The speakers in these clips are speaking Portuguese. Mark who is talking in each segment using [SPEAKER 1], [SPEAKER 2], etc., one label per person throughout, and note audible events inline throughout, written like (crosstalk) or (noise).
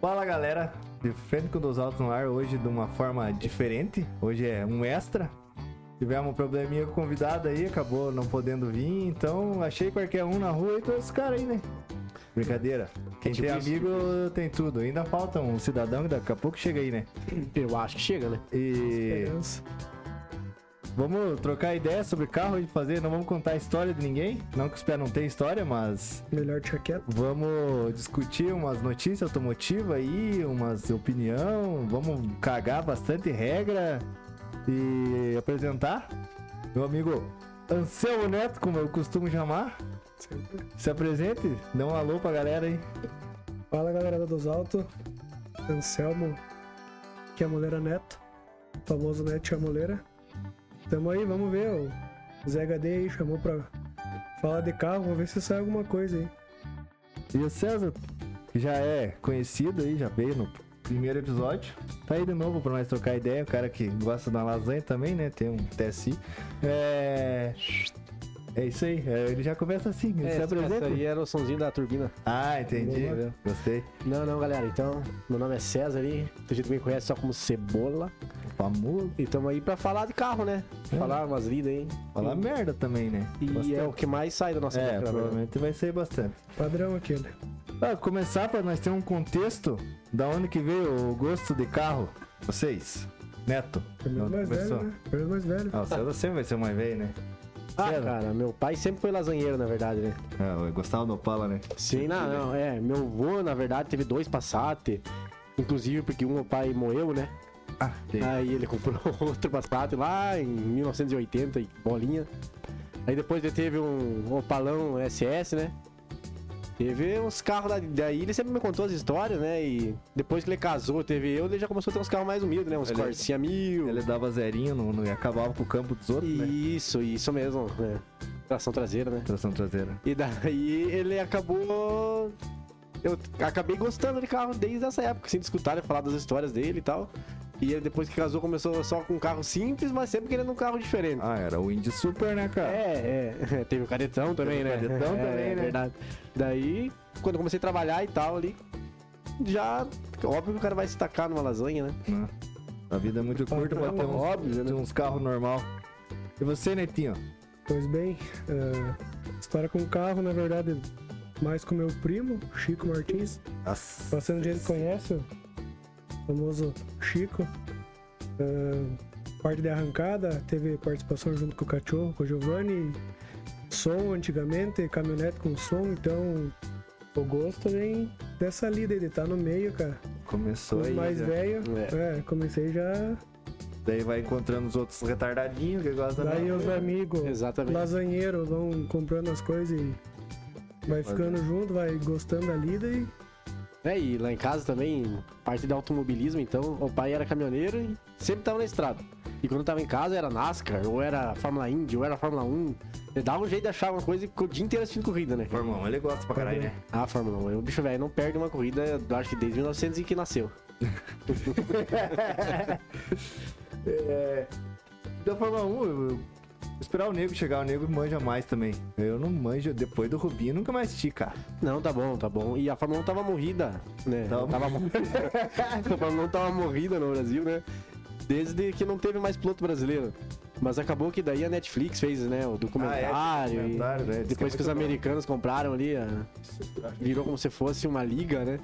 [SPEAKER 1] Fala galera, de frente com os altos no ar hoje de uma forma diferente. Hoje é um extra. Tivemos um probleminha com o convidado aí, acabou não podendo vir, então achei qualquer um na rua e todos esses caras aí, né? Brincadeira. Quem tem
[SPEAKER 2] difícil,
[SPEAKER 1] amigo tem tudo. Ainda falta um cidadão que daqui a pouco chega aí, né?
[SPEAKER 2] Eu acho que chega, né?
[SPEAKER 1] E vamos trocar ideia sobre carro e fazer, não vamos contar a história de ninguém. Não que os pés não tenham história, mas
[SPEAKER 3] Melhor deixar quieto.
[SPEAKER 1] Vamos discutir umas notícias automotivas aí, umas opinião, vamos cagar bastante regra e apresentar meu amigo Anselmo Neto, como eu costumo chamar.
[SPEAKER 3] Sempre.
[SPEAKER 1] Se apresente, dê um alô pra galera aí.
[SPEAKER 3] Fala galera da Dos Alto. Anselmo, que é a Moleira Neto. O famoso Neto é a Moleira. Tamo aí, vamos ver. O Zé HD aí
[SPEAKER 2] É,
[SPEAKER 3] chamou pra falar de carro, vamos ver se sai alguma coisa aí.
[SPEAKER 1] E o César, que já é conhecido aí, já veio no primeiro episódio. Tá aí de novo pra nós trocar ideia, o cara que gosta da lasanha também, né? Tem um TSI. É. É isso aí, é, ele já começa assim, ele se
[SPEAKER 2] essa,
[SPEAKER 1] apresenta.
[SPEAKER 2] essa aí era o somzinho da turbina.
[SPEAKER 1] Ah, entendi.
[SPEAKER 2] Boa.
[SPEAKER 1] Gostei.
[SPEAKER 2] Não, não, galera. Então, meu nome é César aí. Tem gente que me conhece só como Cebola.
[SPEAKER 1] Famoso.
[SPEAKER 2] E tamo aí pra falar de carro, né? Falar umas vidas aí.
[SPEAKER 1] Falar merda também, né?
[SPEAKER 2] E
[SPEAKER 1] Bastante.
[SPEAKER 2] é o que mais sai da nossa
[SPEAKER 1] É,
[SPEAKER 2] boca, né?
[SPEAKER 1] provavelmente vai ser bastante.
[SPEAKER 3] Padrão aquele.
[SPEAKER 1] Pra começar, pra nós ter um contexto da onde que veio o gosto de carro. Vocês. Neto.
[SPEAKER 3] Primeiro
[SPEAKER 1] Não,
[SPEAKER 3] mais velho, né? Primeiro mais velho.
[SPEAKER 1] Ah, o César sempre vai ser mais velho, né?
[SPEAKER 2] Ah,
[SPEAKER 1] César.
[SPEAKER 2] cara, meu pai sempre foi lasanheiro, na verdade, né?
[SPEAKER 1] Ah, eu gostava do Opala, né?
[SPEAKER 2] Sim, não, não, é. Meu avô, na verdade, teve dois Passat. Inclusive porque um meu pai morreu, né?
[SPEAKER 1] Ah, tem.
[SPEAKER 2] Aí ele (laughs) comprou outro Passat lá em 1980 e bolinha. Aí depois ele teve um Opalão SS, né? Teve uns carros da- daí, ele sempre me contou as histórias, né? E depois que ele casou, teve eu, ele já começou a ter uns carros mais humildes, né? Uns
[SPEAKER 1] Ele- é
[SPEAKER 2] Corsinha mil.
[SPEAKER 1] Ele dava zerinho no, no- e acabava com o campo dos outros, né?
[SPEAKER 2] Isso, isso mesmo, né? Tração traseira, né?
[SPEAKER 1] Tração traseira.
[SPEAKER 2] E daí ele acabou. Eu acabei gostando de carro desde essa época, assim, de escutar ele falar das histórias dele e tal. E ele, depois que casou, começou só com um carro simples, mas sempre querendo um carro diferente.
[SPEAKER 1] Ah, era o Indy Super, né, cara?
[SPEAKER 2] É, é. (laughs) Teve o cadetão também,
[SPEAKER 1] Teve o
[SPEAKER 2] né?
[SPEAKER 1] cadetão
[SPEAKER 2] É,
[SPEAKER 1] também,
[SPEAKER 2] é
[SPEAKER 1] né?
[SPEAKER 2] Verdade. Daí, quando eu comecei a trabalhar e tal ali, já. Óbvio que o cara vai se tacar numa lasanha, né?
[SPEAKER 1] Né? A vida é muito curta pra ter uns,
[SPEAKER 2] Óbvio, né?
[SPEAKER 1] ter uns carros normal. E você, Netinho?
[SPEAKER 3] Pois bem, ah, história com carro, na verdade, mais com meu primo, Chico Martins.
[SPEAKER 1] Nossa.
[SPEAKER 3] Passando gente conhece o famoso Chico. Ah, parte de arrancada, teve participação junto com o Cachorro, com o Giovanni. Som antigamente, caminhonete com som, então o gosto vem dessa lida de estar no meio, cara.
[SPEAKER 1] Começou
[SPEAKER 3] Os
[SPEAKER 1] aí.
[SPEAKER 3] mais
[SPEAKER 1] já.
[SPEAKER 3] velho, é, comecei já.
[SPEAKER 1] Daí vai encontrando os outros retardadinhos que gostam né? da-
[SPEAKER 3] Daí os amigos,
[SPEAKER 2] Exatamente.
[SPEAKER 3] lasanheiros, vão comprando as coisas e vai ficando junto, vai gostando da lida e
[SPEAKER 2] É, e lá em casa também, parte de automobilismo, então, o pai era caminhoneiro e sempre tava na estrada. E quando tava em casa era NASCAR, ou era Fórmula Indy, ou era Fórmula 1. Ele dava um jeito de achar uma coisa e ficou o dia inteiro assistindo corrida, né?
[SPEAKER 1] Fórmula 1, ele gosta pra caralho,
[SPEAKER 3] Tá
[SPEAKER 1] né?
[SPEAKER 2] Ah, Fórmula 1. O bicho velho não perde uma corrida, eu acho que desde 1900 e que nasceu.
[SPEAKER 1] (laughs) É, Da Fórmula 1, eu, eu- esperar o nego chegar, o nego manja mais também. Eu não manjo, depois do Rubinho, nunca mais assisti, cara.
[SPEAKER 2] Não, tá bom, tá bom. E a Fórmula 1 tava morrida, né?
[SPEAKER 1] Tava-
[SPEAKER 2] morrida. (laughs) a Fórmula 1 tava morrida no Brasil, né? Desde que não teve mais piloto brasileiro. Mas acabou que daí a Netflix fez, né, o documentário. e-
[SPEAKER 1] documentário, né? Diz que
[SPEAKER 2] Depois
[SPEAKER 1] é
[SPEAKER 2] que os
[SPEAKER 1] muito bom.
[SPEAKER 2] americanos compraram ali, a- virou como se fosse uma liga, né?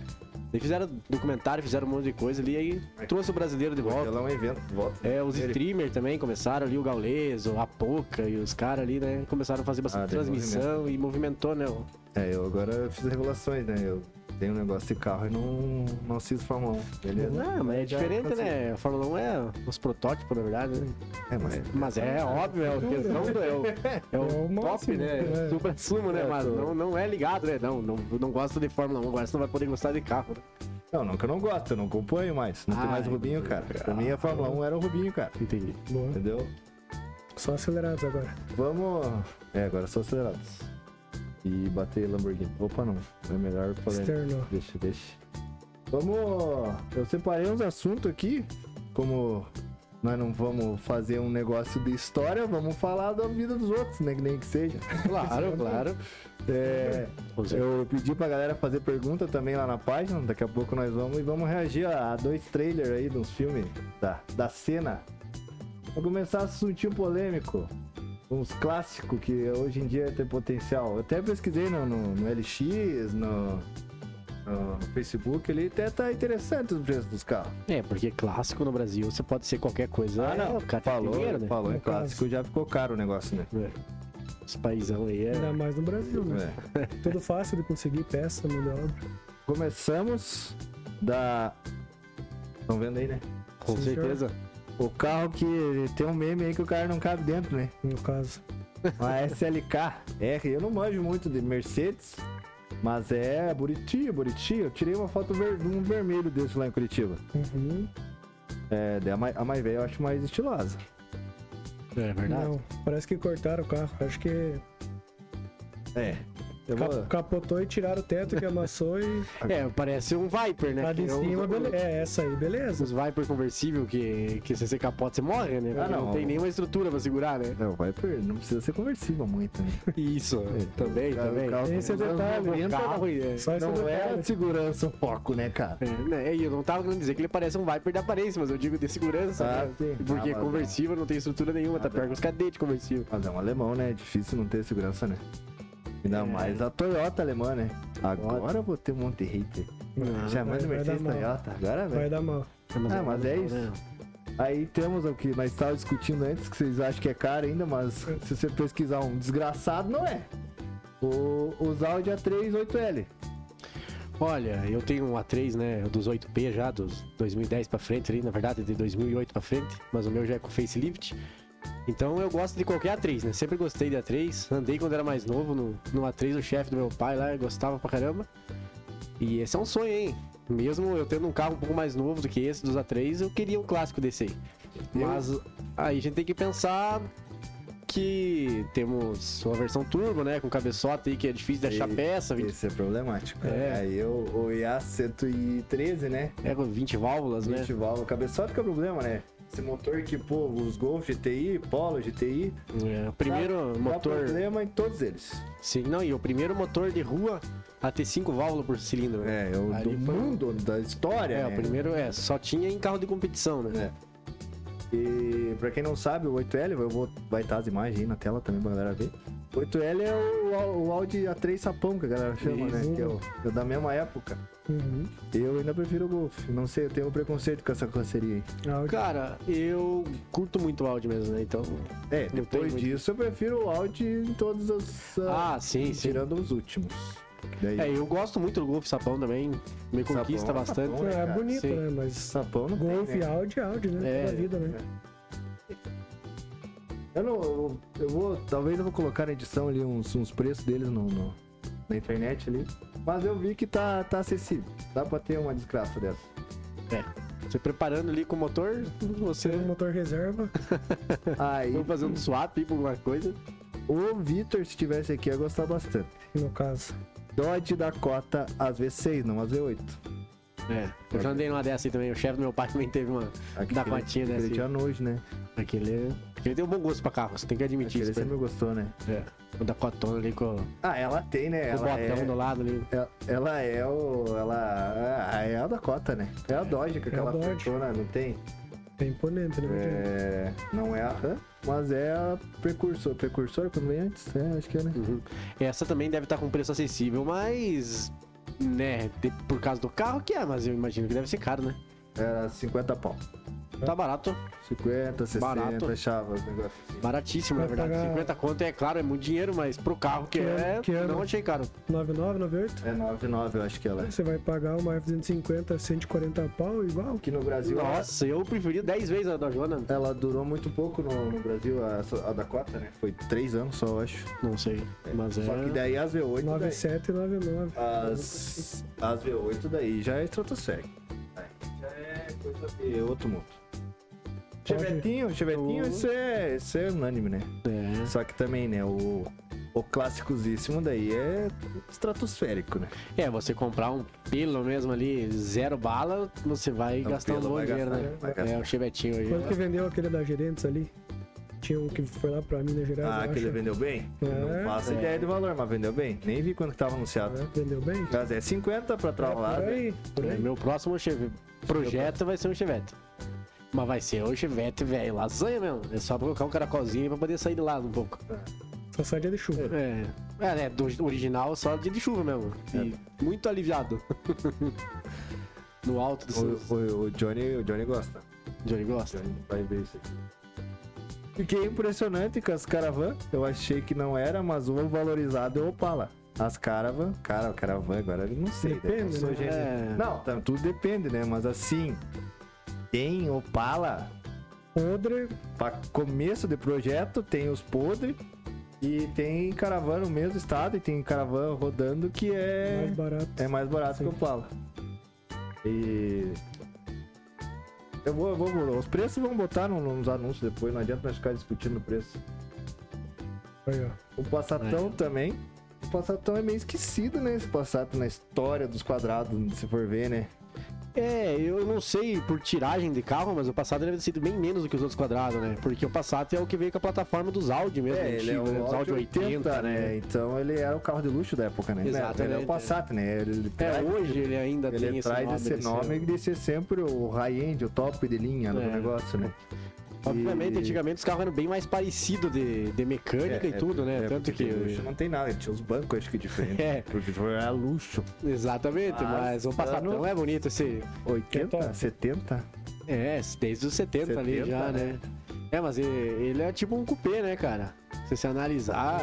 [SPEAKER 2] Eles fizeram documentário, fizeram um monte de coisa ali, aí trouxe o brasileiro de volta.
[SPEAKER 1] Ela é um evento, volta.
[SPEAKER 2] É, os streamers também começaram ali, o Gaules, a Poca e os caras ali, né? Começaram a fazer bastante
[SPEAKER 1] Ah, teve
[SPEAKER 2] transmissão e movimentou, né? o-
[SPEAKER 1] É, eu agora fiz regulações, né? Eu tenho um negócio de carro e não, não assisto Fórmula 1, beleza?
[SPEAKER 2] Não, mas é
[SPEAKER 1] Já
[SPEAKER 2] diferente,
[SPEAKER 1] consigo.
[SPEAKER 2] né? A Fórmula 1 é os protótipos, na verdade, né?
[SPEAKER 1] É, mas
[SPEAKER 2] Mas é óbvio, é o questão do. É o, (laughs) é o
[SPEAKER 3] É o
[SPEAKER 2] top,
[SPEAKER 3] máximo,
[SPEAKER 2] né?
[SPEAKER 3] né?
[SPEAKER 2] Supra sumo, né?
[SPEAKER 1] É,
[SPEAKER 2] Mas
[SPEAKER 1] tô-
[SPEAKER 2] não, não é ligado, né? Não, não, não gosto de Fórmula 1, agora você não vai poder gostar de carro. né?
[SPEAKER 1] Não, não que eu não gosto, eu não acompanho mais. Não tem
[SPEAKER 2] Ah,
[SPEAKER 1] mais Rubinho, cara. Pra mim a Fórmula 1 era o Rubinho, cara.
[SPEAKER 2] Entendi.
[SPEAKER 3] boa.
[SPEAKER 1] Entendeu?
[SPEAKER 3] Só acelerados agora.
[SPEAKER 1] Vamos. É, agora são acelerados. E bater Lamborghini. Opa, não. É melhor falar.
[SPEAKER 3] Externo.
[SPEAKER 1] Deixa, deixa. Vamos. Eu separei uns assuntos aqui, como Nós não vamos fazer um negócio de história, vamos falar da vida dos outros, né? Que nem que seja.
[SPEAKER 2] (laughs) Claro, claro.
[SPEAKER 1] É,
[SPEAKER 2] Com certeza.
[SPEAKER 1] eu pedi pra galera fazer pergunta também lá na página. Daqui a pouco nós vamos e vamos reagir a a dois trailers aí dos filmes da, da cena. Vou começar assuntinho polêmico. Uns clássicos que hoje em dia tem potencial. Eu até pesquisei no, no, no LX, no, no Facebook ali, até tá interessante os preços dos carros.
[SPEAKER 2] É, porque clássico no Brasil, você pode ser qualquer coisa.
[SPEAKER 1] Ah, não.
[SPEAKER 2] É, o cara tem
[SPEAKER 1] falou,
[SPEAKER 2] dinheiro, né?
[SPEAKER 1] falou. É
[SPEAKER 3] No caso.
[SPEAKER 1] clássico, já ficou caro o negócio, né?
[SPEAKER 2] É. Esse paizão aí é...
[SPEAKER 3] Ainda mais no Brasil, né?
[SPEAKER 1] É.
[SPEAKER 3] Tudo fácil de conseguir peça, mão de obra.
[SPEAKER 1] Começamos da. Estão vendo aí, né?
[SPEAKER 2] Com
[SPEAKER 3] Sim,
[SPEAKER 2] certeza.
[SPEAKER 1] O carro que tem um meme aí que o cara não cabe dentro, né?
[SPEAKER 3] No caso.
[SPEAKER 1] Uma SLK R. Eu não manjo muito de Mercedes, mas é bonitinho, bonitinho. Eu tirei uma foto ver... de um vermelho desse lá em Curitiba.
[SPEAKER 3] Uhum.
[SPEAKER 1] É, daí a mais, a mais velha eu acho mais estilosa.
[SPEAKER 2] É verdade.
[SPEAKER 3] Não, parece que cortaram o carro. Acho que
[SPEAKER 1] É. Eu
[SPEAKER 3] cap-
[SPEAKER 1] vou...
[SPEAKER 3] capotou e tiraram o teto que amassou e
[SPEAKER 2] É, parece um Viper, né?
[SPEAKER 3] lá de
[SPEAKER 2] Que (laughs) é o-
[SPEAKER 3] cima, beleza. É, essa aí, beleza.
[SPEAKER 2] Os Viper conversível que, que se você capota, você morre, né?
[SPEAKER 1] Ah,
[SPEAKER 2] Porque
[SPEAKER 1] não.
[SPEAKER 2] não tem nenhuma estrutura pra segurar, né?
[SPEAKER 1] Não, vai por... não precisa ser conversível muito, né?
[SPEAKER 2] (laughs) Isso, É, também,
[SPEAKER 1] Cara, o
[SPEAKER 2] também.
[SPEAKER 1] carro tá
[SPEAKER 3] Esse é
[SPEAKER 1] com uns
[SPEAKER 3] detalhe.
[SPEAKER 1] 90,
[SPEAKER 2] Carro, é.
[SPEAKER 3] Só esse
[SPEAKER 1] Não é
[SPEAKER 3] detalhe.
[SPEAKER 1] a segurança o foco, né, cara?
[SPEAKER 2] É, né, e eu não tava querendo dizer que ele parece um Viper da aparência, mas eu digo de segurança.
[SPEAKER 1] Ah,
[SPEAKER 2] né?
[SPEAKER 1] sim.
[SPEAKER 2] Porque
[SPEAKER 1] Ah, mas-
[SPEAKER 2] conversível não tem estrutura nenhuma, tá
[SPEAKER 1] Ah,
[SPEAKER 2] pior que os cadetes conversível.
[SPEAKER 1] Mas é um alemão, né? É difícil não ter segurança, né? Ainda mais a Toyota alemã, né? Agora eu vou ter um monte de hater.
[SPEAKER 2] Não,
[SPEAKER 1] Chamando
[SPEAKER 3] vai- vai
[SPEAKER 1] Mercedes
[SPEAKER 3] dar mal.
[SPEAKER 1] Toyota, agora,
[SPEAKER 3] Vai
[SPEAKER 1] velho.
[SPEAKER 3] dar mal.
[SPEAKER 1] Ah, mas é isso.
[SPEAKER 2] né?
[SPEAKER 1] Aí temos o que nós estávamos discutindo antes, que vocês acham que é caro ainda, mas se você pesquisar um desgraçado, não é. O, os Audi A3 8L.
[SPEAKER 2] Olha, eu tenho um A3, né, dos 8P já, dos 2010 pra frente ali, na verdade, de 2008 pra frente, mas o meu já é com facelift. Então eu gosto de qualquer A3, né? Sempre gostei de A3. Andei quando era mais novo no, no A3, o chefe do meu pai lá, eu gostava pra caramba. E esse é um sonho, hein? Mesmo eu tendo um carro um pouco mais novo do que esse dos A3, eu queria um clássico desse aí.
[SPEAKER 1] Eu-
[SPEAKER 2] Mas aí a gente tem que pensar que temos uma versão turbo, né? Com cabeçote aí que é difícil de achar
[SPEAKER 1] E-
[SPEAKER 2] peça, 20
[SPEAKER 1] Esse é problemático.
[SPEAKER 2] Tá É.
[SPEAKER 1] Aí o, o IA 113, né?
[SPEAKER 2] É, com 20 válvulas, né?
[SPEAKER 1] Gente, válvula. Cabeçote que é o problema, né? Esse motor que, pô, os Golf GTI, Polo GTI,
[SPEAKER 2] É, o primeiro
[SPEAKER 1] Dá- dá
[SPEAKER 2] motor.
[SPEAKER 1] problema em todos eles.
[SPEAKER 2] Sim, não, e o primeiro motor de rua a ter 5 válvulas por cilindro. né?
[SPEAKER 1] É, o
[SPEAKER 2] Ali
[SPEAKER 1] do
[SPEAKER 2] foi o-
[SPEAKER 1] mundo, da história.
[SPEAKER 2] É,
[SPEAKER 1] né?
[SPEAKER 2] o primeiro é, só tinha em carro de competição, né?
[SPEAKER 1] É. E pra quem não sabe, o 8L, eu vou vai estar as imagens aí na tela também pra galera ver. O 8L é o, Au- o Audi A3 Sapão, que a galera chama,
[SPEAKER 2] Isso.
[SPEAKER 1] né? Que é, o, é da mesma época.
[SPEAKER 3] Uhum.
[SPEAKER 1] Eu ainda prefiro o Golf. Não sei, eu tenho um preconceito com essa carroceria aí.
[SPEAKER 2] É.
[SPEAKER 3] Audi.
[SPEAKER 2] Cara, eu curto muito o Audi mesmo, né? Então.
[SPEAKER 1] É,
[SPEAKER 2] Não tem
[SPEAKER 1] depois
[SPEAKER 2] muito.
[SPEAKER 1] disso eu prefiro o Audi em todas as. ah,
[SPEAKER 2] Ah, sim, sim.
[SPEAKER 1] tirando os últimos. Daí,
[SPEAKER 2] É, eu gosto muito do Golf Sapão também. Me
[SPEAKER 1] Sapão
[SPEAKER 2] conquista
[SPEAKER 1] é
[SPEAKER 2] bastante.
[SPEAKER 1] sapão, né?
[SPEAKER 3] É,
[SPEAKER 1] cara?
[SPEAKER 3] bonito,
[SPEAKER 2] Sim.
[SPEAKER 3] né? Mas
[SPEAKER 1] Sapão não
[SPEAKER 3] Golf,
[SPEAKER 1] tem, né?
[SPEAKER 3] Audi, Audi, né?
[SPEAKER 2] É.
[SPEAKER 3] Toda a vida, né?
[SPEAKER 1] Eu não. Eu, eu vou. Talvez eu vou colocar na edição ali uns, uns preços deles no, no- na internet ali. Mas eu vi que tá, tá acessível. Dá pra ter uma desgraça dessa.
[SPEAKER 2] É. Você preparando ali com o motor, você.
[SPEAKER 3] Tem um motor reserva.
[SPEAKER 1] Aí,
[SPEAKER 2] Vamos fazer um swap aí pra alguma coisa.
[SPEAKER 1] o Vitor, se estivesse aqui, ia gostar bastante.
[SPEAKER 3] No caso.
[SPEAKER 1] Dodge Dakota, às V6, não às V8.
[SPEAKER 2] É. Eu já andei numa dessa aí também. O chefe do meu pai (laughs) também teve uma da cotinha dessa.
[SPEAKER 1] Ele
[SPEAKER 2] aí.
[SPEAKER 1] tinha nojo, né?
[SPEAKER 2] Aquele, aquele tem um bom gosto pra carro, você tem que admitir
[SPEAKER 1] Aquele
[SPEAKER 2] isso.
[SPEAKER 1] você
[SPEAKER 2] né?
[SPEAKER 1] não gostou, né?
[SPEAKER 2] É. O Dakotona ali com o
[SPEAKER 1] Ah, ela tem, né? Ela
[SPEAKER 2] botão do
[SPEAKER 1] é,
[SPEAKER 2] lado ali.
[SPEAKER 1] ela- ela é o. Ela ah, é a Dakota, né? É a Dodge, com
[SPEAKER 3] É a
[SPEAKER 1] aquela
[SPEAKER 3] Dodge.
[SPEAKER 1] fortuna, não tem?
[SPEAKER 3] É imponente, né?
[SPEAKER 1] É, não é a RAM, mas é a precursor. Precursor, quando vem antes? É, acho que é, né?
[SPEAKER 2] Uhum. Essa também deve estar com preço acessível, mas. Né, de- por causa do carro que é, mas eu imagino que deve ser caro, né?
[SPEAKER 1] Era 50 pau.
[SPEAKER 3] É.
[SPEAKER 2] Tá barato,
[SPEAKER 1] 50, 60,
[SPEAKER 2] Barato.
[SPEAKER 1] achava os negócios assim.
[SPEAKER 2] baratíssimo, na
[SPEAKER 3] Vai
[SPEAKER 2] verdade.
[SPEAKER 3] pagar-
[SPEAKER 2] 50 conto é claro, é muito dinheiro, mas pro carro que,
[SPEAKER 3] Que ano-
[SPEAKER 2] é,
[SPEAKER 3] que ano?
[SPEAKER 2] não achei caro.
[SPEAKER 3] 99, 98.
[SPEAKER 1] É 99, eu acho que ela é.
[SPEAKER 3] Você vai pagar uma F-250, 140 pau, igual.
[SPEAKER 1] Aqui no Brasil, ela-
[SPEAKER 2] Nossa, eu preferi 10 vezes a da Jona.
[SPEAKER 1] ela durou muito pouco no, no Brasil, a, a Dakota, né? Foi 3 anos só, eu acho.
[SPEAKER 2] Não sei, mas é.
[SPEAKER 1] Só que daí as V8. daí-
[SPEAKER 3] 97 e 99.
[SPEAKER 1] as, as V8 daí já é estratosférico. Aí já é coisa de outro mundo. Chevetinho, Chevetinho,
[SPEAKER 2] Oh.
[SPEAKER 1] isso é, isso é unânime, né?
[SPEAKER 2] É.
[SPEAKER 1] Só que também, né, o, O clássicozíssimo daí é estratosférico, né?
[SPEAKER 2] É, você comprar um pelo mesmo ali, zero bala, você vai
[SPEAKER 1] Não,
[SPEAKER 2] gastar um
[SPEAKER 1] pelo
[SPEAKER 2] bom
[SPEAKER 1] vai
[SPEAKER 2] dinheiro,
[SPEAKER 1] gastar,
[SPEAKER 2] né?
[SPEAKER 1] vai gastar.
[SPEAKER 2] É, o chevetinho aí.
[SPEAKER 3] Quanto que vendeu aquele da gerentes ali? Tinha um que foi lá pra Minas Gerais.
[SPEAKER 1] Ah,
[SPEAKER 3] eu
[SPEAKER 1] aquele
[SPEAKER 3] acho.
[SPEAKER 1] vendeu bem? Eu
[SPEAKER 3] É.
[SPEAKER 1] Não faço ideia do valor, mas vendeu bem. Nem vi quanto que tava anunciado.
[SPEAKER 3] É, vendeu bem?
[SPEAKER 1] Mas é 50 pra
[SPEAKER 3] É, por
[SPEAKER 1] trollar.
[SPEAKER 3] aí, por
[SPEAKER 2] É,
[SPEAKER 3] aí.
[SPEAKER 2] meu próximo cheve- projeto vai ser um chevette. Mas vai ser um chevette, velho, lasanha mesmo. É só pra colocar um caracolzinho pra poder sair de lado um pouco.
[SPEAKER 3] Só sai dia
[SPEAKER 1] (laughs)
[SPEAKER 3] de chuva.
[SPEAKER 2] É, é, né, do original só dia de chuva mesmo. E muito aliviado. (laughs) no alto do seu...
[SPEAKER 1] O, o- o Johnny, o Johnny gosta.
[SPEAKER 2] Johnny
[SPEAKER 1] O
[SPEAKER 2] gosta.
[SPEAKER 1] Johnny vai ver isso aqui. Fiquei impressionante com as caravan. Eu achei que não era, mas uma valorizada é o Opala. As caravan, cara, caravan agora eu não sei. né?
[SPEAKER 3] Depende,
[SPEAKER 1] Não sou
[SPEAKER 3] né?
[SPEAKER 1] gênio.
[SPEAKER 2] É.
[SPEAKER 1] Não, tá, tudo depende, né? Mas assim, tem Opala
[SPEAKER 3] Podre,
[SPEAKER 1] para começo de projeto, tem os podres e tem caravana no mesmo estado e tem caravana rodando que é
[SPEAKER 3] mais barato.
[SPEAKER 1] é mais barato que o Opala. E eu vou, eu vou, os preços vão botar no- nos anúncios depois, não adianta nós ficar discutindo o preço.
[SPEAKER 3] Aí, ó.
[SPEAKER 1] O Passatão também. O Passatão é meio esquecido, né? Esse Passato na história dos quadrados, se for ver, né?
[SPEAKER 2] É, eu não sei por tiragem de carro, mas o Passat deve ter sido bem menos do que os outros quadrados, né? Porque o Passat é o que veio com a plataforma dos Audi mesmo,
[SPEAKER 1] É, ele é
[SPEAKER 2] antigo, né?
[SPEAKER 1] um
[SPEAKER 2] Dos Audi 80, né?
[SPEAKER 1] Então ele era o carro de luxo da época, né?
[SPEAKER 2] Exatamente.
[SPEAKER 1] Ele é o Passat, né? Ele, ele
[SPEAKER 2] É,
[SPEAKER 1] traz-
[SPEAKER 2] hoje ele ainda tem
[SPEAKER 1] Ele é
[SPEAKER 2] esse
[SPEAKER 1] traz
[SPEAKER 2] nome.
[SPEAKER 1] esse
[SPEAKER 2] desse-
[SPEAKER 1] nome de ser sempre o high-end, o top de linha do
[SPEAKER 2] É.
[SPEAKER 1] negócio, né?
[SPEAKER 2] Obviamente,
[SPEAKER 1] E-
[SPEAKER 2] antigamente os carros eram bem mais parecidos de, de mecânica e tudo, né?
[SPEAKER 1] é,
[SPEAKER 2] Tanto
[SPEAKER 1] porque
[SPEAKER 2] que.
[SPEAKER 1] de luxo não tem nada, ele tinha os bancos acho que (laughs) diferente.
[SPEAKER 2] É.
[SPEAKER 1] Porque era luxo.
[SPEAKER 2] Exatamente,
[SPEAKER 1] Ah,
[SPEAKER 2] mas o Passatão
[SPEAKER 1] anos-
[SPEAKER 2] é bonito esse.
[SPEAKER 1] 80,
[SPEAKER 3] Então-
[SPEAKER 1] 70?
[SPEAKER 2] É, desde os 70, ali
[SPEAKER 1] 70,
[SPEAKER 2] já, né? É, mas e- ele, é tipo um cupê, né, cara? Se você analisar.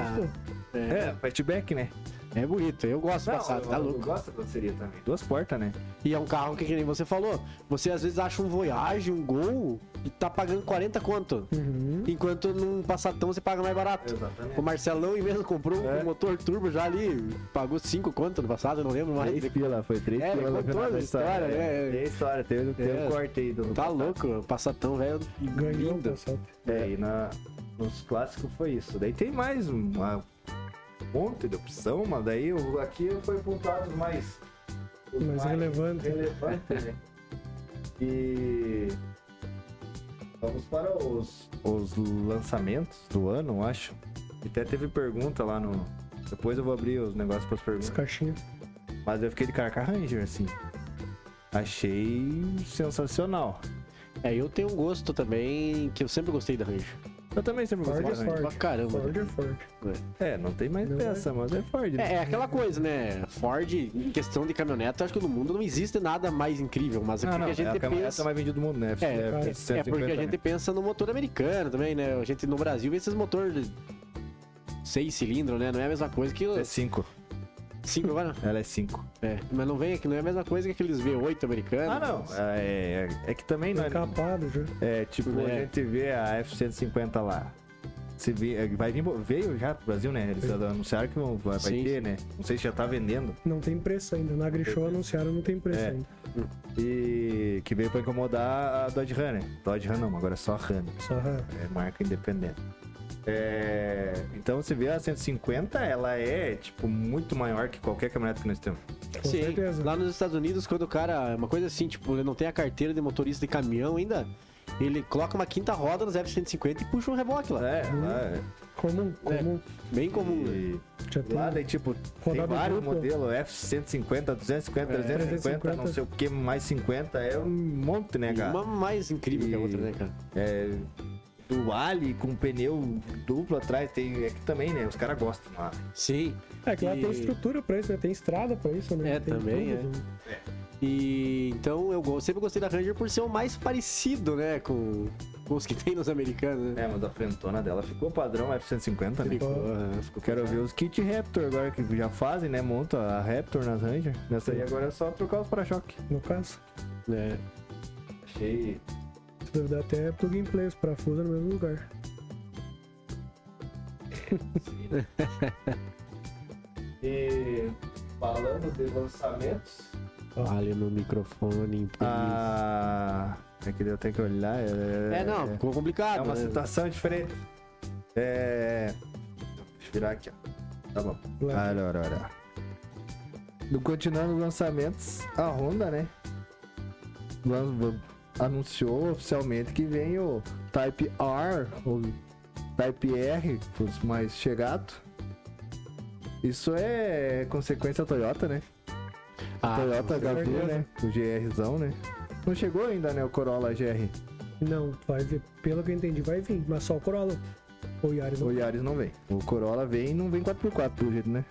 [SPEAKER 2] É,
[SPEAKER 1] É, fatback, né?
[SPEAKER 2] é bonito, eu gosto do
[SPEAKER 1] Não,
[SPEAKER 2] Passat,
[SPEAKER 1] eu-
[SPEAKER 2] tá
[SPEAKER 1] eu
[SPEAKER 2] louco.
[SPEAKER 1] gosto da seria também. Duas portas, né?
[SPEAKER 2] E é um carro que, que nem você falou, você às vezes acha um Voyage, um Gol, e tá pagando 40 conto.
[SPEAKER 3] Uhum.
[SPEAKER 2] Enquanto num Passatão você paga mais barato.
[SPEAKER 1] Exatamente.
[SPEAKER 2] O Marcelão e mesmo comprou um
[SPEAKER 1] É.
[SPEAKER 2] motor turbo já ali, pagou 5 conto no passado, eu não lembro mais.
[SPEAKER 1] Três pila, foi três
[SPEAKER 2] É, ele
[SPEAKER 1] pila no
[SPEAKER 2] contou
[SPEAKER 1] final
[SPEAKER 2] a
[SPEAKER 1] da
[SPEAKER 2] história, é, é.
[SPEAKER 1] Tem história, teve, teve
[SPEAKER 2] É.
[SPEAKER 1] um corte aí do
[SPEAKER 2] Tá louco, passatão velho
[SPEAKER 3] Ganhou tá o
[SPEAKER 2] lindo.
[SPEAKER 3] Passat.
[SPEAKER 1] É, e na, nos clássicos foi isso. Daí tem mais uma um monte de opção, mas daí o- aqui foi pontuado os mais. os
[SPEAKER 3] Mais relevante.
[SPEAKER 1] relevantes,
[SPEAKER 3] (laughs)
[SPEAKER 1] né? E. Vamos para os, os lançamentos do ano, eu acho. Até teve pergunta lá no. Depois eu vou abrir os negócios para as
[SPEAKER 3] As
[SPEAKER 1] perguntas.
[SPEAKER 3] caixinhas.
[SPEAKER 1] Mas eu fiquei de cara com a Ranger, assim. Achei sensacional.
[SPEAKER 2] É, eu tenho um gosto também que eu sempre gostei da Range.
[SPEAKER 1] Eu também sempre
[SPEAKER 3] Ford
[SPEAKER 1] gostei
[SPEAKER 3] é
[SPEAKER 1] da Ranger.
[SPEAKER 3] Ford.
[SPEAKER 2] Pra caramba.
[SPEAKER 3] Ford é Ford.
[SPEAKER 1] É, não tem mais
[SPEAKER 3] Não é?
[SPEAKER 1] peça, mas é Ford. né?
[SPEAKER 2] É, é aquela coisa, né? Ford, em questão de caminhoneta, eu acho que no mundo não existe nada mais incrível, mas é porque a gente
[SPEAKER 1] é a caminhonete
[SPEAKER 2] pensa.
[SPEAKER 1] mais vendida do mundo, né?
[SPEAKER 2] É,
[SPEAKER 3] cara, é
[SPEAKER 2] É porque a
[SPEAKER 1] 150,
[SPEAKER 2] gente
[SPEAKER 1] né?
[SPEAKER 2] pensa no motor americano também, né? A gente no Brasil vê esses motores de seis cilindros, né? Não é a mesma coisa que
[SPEAKER 1] É
[SPEAKER 2] os
[SPEAKER 1] 5.
[SPEAKER 2] cinco agora.
[SPEAKER 1] Ela é 5.
[SPEAKER 2] É, mas não vem aqui, não é a mesma coisa que aqueles V8 americanos.
[SPEAKER 1] Ah, não. É, é- é que também não é.
[SPEAKER 3] Encapado já.
[SPEAKER 1] É, tipo,
[SPEAKER 2] É.
[SPEAKER 1] a gente vê a F-150 lá. Se vê, é, vai vir, veio já pro Brasil, né? Eles anunciaram que vão- vai, vai
[SPEAKER 2] Sim.
[SPEAKER 1] ter, né? Não sei se já tá vendendo.
[SPEAKER 3] Não tem preço ainda. Na Grishow anunciaram, não tem preço
[SPEAKER 1] É.
[SPEAKER 3] ainda.
[SPEAKER 1] E que veio pra incomodar a Dodge Runner. Dodge Runner não, agora é só Runner.
[SPEAKER 3] Só ah,
[SPEAKER 1] É marca independente. É, então você vê a 150, ela é tipo muito maior que qualquer caminhonete que nós temos.
[SPEAKER 3] com
[SPEAKER 2] Sim,
[SPEAKER 3] certeza.
[SPEAKER 2] lá nos Estados Unidos, quando o cara, uma coisa assim, tipo, ele não tem a carteira de motorista de caminhão ainda, ele coloca uma quinta roda nos F-150 e puxa um reboque lá.
[SPEAKER 1] É, ela é.
[SPEAKER 3] Comum, comum.
[SPEAKER 2] Bem comum. né?
[SPEAKER 1] E-
[SPEAKER 3] Já
[SPEAKER 1] Lá
[SPEAKER 3] tem. um
[SPEAKER 1] daí, tipo, tem
[SPEAKER 3] Rodada
[SPEAKER 1] vários
[SPEAKER 3] dupla.
[SPEAKER 1] modelos, F-150, 250, 350, não
[SPEAKER 3] 350.
[SPEAKER 1] sei o que, mais 50, é um monte, né,
[SPEAKER 2] E
[SPEAKER 1] cara?
[SPEAKER 2] Uma mais incrível que a
[SPEAKER 1] E-
[SPEAKER 2] outra, né, cara?
[SPEAKER 1] É, do Ali com pneu duplo atrás, tem, é que também, né, os caras gostam lá.
[SPEAKER 2] Sim.
[SPEAKER 3] É que lá
[SPEAKER 2] E-
[SPEAKER 3] tem estrutura pra isso, né? Tem estrada pra isso, né?
[SPEAKER 2] É,
[SPEAKER 3] Tem
[SPEAKER 2] também,
[SPEAKER 3] tudo.
[SPEAKER 2] E então eu go- sempre gostei da Ranger por ser o mais parecido, né, com, com os que tem nos americanos, né?
[SPEAKER 1] É, mas a frentona dela ficou padrão F-150, né?
[SPEAKER 2] Ficou,
[SPEAKER 3] Ficou.
[SPEAKER 2] ah, ficou-
[SPEAKER 1] Eu quero ver os kit Raptor agora, que já fazem, né, monta a Raptor nas Ranger. Nessa aí agora é só trocar os para-choque.
[SPEAKER 3] No caso,
[SPEAKER 2] né?
[SPEAKER 1] Achei...
[SPEAKER 3] se duvidar até plug and play, os parafusos no mesmo lugar.
[SPEAKER 1] E falando de lançamentos...
[SPEAKER 2] Olha no microfone.
[SPEAKER 1] Ah... É que eu tenho que olhar...
[SPEAKER 2] é, não, ficou complicado.
[SPEAKER 1] É uma
[SPEAKER 2] né?
[SPEAKER 1] situação diferente. É. Deixa eu virar aqui, ó. Tá bom.
[SPEAKER 3] Lá.
[SPEAKER 1] Arorora. Do- Continuando os lançamentos, a Honda, né? lan- v- Anunciou oficialmente que vem o Type R, ou Type R, os mais chegados. Isso é consequência da Toyota, né?
[SPEAKER 2] Ah,
[SPEAKER 1] Toyota
[SPEAKER 2] com
[SPEAKER 1] HV,
[SPEAKER 2] certeza.
[SPEAKER 1] né? O GRzão, né? Não chegou ainda, né? O Corolla GR.
[SPEAKER 3] Não, vai vir. Pelo que eu entendi, vai vir. Mas só o Corolla. Ou Yaris.
[SPEAKER 1] O
[SPEAKER 3] não.
[SPEAKER 1] Yaris não vem. O Corolla vem e não vem 4x4, pelo jeito, né?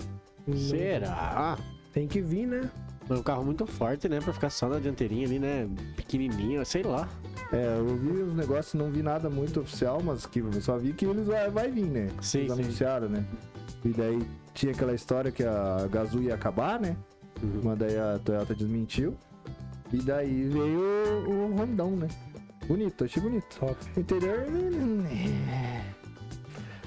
[SPEAKER 3] Não.
[SPEAKER 2] Será?
[SPEAKER 3] Tem que vir, né?
[SPEAKER 2] É um carro muito forte, né? Pra ficar só na dianteirinha ali, né? Pequenininho, sei lá.
[SPEAKER 1] É, eu vi os negócios, não vi nada muito oficial, mas que eu só vi que eles vai, vai vir, né?
[SPEAKER 2] Sim,
[SPEAKER 1] eles
[SPEAKER 2] sim.
[SPEAKER 1] anunciaram, né? E daí tinha aquela história que a Gazoo ia acabar, né?
[SPEAKER 2] Uhum.
[SPEAKER 1] Mas daí a Toyota desmentiu. E daí veio o, o rondão, né? Bonito, achei bonito.
[SPEAKER 3] Top.
[SPEAKER 1] O interior. né?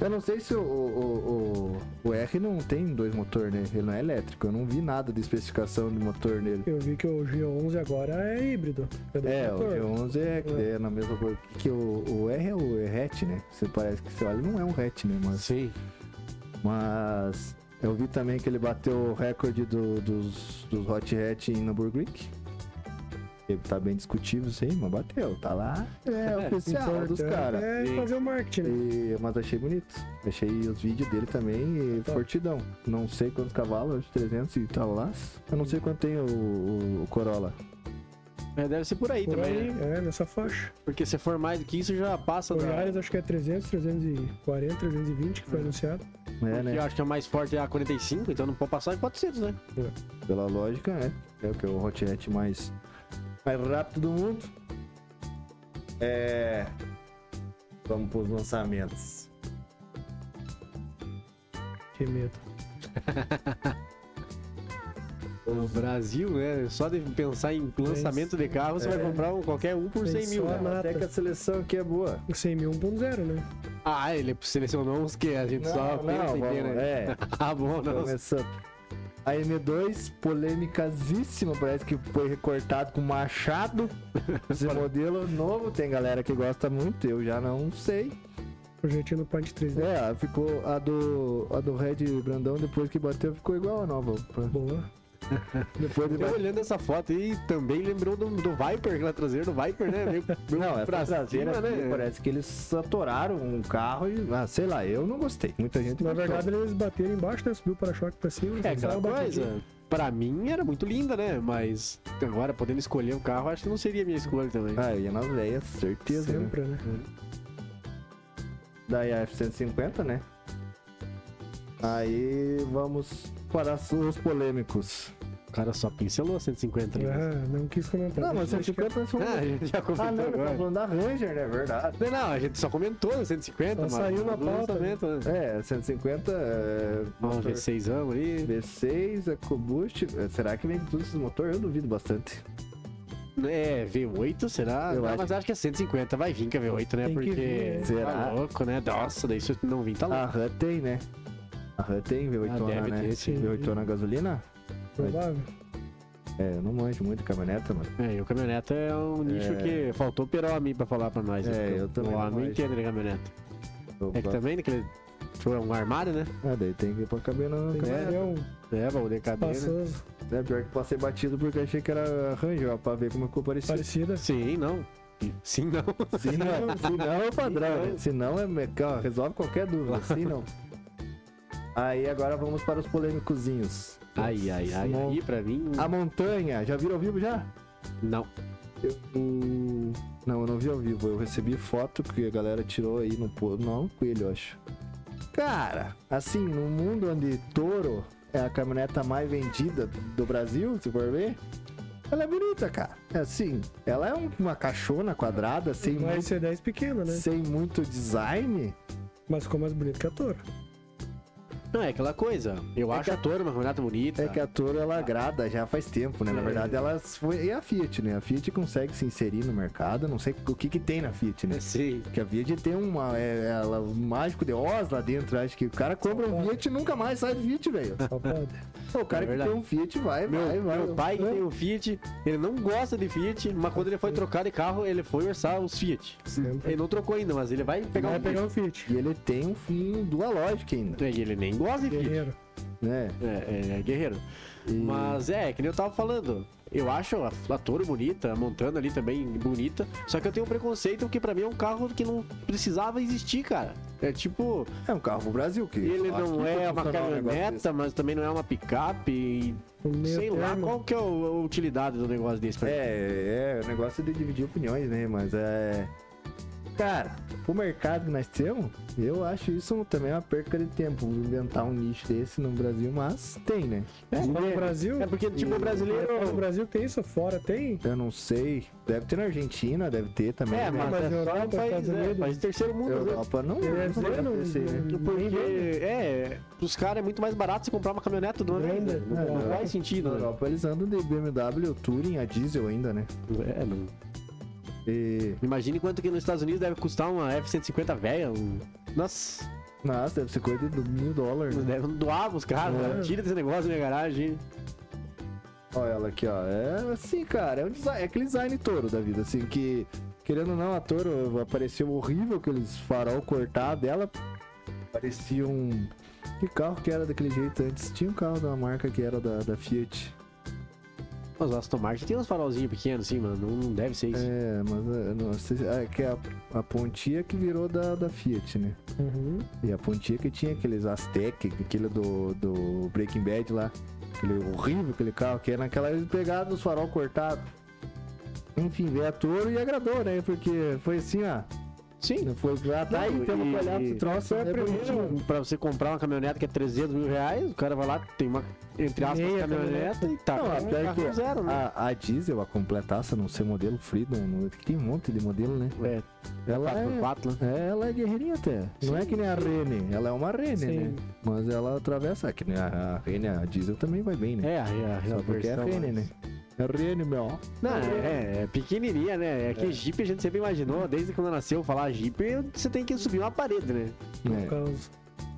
[SPEAKER 1] Eu não sei se o, o, o, o R não tem dois motores, né? Ele não é elétrico. Eu não vi nada de especificação de motor nele.
[SPEAKER 3] Eu vi que o G11 agora é híbrido. do
[SPEAKER 1] É, o
[SPEAKER 3] motor.
[SPEAKER 1] G11 é, que é na mesma coisa que- que o, o R é o é hatch, né? Você parece que você olha, não é um hatch, né? Mas,
[SPEAKER 2] Sim.
[SPEAKER 1] mas eu vi também que ele bateu o recorde do- dos, dos hot hatch em Nürburgring. Ele tá bem discutível isso aí, mas bateu, tá lá. (laughs) É oficial dos
[SPEAKER 3] Importante
[SPEAKER 1] caras.
[SPEAKER 3] É
[SPEAKER 2] Sim.
[SPEAKER 3] fazer o marketing. né?
[SPEAKER 1] E- mas achei bonito. Achei os vídeos dele também e
[SPEAKER 3] Tá.
[SPEAKER 1] fortidão. Não sei quantos cavalos, acho que 300 e tal lá. Eu não sei quanto tem o, o- o Corolla.
[SPEAKER 2] É, deve ser por aí
[SPEAKER 3] Por
[SPEAKER 2] também,
[SPEAKER 3] aí,
[SPEAKER 2] né?
[SPEAKER 3] é, nessa faixa.
[SPEAKER 2] Porque se for mais do que isso, já passa
[SPEAKER 3] O
[SPEAKER 2] da...
[SPEAKER 1] né?
[SPEAKER 3] Yaris acho que é 300, 340, 320 que foi anunciado.
[SPEAKER 1] É,
[SPEAKER 2] Porque
[SPEAKER 1] né?
[SPEAKER 2] Eu acho que a mais forte é a 45, então não pode passar de 400, né?
[SPEAKER 1] Pela lógica, né? É o que é o hot hatch mais, mais rápido do mundo. É. Vamos pros lançamentos.
[SPEAKER 3] Que medo.
[SPEAKER 2] No Brasil, né? Só de pensar em lançamento de carro,
[SPEAKER 1] É.
[SPEAKER 2] você vai comprar um- qualquer um por
[SPEAKER 3] Tem
[SPEAKER 2] 100 mil.
[SPEAKER 3] só
[SPEAKER 2] né?
[SPEAKER 3] na-
[SPEAKER 1] Até que a seleção aqui é boa.
[SPEAKER 3] O 100 mil 1.0, né?
[SPEAKER 2] Ah, ele selecionou uns que a gente só pensa em ter,
[SPEAKER 1] vamos-
[SPEAKER 2] né?
[SPEAKER 1] É,
[SPEAKER 2] (laughs) Ah, bom, não.
[SPEAKER 1] começando. A M2, polêmicasíssima, parece que foi recortado com machado. Esse modelo novo, tem galera que gosta muito, eu já não sei.
[SPEAKER 3] Projetinho no né? Pant 3D.
[SPEAKER 1] É, ficou a do, a do Red Brandão, depois que bateu, ficou igual a nova.
[SPEAKER 3] Boa.
[SPEAKER 1] Depois de
[SPEAKER 2] Eu olhando essa foto aí, também lembrou do, do Viper, lá traseiro do Viper, né? Meio, meio
[SPEAKER 1] Não, essa
[SPEAKER 2] pra
[SPEAKER 1] traseira é
[SPEAKER 2] cima, né?
[SPEAKER 1] aqui, parece que eles saturaram um carro e, ah, sei lá, eu não gostei. Muita gente
[SPEAKER 3] Na
[SPEAKER 1] gostou.
[SPEAKER 3] verdade, eles bateram embaixo, né? Subiu o para-choque pra cima.
[SPEAKER 2] É,
[SPEAKER 3] saiu
[SPEAKER 2] aquela
[SPEAKER 3] batidinha.
[SPEAKER 2] coisa. Pra mim era muito linda, né? Mas agora, podendo escolher um carro, acho que não seria a minha escolha também.
[SPEAKER 1] Ah, eu ia nas velhas, certeza. né?
[SPEAKER 3] Sempre, né?
[SPEAKER 1] Daí a F-150, né? Aí vamos para os polêmicos.
[SPEAKER 2] O cara só pincelou 150. né?
[SPEAKER 3] Ah, não quis comentar.
[SPEAKER 1] Não, mas
[SPEAKER 3] Acho que é
[SPEAKER 1] 150 nós
[SPEAKER 2] (laughs) Ah, a
[SPEAKER 1] falamos.
[SPEAKER 2] gente já comentou
[SPEAKER 1] Ah, não, nós
[SPEAKER 2] agora.
[SPEAKER 1] tá falando da Ranger, né? Verdade.
[SPEAKER 2] Não, não, a gente só comentou no 150,
[SPEAKER 3] Só
[SPEAKER 2] mas
[SPEAKER 3] saiu na
[SPEAKER 2] no
[SPEAKER 3] pauta,
[SPEAKER 2] lançamento, né?
[SPEAKER 1] É, 150 é,
[SPEAKER 2] Um
[SPEAKER 1] motor
[SPEAKER 2] V6 amo ali.
[SPEAKER 1] V6, a combust. é, Será que vem com todos esses motores? Eu duvido bastante.
[SPEAKER 2] É, V8, será?
[SPEAKER 1] Eu
[SPEAKER 2] Ah,
[SPEAKER 1] acho
[SPEAKER 2] mas acho que é 150, vai vir com a V8, né?
[SPEAKER 3] Tem que
[SPEAKER 2] Porque.
[SPEAKER 3] vir, né?
[SPEAKER 1] Será?
[SPEAKER 2] Tá louco, né? Nossa, daí se não vir, tá
[SPEAKER 1] A
[SPEAKER 2] louco.
[SPEAKER 1] RAM tem, né? A RAM tem
[SPEAKER 2] Ah,
[SPEAKER 1] V8,
[SPEAKER 2] deve
[SPEAKER 1] né?
[SPEAKER 2] ter, sim.
[SPEAKER 1] V8 na gasolina?
[SPEAKER 3] provável.
[SPEAKER 1] É, eu não manjo muito de caminhoneta, mano.
[SPEAKER 2] É, e o caminhoneta é um nicho que faltou Peromi pra falar pra nós. né?
[SPEAKER 1] É,
[SPEAKER 2] porque
[SPEAKER 1] eu também
[SPEAKER 2] O
[SPEAKER 1] não
[SPEAKER 2] homem
[SPEAKER 1] manjo.
[SPEAKER 2] entende de caminhoneta.
[SPEAKER 1] Eu
[SPEAKER 2] É que
[SPEAKER 1] gosto-
[SPEAKER 2] também, naquele. Foi um armário, né?
[SPEAKER 1] Ah, daí tem que ir pra caber na
[SPEAKER 3] Tem que
[SPEAKER 1] caminhoneta.
[SPEAKER 3] ser um
[SPEAKER 2] É, baú de cabeça.
[SPEAKER 3] espaçoso,
[SPEAKER 1] É, pior que passei batido porque achei que era Ranger, ó, pra ver como ficou parecido.
[SPEAKER 3] parecida.
[SPEAKER 2] Sim, não. Sim, não.
[SPEAKER 1] Se não, (laughs) se não é o padrão, né? Se não é mecânico, resolve qualquer dúvida, se não. Aí agora vamos para os polêmicozinhos.
[SPEAKER 2] Ai, ai, ai.
[SPEAKER 1] Mon-
[SPEAKER 2] Aí pra mim.
[SPEAKER 1] A montanha, já viram ao vivo já?
[SPEAKER 2] Não.
[SPEAKER 1] Eu... Não, eu não vi ao vivo, eu recebi foto que a galera tirou aí no pôr. Não, é um coelho, eu acho. Cara, assim, no mundo onde touro é a caminhoneta mais vendida do Brasil, se for ver, ela é bonita, cara. É assim, ela é um- uma caixona quadrada, sem,
[SPEAKER 3] Uma
[SPEAKER 1] muito,
[SPEAKER 3] RC10 pequena, né?
[SPEAKER 1] sem muito design.
[SPEAKER 3] Mas ficou mais bonito que a Toro.
[SPEAKER 2] Não, é aquela coisa. Eu
[SPEAKER 1] É
[SPEAKER 2] acho
[SPEAKER 1] que a-
[SPEAKER 2] a Toro uma caminhoneta bonita.
[SPEAKER 1] É que a Toro ela agrada já faz tempo, né? Na
[SPEAKER 2] É.
[SPEAKER 1] verdade, ela foi. E a Fiat, né? A Fiat consegue se inserir no mercado. Não sei o que que tem na Fiat, né?
[SPEAKER 2] É, Sim.
[SPEAKER 1] Que a Fiat tem uma, é, ela, um mágico de Oz lá dentro. Acho que o cara compra um
[SPEAKER 3] Safado.
[SPEAKER 1] Fiat e nunca mais sai de Fiat,
[SPEAKER 2] (laughs)
[SPEAKER 1] velho.
[SPEAKER 3] Só pode.
[SPEAKER 1] O cara
[SPEAKER 2] É
[SPEAKER 1] que
[SPEAKER 2] verdade.
[SPEAKER 1] tem um Fiat vai,
[SPEAKER 2] Meu,
[SPEAKER 1] vai, vai.
[SPEAKER 2] meu pai que
[SPEAKER 1] É.
[SPEAKER 2] tem um Fiat, ele não gosta de Fiat, mas quando ele foi trocar de carro, ele foi orçar os Fiat.
[SPEAKER 3] Sempre.
[SPEAKER 2] Ele não trocou ainda, mas ele vai pegar
[SPEAKER 3] Vai
[SPEAKER 2] um
[SPEAKER 3] pegar um Fiat.
[SPEAKER 1] E ele tem um fim dual lógica ainda.
[SPEAKER 2] Fiat. E ele nem gosta de Fiat.
[SPEAKER 3] Guerreiro.
[SPEAKER 1] né?
[SPEAKER 2] É, é, é guerreiro.
[SPEAKER 1] E-
[SPEAKER 2] Mas é, que nem eu tava falando. Eu acho a, a Toro bonita, a Montana ali também bonita. Só que eu tenho um preconceito que pra mim é um carro que não precisava existir, cara. É tipo,
[SPEAKER 1] É um carro pro Brasil, que
[SPEAKER 2] ele
[SPEAKER 1] aqui
[SPEAKER 2] não é
[SPEAKER 1] pra
[SPEAKER 2] uma
[SPEAKER 1] funcionar um negócio desse.
[SPEAKER 2] caminhoneta, mas também não é uma picape. e
[SPEAKER 3] O Um meio
[SPEAKER 2] sei lá
[SPEAKER 3] termo.
[SPEAKER 2] qual que é o- a utilidade do negócio desse pra mim.
[SPEAKER 1] É, é, o negócio de dividir opiniões, né? Mas é. Cara, o mercado que nós temos, eu acho isso também uma perca de tempo. Inventar um nicho desse no Brasil, mas tem, né?
[SPEAKER 3] É, só no Brasil?
[SPEAKER 2] É porque, tipo, o brasileiro.
[SPEAKER 3] No Brasil tem isso? Fora tem?
[SPEAKER 1] Eu não sei. Deve ter na Argentina, deve ter também.
[SPEAKER 2] É,
[SPEAKER 1] né?
[SPEAKER 2] mas,
[SPEAKER 3] Mas
[SPEAKER 2] é só
[SPEAKER 3] Europa,
[SPEAKER 2] um país,
[SPEAKER 3] Tá Estados
[SPEAKER 2] é,
[SPEAKER 3] Unidos.
[SPEAKER 2] país de terceiro mundo. né?
[SPEAKER 1] Europa não, não
[SPEAKER 3] dizer,
[SPEAKER 1] deve
[SPEAKER 3] não-
[SPEAKER 1] acontecer, né?
[SPEAKER 2] Porque, é, pros caras é muito mais barato você comprar uma caminhonete do ano ainda. Não,
[SPEAKER 1] É,
[SPEAKER 2] não
[SPEAKER 1] Europa-
[SPEAKER 2] faz
[SPEAKER 1] Na
[SPEAKER 2] sentido, né?
[SPEAKER 1] Europa eles andam de BMW, Touring, a diesel ainda, né?
[SPEAKER 2] É, não.
[SPEAKER 1] E.
[SPEAKER 2] Imagine quanto que nos Estados Unidos deve custar uma F-150 velha. Um... Nossa,
[SPEAKER 1] Nossa, deve ser coisa de mil dólares.
[SPEAKER 3] É.
[SPEAKER 2] eles
[SPEAKER 1] Né?
[SPEAKER 2] devem doar pros caras.
[SPEAKER 1] É.
[SPEAKER 2] né? Tira desse negócio da minha garagem.
[SPEAKER 1] Olha ela aqui, ó. É assim, cara. É, um design, é aquele design touro da vida, assim, que. Querendo ou não, a touro apareceu horrível, aqueles farol cortado dela. Parecia um. Que carro que era daquele jeito antes? Tinha um carro da marca que era da, da Fiat.
[SPEAKER 2] Mas o Aston Martin tem uns farolzinhos pequenos assim, mano. Não, não deve ser isso.
[SPEAKER 1] É, mas é, não sei se- é que a, a pontia que virou da, da Fiat, né?
[SPEAKER 2] Uhum.
[SPEAKER 3] Uhum.
[SPEAKER 1] E a pontia que tinha aqueles Aztec, aquele do, do Breaking Bad lá. Aquele horrível, aquele carro que era naquela eles pegaram os farol cortado. Enfim, veio a touro e agradou, né? Porque foi assim, ó.
[SPEAKER 2] Sim.
[SPEAKER 1] Não foi já tá aí,
[SPEAKER 2] Não,
[SPEAKER 1] temos que
[SPEAKER 2] e-
[SPEAKER 1] olhar pra esse troço.
[SPEAKER 3] foi a
[SPEAKER 1] é
[SPEAKER 3] primeira-
[SPEAKER 1] bonitinho.
[SPEAKER 2] Pra você comprar uma caminhonete que é 300 mil reais, o cara vai lá, tem uma, entre aspas,
[SPEAKER 3] Meia
[SPEAKER 2] caminhonete e tá.
[SPEAKER 1] Não,
[SPEAKER 2] com um
[SPEAKER 1] até
[SPEAKER 2] carro
[SPEAKER 1] que
[SPEAKER 2] zero, né?
[SPEAKER 1] a, a diesel, a completaça, não ser modelo Freedom, não- tem um monte de modelo, né?
[SPEAKER 2] É,
[SPEAKER 1] Ela é
[SPEAKER 2] 4x4, né?
[SPEAKER 1] É, ela é guerreirinha até. Não é que nem a Rene, ela é uma Rene,
[SPEAKER 3] Sim.
[SPEAKER 1] né? Mas ela atravessa, que nem a, a Rene, a Diesel também vai bem, né?
[SPEAKER 2] É, é, é.
[SPEAKER 1] Só
[SPEAKER 2] a
[SPEAKER 1] porque é a
[SPEAKER 2] versão
[SPEAKER 1] Rene,
[SPEAKER 2] mais-
[SPEAKER 1] né? É a Rene, meu.
[SPEAKER 2] Não, é, é pequenininha, né? É que Jeep a gente sempre imaginou, desde quando nasceu, falar Jeep, você tem que subir uma parede, né?
[SPEAKER 3] No caso.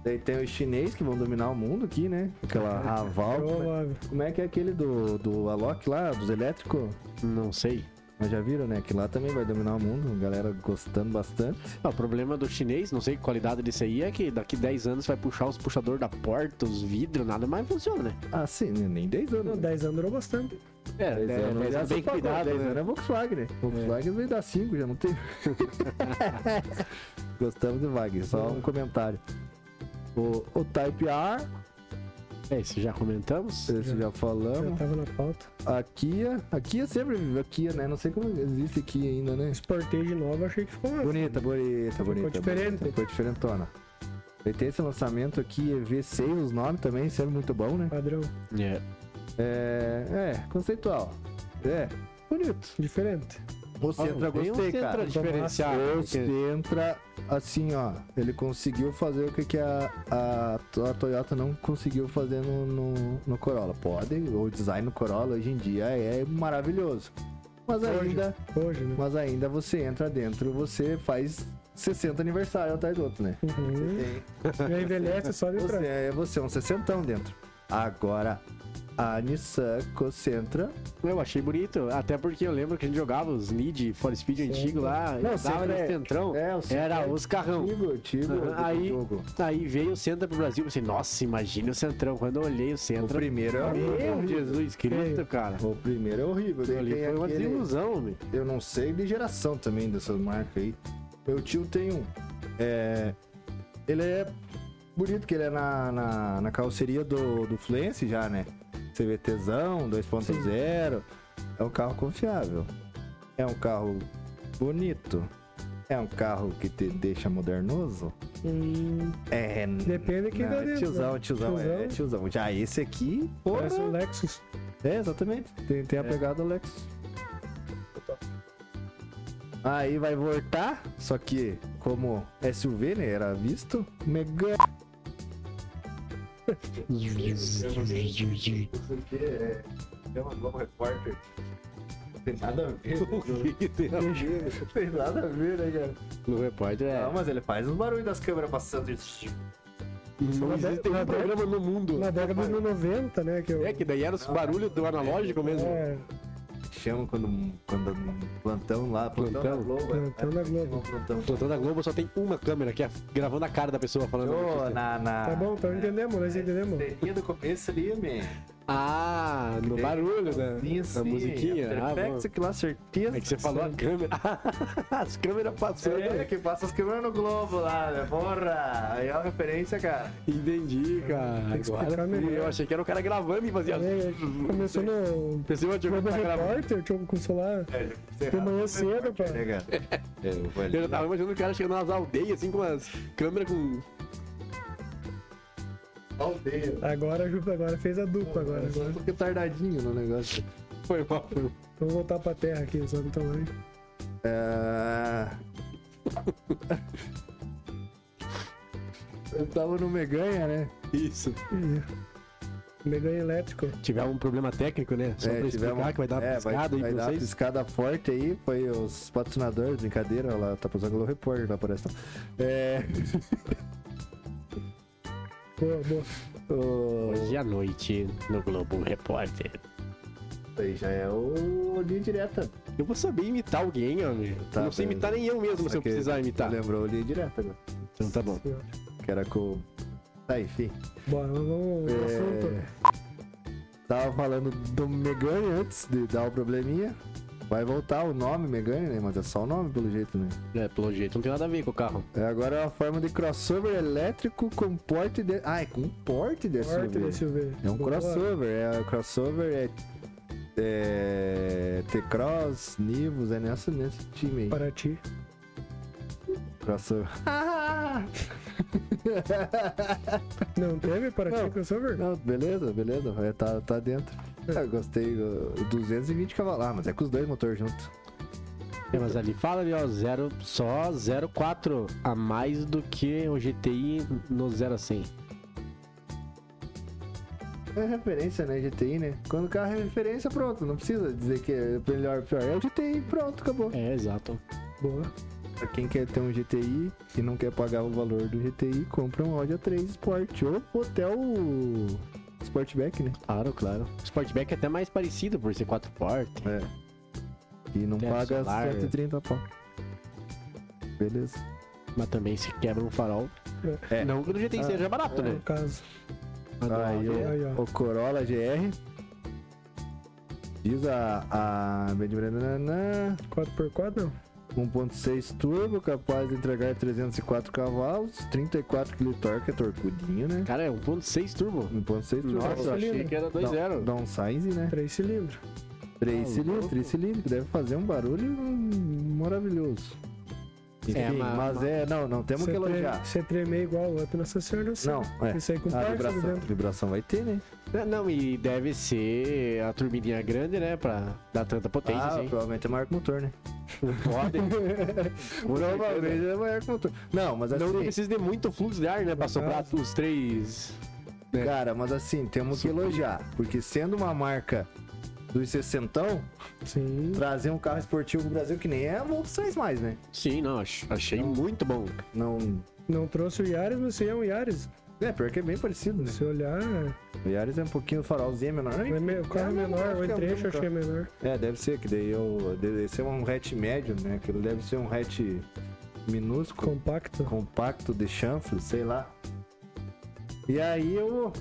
[SPEAKER 1] Daí tem os chinês que vão dominar o mundo aqui, né? Aquela
[SPEAKER 2] né?
[SPEAKER 1] Raval. como é-
[SPEAKER 3] Provável.
[SPEAKER 1] Como é que é aquele do, do Alok lá, dos elétricos?
[SPEAKER 2] Não sei.
[SPEAKER 1] Mas já viram, né? Que lá também vai dominar o mundo. a Galera gostando bastante.
[SPEAKER 2] Ah, o problema do chinês, não sei que qualidade disso aí, é que daqui 10 anos vai puxar os puxadores da porta, os vidros, nada mais funciona, né?
[SPEAKER 1] Ah, sim, nem 10 anos.
[SPEAKER 3] Não,
[SPEAKER 1] né?
[SPEAKER 3] 10 anos durou bastante.
[SPEAKER 2] É,
[SPEAKER 1] 10 anos
[SPEAKER 2] mas
[SPEAKER 1] já
[SPEAKER 2] bem
[SPEAKER 1] se pagou,
[SPEAKER 2] cuidado,
[SPEAKER 1] 10
[SPEAKER 2] né?
[SPEAKER 1] anos é Volkswagen, né? Volkswagen veio dar 5, já não (laughs) tem. Gostamos do Wagner, só um comentário. O, o Type R,
[SPEAKER 2] É, isso já comentamos.
[SPEAKER 1] esse já tá
[SPEAKER 3] Já
[SPEAKER 1] falamos.
[SPEAKER 3] tava na pauta.
[SPEAKER 1] A Kia, a Kia sempre vive, a Kia, né? Não sei como existe Kia ainda, né?
[SPEAKER 3] Sportage nova, achei que ficou massa.
[SPEAKER 1] Bonita, bonita, bonita.
[SPEAKER 3] diferente.
[SPEAKER 1] bonita, Ficou diferentona. Vai ter esse lançamento aqui, V6, os nomes também, sempre muito bom, né?
[SPEAKER 3] Padrão.
[SPEAKER 2] É.
[SPEAKER 1] É, é, conceitual. É, bonito.
[SPEAKER 3] Diferente.
[SPEAKER 1] O Sentra,
[SPEAKER 2] tem um
[SPEAKER 1] gostei,
[SPEAKER 2] Sentra
[SPEAKER 1] cara.
[SPEAKER 2] diferenciado,
[SPEAKER 1] O
[SPEAKER 2] né, que-
[SPEAKER 1] Sentra, assim, ó, ele conseguiu fazer o que, que a, a, a Toyota não conseguiu fazer no, no, no Corolla. Pode, o design no Corolla hoje em dia é maravilhoso. Mas ainda,
[SPEAKER 3] Hoje, né?
[SPEAKER 1] mas ainda você entra dentro, você faz 60 aniversário atrás do outro, né?
[SPEAKER 3] Uhum.
[SPEAKER 1] Tem-
[SPEAKER 3] Já envelhece só de
[SPEAKER 1] Você
[SPEAKER 3] trás.
[SPEAKER 1] é, você é um 60 dentro. Agora, a Nissan Cocentra
[SPEAKER 2] Eu achei bonito, até porque eu lembro que a gente jogava os Need for Speed antigo lá,
[SPEAKER 1] Não,
[SPEAKER 2] não, dava
[SPEAKER 1] sempre
[SPEAKER 2] nesse
[SPEAKER 1] é-
[SPEAKER 2] centrão,
[SPEAKER 1] é, o sempre
[SPEAKER 2] era
[SPEAKER 1] é
[SPEAKER 2] os carrão.
[SPEAKER 1] antigo, antigo
[SPEAKER 2] Aham,
[SPEAKER 1] do
[SPEAKER 2] aí-
[SPEAKER 1] jogo.
[SPEAKER 2] Aí veio o Centra pro Brasil, eu pensei, nossa, imagina o Centrão. Quando eu olhei o
[SPEAKER 1] O
[SPEAKER 2] Centra,
[SPEAKER 1] primeiro é o
[SPEAKER 2] meu Jesus Cristo, cara.
[SPEAKER 1] O primeiro é horrível. daí
[SPEAKER 2] Ali
[SPEAKER 1] tem
[SPEAKER 2] foi uma
[SPEAKER 1] aquele-
[SPEAKER 2] desilusão, homem.
[SPEAKER 1] Eu não sei de geração também dessas marcas aí. Meu tio tem um. É, ele é bonito, que ele é na, na, na carroceria do, do Fluence já, né? CVTzão, 2.0. É um carro confiável. É um carro bonito. É um carro que te deixa modernoso.
[SPEAKER 3] Hum,
[SPEAKER 1] É.
[SPEAKER 3] Depende quem dá
[SPEAKER 1] não, é
[SPEAKER 3] dentro,
[SPEAKER 1] tiozão,
[SPEAKER 3] né?
[SPEAKER 1] tiozão, É, é tiozão. Já esse aqui, porra.
[SPEAKER 3] Parece um Lexus.
[SPEAKER 1] É, exatamente. Tem, tem a pegada Alex. Aí vai voltar, só que como SUV, né, era visto, Megane. É uma Globo Repórter. Não tem nada a ver. né, (laughs) Não (laughs) tem nada a ver, né, cara?
[SPEAKER 2] No repórter é.
[SPEAKER 1] Não, mas ele faz os barulhos das câmeras passando.
[SPEAKER 2] Não existe
[SPEAKER 1] é-
[SPEAKER 2] um programa no mundo.
[SPEAKER 3] Na década dos anos 90, né? Que eu...
[SPEAKER 2] É que daí era os barulhos do analógico mesmo.
[SPEAKER 3] É,
[SPEAKER 1] que chama quando, quando um plantão lá, plantão, da
[SPEAKER 2] Plantão?
[SPEAKER 1] Globo.
[SPEAKER 3] Plantão da Globo.
[SPEAKER 1] Chama Plantão.
[SPEAKER 2] Plantão da Globo só tem uma câmera que é gravando a cara da pessoa falando.
[SPEAKER 1] Ô, na, na...
[SPEAKER 3] Tá bom, então entendemos, nós entendemos.
[SPEAKER 1] Seria do começo ali, man.
[SPEAKER 2] Ah, no barulho, né?
[SPEAKER 1] Sim,
[SPEAKER 2] Na
[SPEAKER 1] sim, é
[SPEAKER 2] musiquinha.
[SPEAKER 1] After
[SPEAKER 2] Ah,
[SPEAKER 1] Effects,
[SPEAKER 2] bom.
[SPEAKER 1] que lá, certeza.
[SPEAKER 2] É que você falou a câmera. (laughs) As câmeras passando.
[SPEAKER 1] É, que passa as câmeras no Globo lá, né? Porra! Aí é uma referência, cara.
[SPEAKER 2] Entendi, cara.
[SPEAKER 3] Tem que explicar
[SPEAKER 2] Agora,
[SPEAKER 3] melhor.
[SPEAKER 2] sim, eu achei que era o cara gravando e fazia. assim.
[SPEAKER 3] É, começou no
[SPEAKER 2] (laughs) Pensei que
[SPEAKER 3] Globo
[SPEAKER 2] o tá gravando.
[SPEAKER 3] Repórter, um Diogo Consolar.
[SPEAKER 1] É,
[SPEAKER 3] De manhã cedo, pá.
[SPEAKER 1] Né, cara? (laughs) É, vai ali.
[SPEAKER 2] Eu já tava imaginando o cara chegando nas aldeias, assim, com as câmeras com. um
[SPEAKER 1] Aldeia.
[SPEAKER 3] Agora, ju- agora fez a dupla agora.
[SPEAKER 1] Agora eu tô tardadinho no negócio.
[SPEAKER 2] Foi mal, foi mal.
[SPEAKER 3] Vamos voltar pra terra aqui, só no tamanho.
[SPEAKER 1] Ah. Eu tava no Meganha, né?
[SPEAKER 2] Isso.
[SPEAKER 3] Mega elétrico.
[SPEAKER 2] Tiver um problema técnico, né? Só pra explicar
[SPEAKER 1] tivemos-
[SPEAKER 2] que vai dar uma
[SPEAKER 1] é, vai,
[SPEAKER 2] piscada aí
[SPEAKER 1] vai
[SPEAKER 2] pra
[SPEAKER 1] dar uma
[SPEAKER 2] vocês.
[SPEAKER 1] piscada forte aí. Foi os patrocinadores, brincadeira. Ela tá usando o Globo Repórter lá, parece. É. (laughs)
[SPEAKER 3] Boa, boa.
[SPEAKER 1] o-
[SPEAKER 2] Hoje à noite, no Globo Repórter.
[SPEAKER 1] Aí já é o linha direta.
[SPEAKER 2] Eu vou saber imitar alguém, homem.
[SPEAKER 1] Tá,
[SPEAKER 2] eu não sei
[SPEAKER 1] beleza.
[SPEAKER 2] imitar nem eu mesmo se eu
[SPEAKER 1] Aqui,
[SPEAKER 2] precisar imitar.
[SPEAKER 1] Lembrou a linha direta né? agora.
[SPEAKER 2] Então tá bom.
[SPEAKER 1] Que era com. Tá, enfim.
[SPEAKER 3] Bora, vamos ao
[SPEAKER 1] É,
[SPEAKER 3] assunto.
[SPEAKER 1] Tava falando do Megane antes de dar o probleminha. Vai voltar o nome Megane, né? Mas é só o nome, pelo jeito, né?
[SPEAKER 2] É, pelo jeito, não tem nada a ver com o carro.
[SPEAKER 1] É, agora é uma forma de crossover elétrico com porte de... Ah, é com porte de
[SPEAKER 3] Porta do
[SPEAKER 1] SUV.
[SPEAKER 3] SUV.
[SPEAKER 1] É um
[SPEAKER 3] Boa.
[SPEAKER 1] crossover. É, crossover é... É... T-Cross, Nivus, é nessa, nesse time aí.
[SPEAKER 3] Para ti.
[SPEAKER 1] Crossover. (laughs)
[SPEAKER 3] Não teve para
[SPEAKER 1] Não.
[SPEAKER 3] ti crossover?
[SPEAKER 1] Não, beleza, beleza. É, tá, tá dentro. É, eu gostei. ó, 220 cavalos. Ah, mas é com os dois motores juntos.
[SPEAKER 2] É, mas ali fala ali, ó, zero, só 0,4 a mais do que o GTI no 0 a 100.
[SPEAKER 1] É referência, né? GTI, né? Quando o carro é referência, pronto. Não precisa dizer que é melhor ou pior. É o GTI, pronto, acabou.
[SPEAKER 2] É, exato.
[SPEAKER 3] Boa.
[SPEAKER 1] Pra quem quer ter um GTI e não quer pagar o valor do GTI, compra um Audi A3 Sport ou até o Sportback, né?
[SPEAKER 2] Claro, claro. O Sportback é até mais parecido por ser 4 portas.
[SPEAKER 1] É. E não
[SPEAKER 2] Teto
[SPEAKER 1] paga
[SPEAKER 2] solar.
[SPEAKER 1] 130 pau. Beleza.
[SPEAKER 2] Mas também se quebra um farol.
[SPEAKER 1] É.
[SPEAKER 2] Não que no GTI
[SPEAKER 1] Ah,
[SPEAKER 2] seja barato,
[SPEAKER 3] No
[SPEAKER 2] né?
[SPEAKER 3] caso.
[SPEAKER 2] Mas não,
[SPEAKER 1] Aí,
[SPEAKER 2] é-
[SPEAKER 3] Aí,
[SPEAKER 1] o,
[SPEAKER 3] ó.
[SPEAKER 1] o Corolla GR. Diz a. a
[SPEAKER 3] 4x4 não.
[SPEAKER 1] 1.6 turbo, capaz de entregar 304 cavalos, 34 kg torque, é torcudinho, né?
[SPEAKER 2] Cara, é 1.6 turbo.
[SPEAKER 1] 1.6 turbo.
[SPEAKER 2] Nossa, eu achei
[SPEAKER 3] cilindro.
[SPEAKER 2] que era
[SPEAKER 1] Dá, um
[SPEAKER 2] 2.0.
[SPEAKER 1] dá um size, né?
[SPEAKER 3] 3 cilindros.
[SPEAKER 1] 3
[SPEAKER 2] Tá
[SPEAKER 1] cilindros,
[SPEAKER 2] louco.
[SPEAKER 1] 3 cilindros, deve fazer um barulho hum, maravilhoso. Enfim,
[SPEAKER 2] É, mas-
[SPEAKER 1] mas é, não, não temos
[SPEAKER 3] Cê
[SPEAKER 1] que
[SPEAKER 3] tre-
[SPEAKER 1] elogiar.
[SPEAKER 3] Cê tremer igual o Up Nossa Senhora do Céu.
[SPEAKER 1] Não, é.
[SPEAKER 3] Isso aí com né?
[SPEAKER 1] A
[SPEAKER 3] parça de
[SPEAKER 1] vibração,
[SPEAKER 3] dentro.
[SPEAKER 1] vibração vai ter, né?
[SPEAKER 2] Não, Não, e deve ser a turbininha grande, né? Pra dar tanta potência,
[SPEAKER 1] ah,
[SPEAKER 2] assim.
[SPEAKER 1] provavelmente é maior que o motor, né?
[SPEAKER 2] Pode.
[SPEAKER 1] Provavelmente é maior que o motor. Não, mas assim,
[SPEAKER 2] (laughs) Não precisa de muito fluxo de ar, né? Pra
[SPEAKER 3] Exato.
[SPEAKER 2] soprar os três. né?
[SPEAKER 1] cara, mas assim, temos que elogiar. Porque sendo uma marca dos 60,
[SPEAKER 3] né? Sim.
[SPEAKER 1] trazer um carro esportivo pro Brasil que nem é a Volkswagen mais, né?
[SPEAKER 2] Sim, não, ach- achei muito bom.
[SPEAKER 1] Não...
[SPEAKER 3] Não trouxe o Yaris, mas isso aí é um Yaris.
[SPEAKER 1] É, pior que é bem parecido, né?
[SPEAKER 3] Se olhar,
[SPEAKER 1] O Yaris é um pouquinho farolzinho menor, né?
[SPEAKER 3] é me- o carro é
[SPEAKER 1] não, não,
[SPEAKER 3] menor,
[SPEAKER 1] acho
[SPEAKER 3] o
[SPEAKER 1] que é o
[SPEAKER 3] entre-eixo
[SPEAKER 1] mesmo
[SPEAKER 3] eu achei menor.
[SPEAKER 1] É, deve ser, que daí eu. Deve ser um hatch médio, né? Aquilo deve ser um hatch minúsculo,
[SPEAKER 3] Compacto.
[SPEAKER 1] compacto de chanfle, sei lá. E aí eu.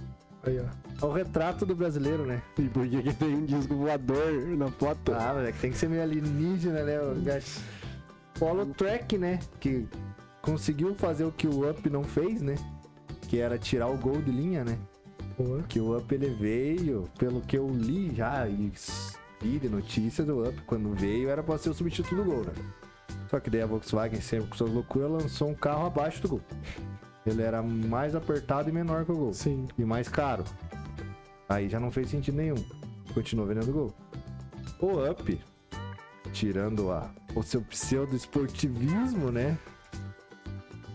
[SPEAKER 3] Aí, ó.
[SPEAKER 1] É o retrato do brasileiro, né?
[SPEAKER 2] E por que, que tem um disco voador na foto?
[SPEAKER 1] Ah, mas é que tem que ser meio alienígena, né? o gato? Polo Track, né? Que conseguiu fazer o que o Up não fez, né? Que era tirar o gol de linha, né?
[SPEAKER 3] Boa.
[SPEAKER 1] que o Up ele veio, pelo que eu li já e s- vi de notícias do Up, quando veio era pra ser o substituto do Gol, né? Só que daí a Volkswagen, sempre com suas loucuras, lançou um carro abaixo do Gol. Ele era mais apertado e menor que o Gol.
[SPEAKER 3] Sim.
[SPEAKER 1] E mais caro. Aí já não fez sentido nenhum. Continuou vendendo Gol. O Up, tirando a, o seu pseudo-esportivismo, né?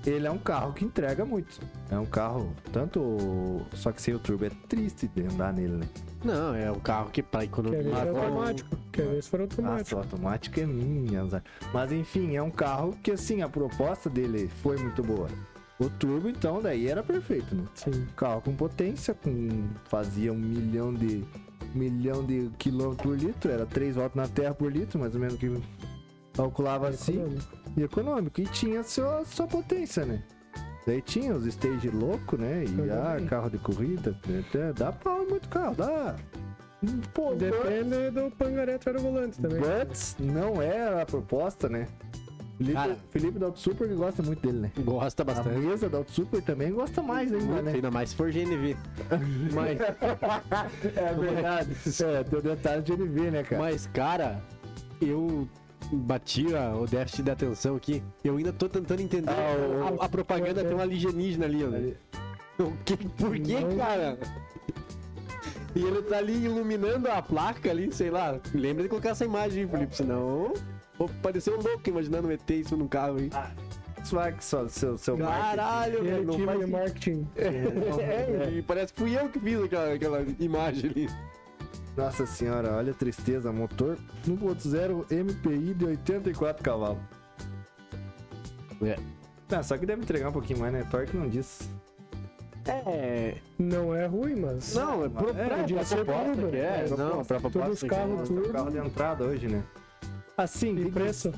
[SPEAKER 1] Ele é um carro que entrega muito. É um carro, tanto. o- Só que sem o turbo é triste de andar nele, né?
[SPEAKER 2] Não, é um carro que pra
[SPEAKER 3] Quer ver se
[SPEAKER 2] economizar.
[SPEAKER 3] for
[SPEAKER 1] bom.
[SPEAKER 3] automático. Quer ver se for
[SPEAKER 1] Nossa,
[SPEAKER 3] automático.
[SPEAKER 1] o automático é minha. azar. Mas enfim, é um carro que assim, a proposta dele foi muito boa. O turbo, então, daí era perfeito, né?
[SPEAKER 3] Sim.
[SPEAKER 1] Carro com potência, com. fazia um milhão de milhão de quilômetros por litro, era 3 voltas na Terra por litro, mais ou menos que calculava assim.
[SPEAKER 3] econômico.
[SPEAKER 1] E econômico. E tinha sua, sua potência, né? Daí tinha os stage louco, né? E
[SPEAKER 3] Também.
[SPEAKER 1] ah, carro de corrida, né? Até dá pau em muito carro, dá. Pô,
[SPEAKER 3] Depende do pangaré atrás do volante também.
[SPEAKER 1] Butts né? não é a proposta, né? Felipe,
[SPEAKER 2] Cara.
[SPEAKER 1] Felipe da Auto Super que gosta muito dele, né?
[SPEAKER 2] Gosta
[SPEAKER 1] A
[SPEAKER 2] bastante.
[SPEAKER 1] mesa da Auto Super também gosta mais ainda,
[SPEAKER 2] Muito,
[SPEAKER 1] né?
[SPEAKER 2] Ainda mais se for (laughs) GNV. mas,
[SPEAKER 1] (laughs) É verdade. É, tem o detalhe de NV, né, cara?
[SPEAKER 2] mas, cara, eu bati a- o déficit da atenção aqui. Eu ainda tô tentando entender
[SPEAKER 1] Ah, o-
[SPEAKER 2] a, a propaganda tem um alienígena ali, ó.
[SPEAKER 1] Ali.
[SPEAKER 2] O (laughs) que, por que,
[SPEAKER 3] Não.
[SPEAKER 2] cara? E ele tá ali iluminando a placa ali, sei lá. Lembra de colocar essa imagem, Felipe, senão. Vou parecer um louco imaginando meter isso num carro aí.
[SPEAKER 1] Só que só seu, seu
[SPEAKER 2] Caralho, velho, não
[SPEAKER 3] Criativo
[SPEAKER 2] faz
[SPEAKER 3] é de marketing.
[SPEAKER 2] sentido. É, e parece que fui eu que fiz aquela, aquela imagem ali.
[SPEAKER 1] Nossa senhora, olha a tristeza, motor 1.0 MPI de 84 cavalos. Ah, só que deve entregar um pouquinho mais, né? Torque não diz.
[SPEAKER 2] É.
[SPEAKER 3] Não é ruim, mas.
[SPEAKER 2] Não, é pro
[SPEAKER 1] É,
[SPEAKER 2] pra-
[SPEAKER 1] podia
[SPEAKER 2] pra
[SPEAKER 1] ser
[SPEAKER 2] proposta
[SPEAKER 1] tudo,
[SPEAKER 2] que
[SPEAKER 1] né?
[SPEAKER 2] é,
[SPEAKER 1] Pra
[SPEAKER 2] não,
[SPEAKER 1] proposta.
[SPEAKER 2] pra né? proposta
[SPEAKER 3] Todos os
[SPEAKER 2] que
[SPEAKER 3] carros-
[SPEAKER 1] Nossa, o carro de entrada hoje, né? Assim,
[SPEAKER 3] E
[SPEAKER 1] tem
[SPEAKER 3] preço?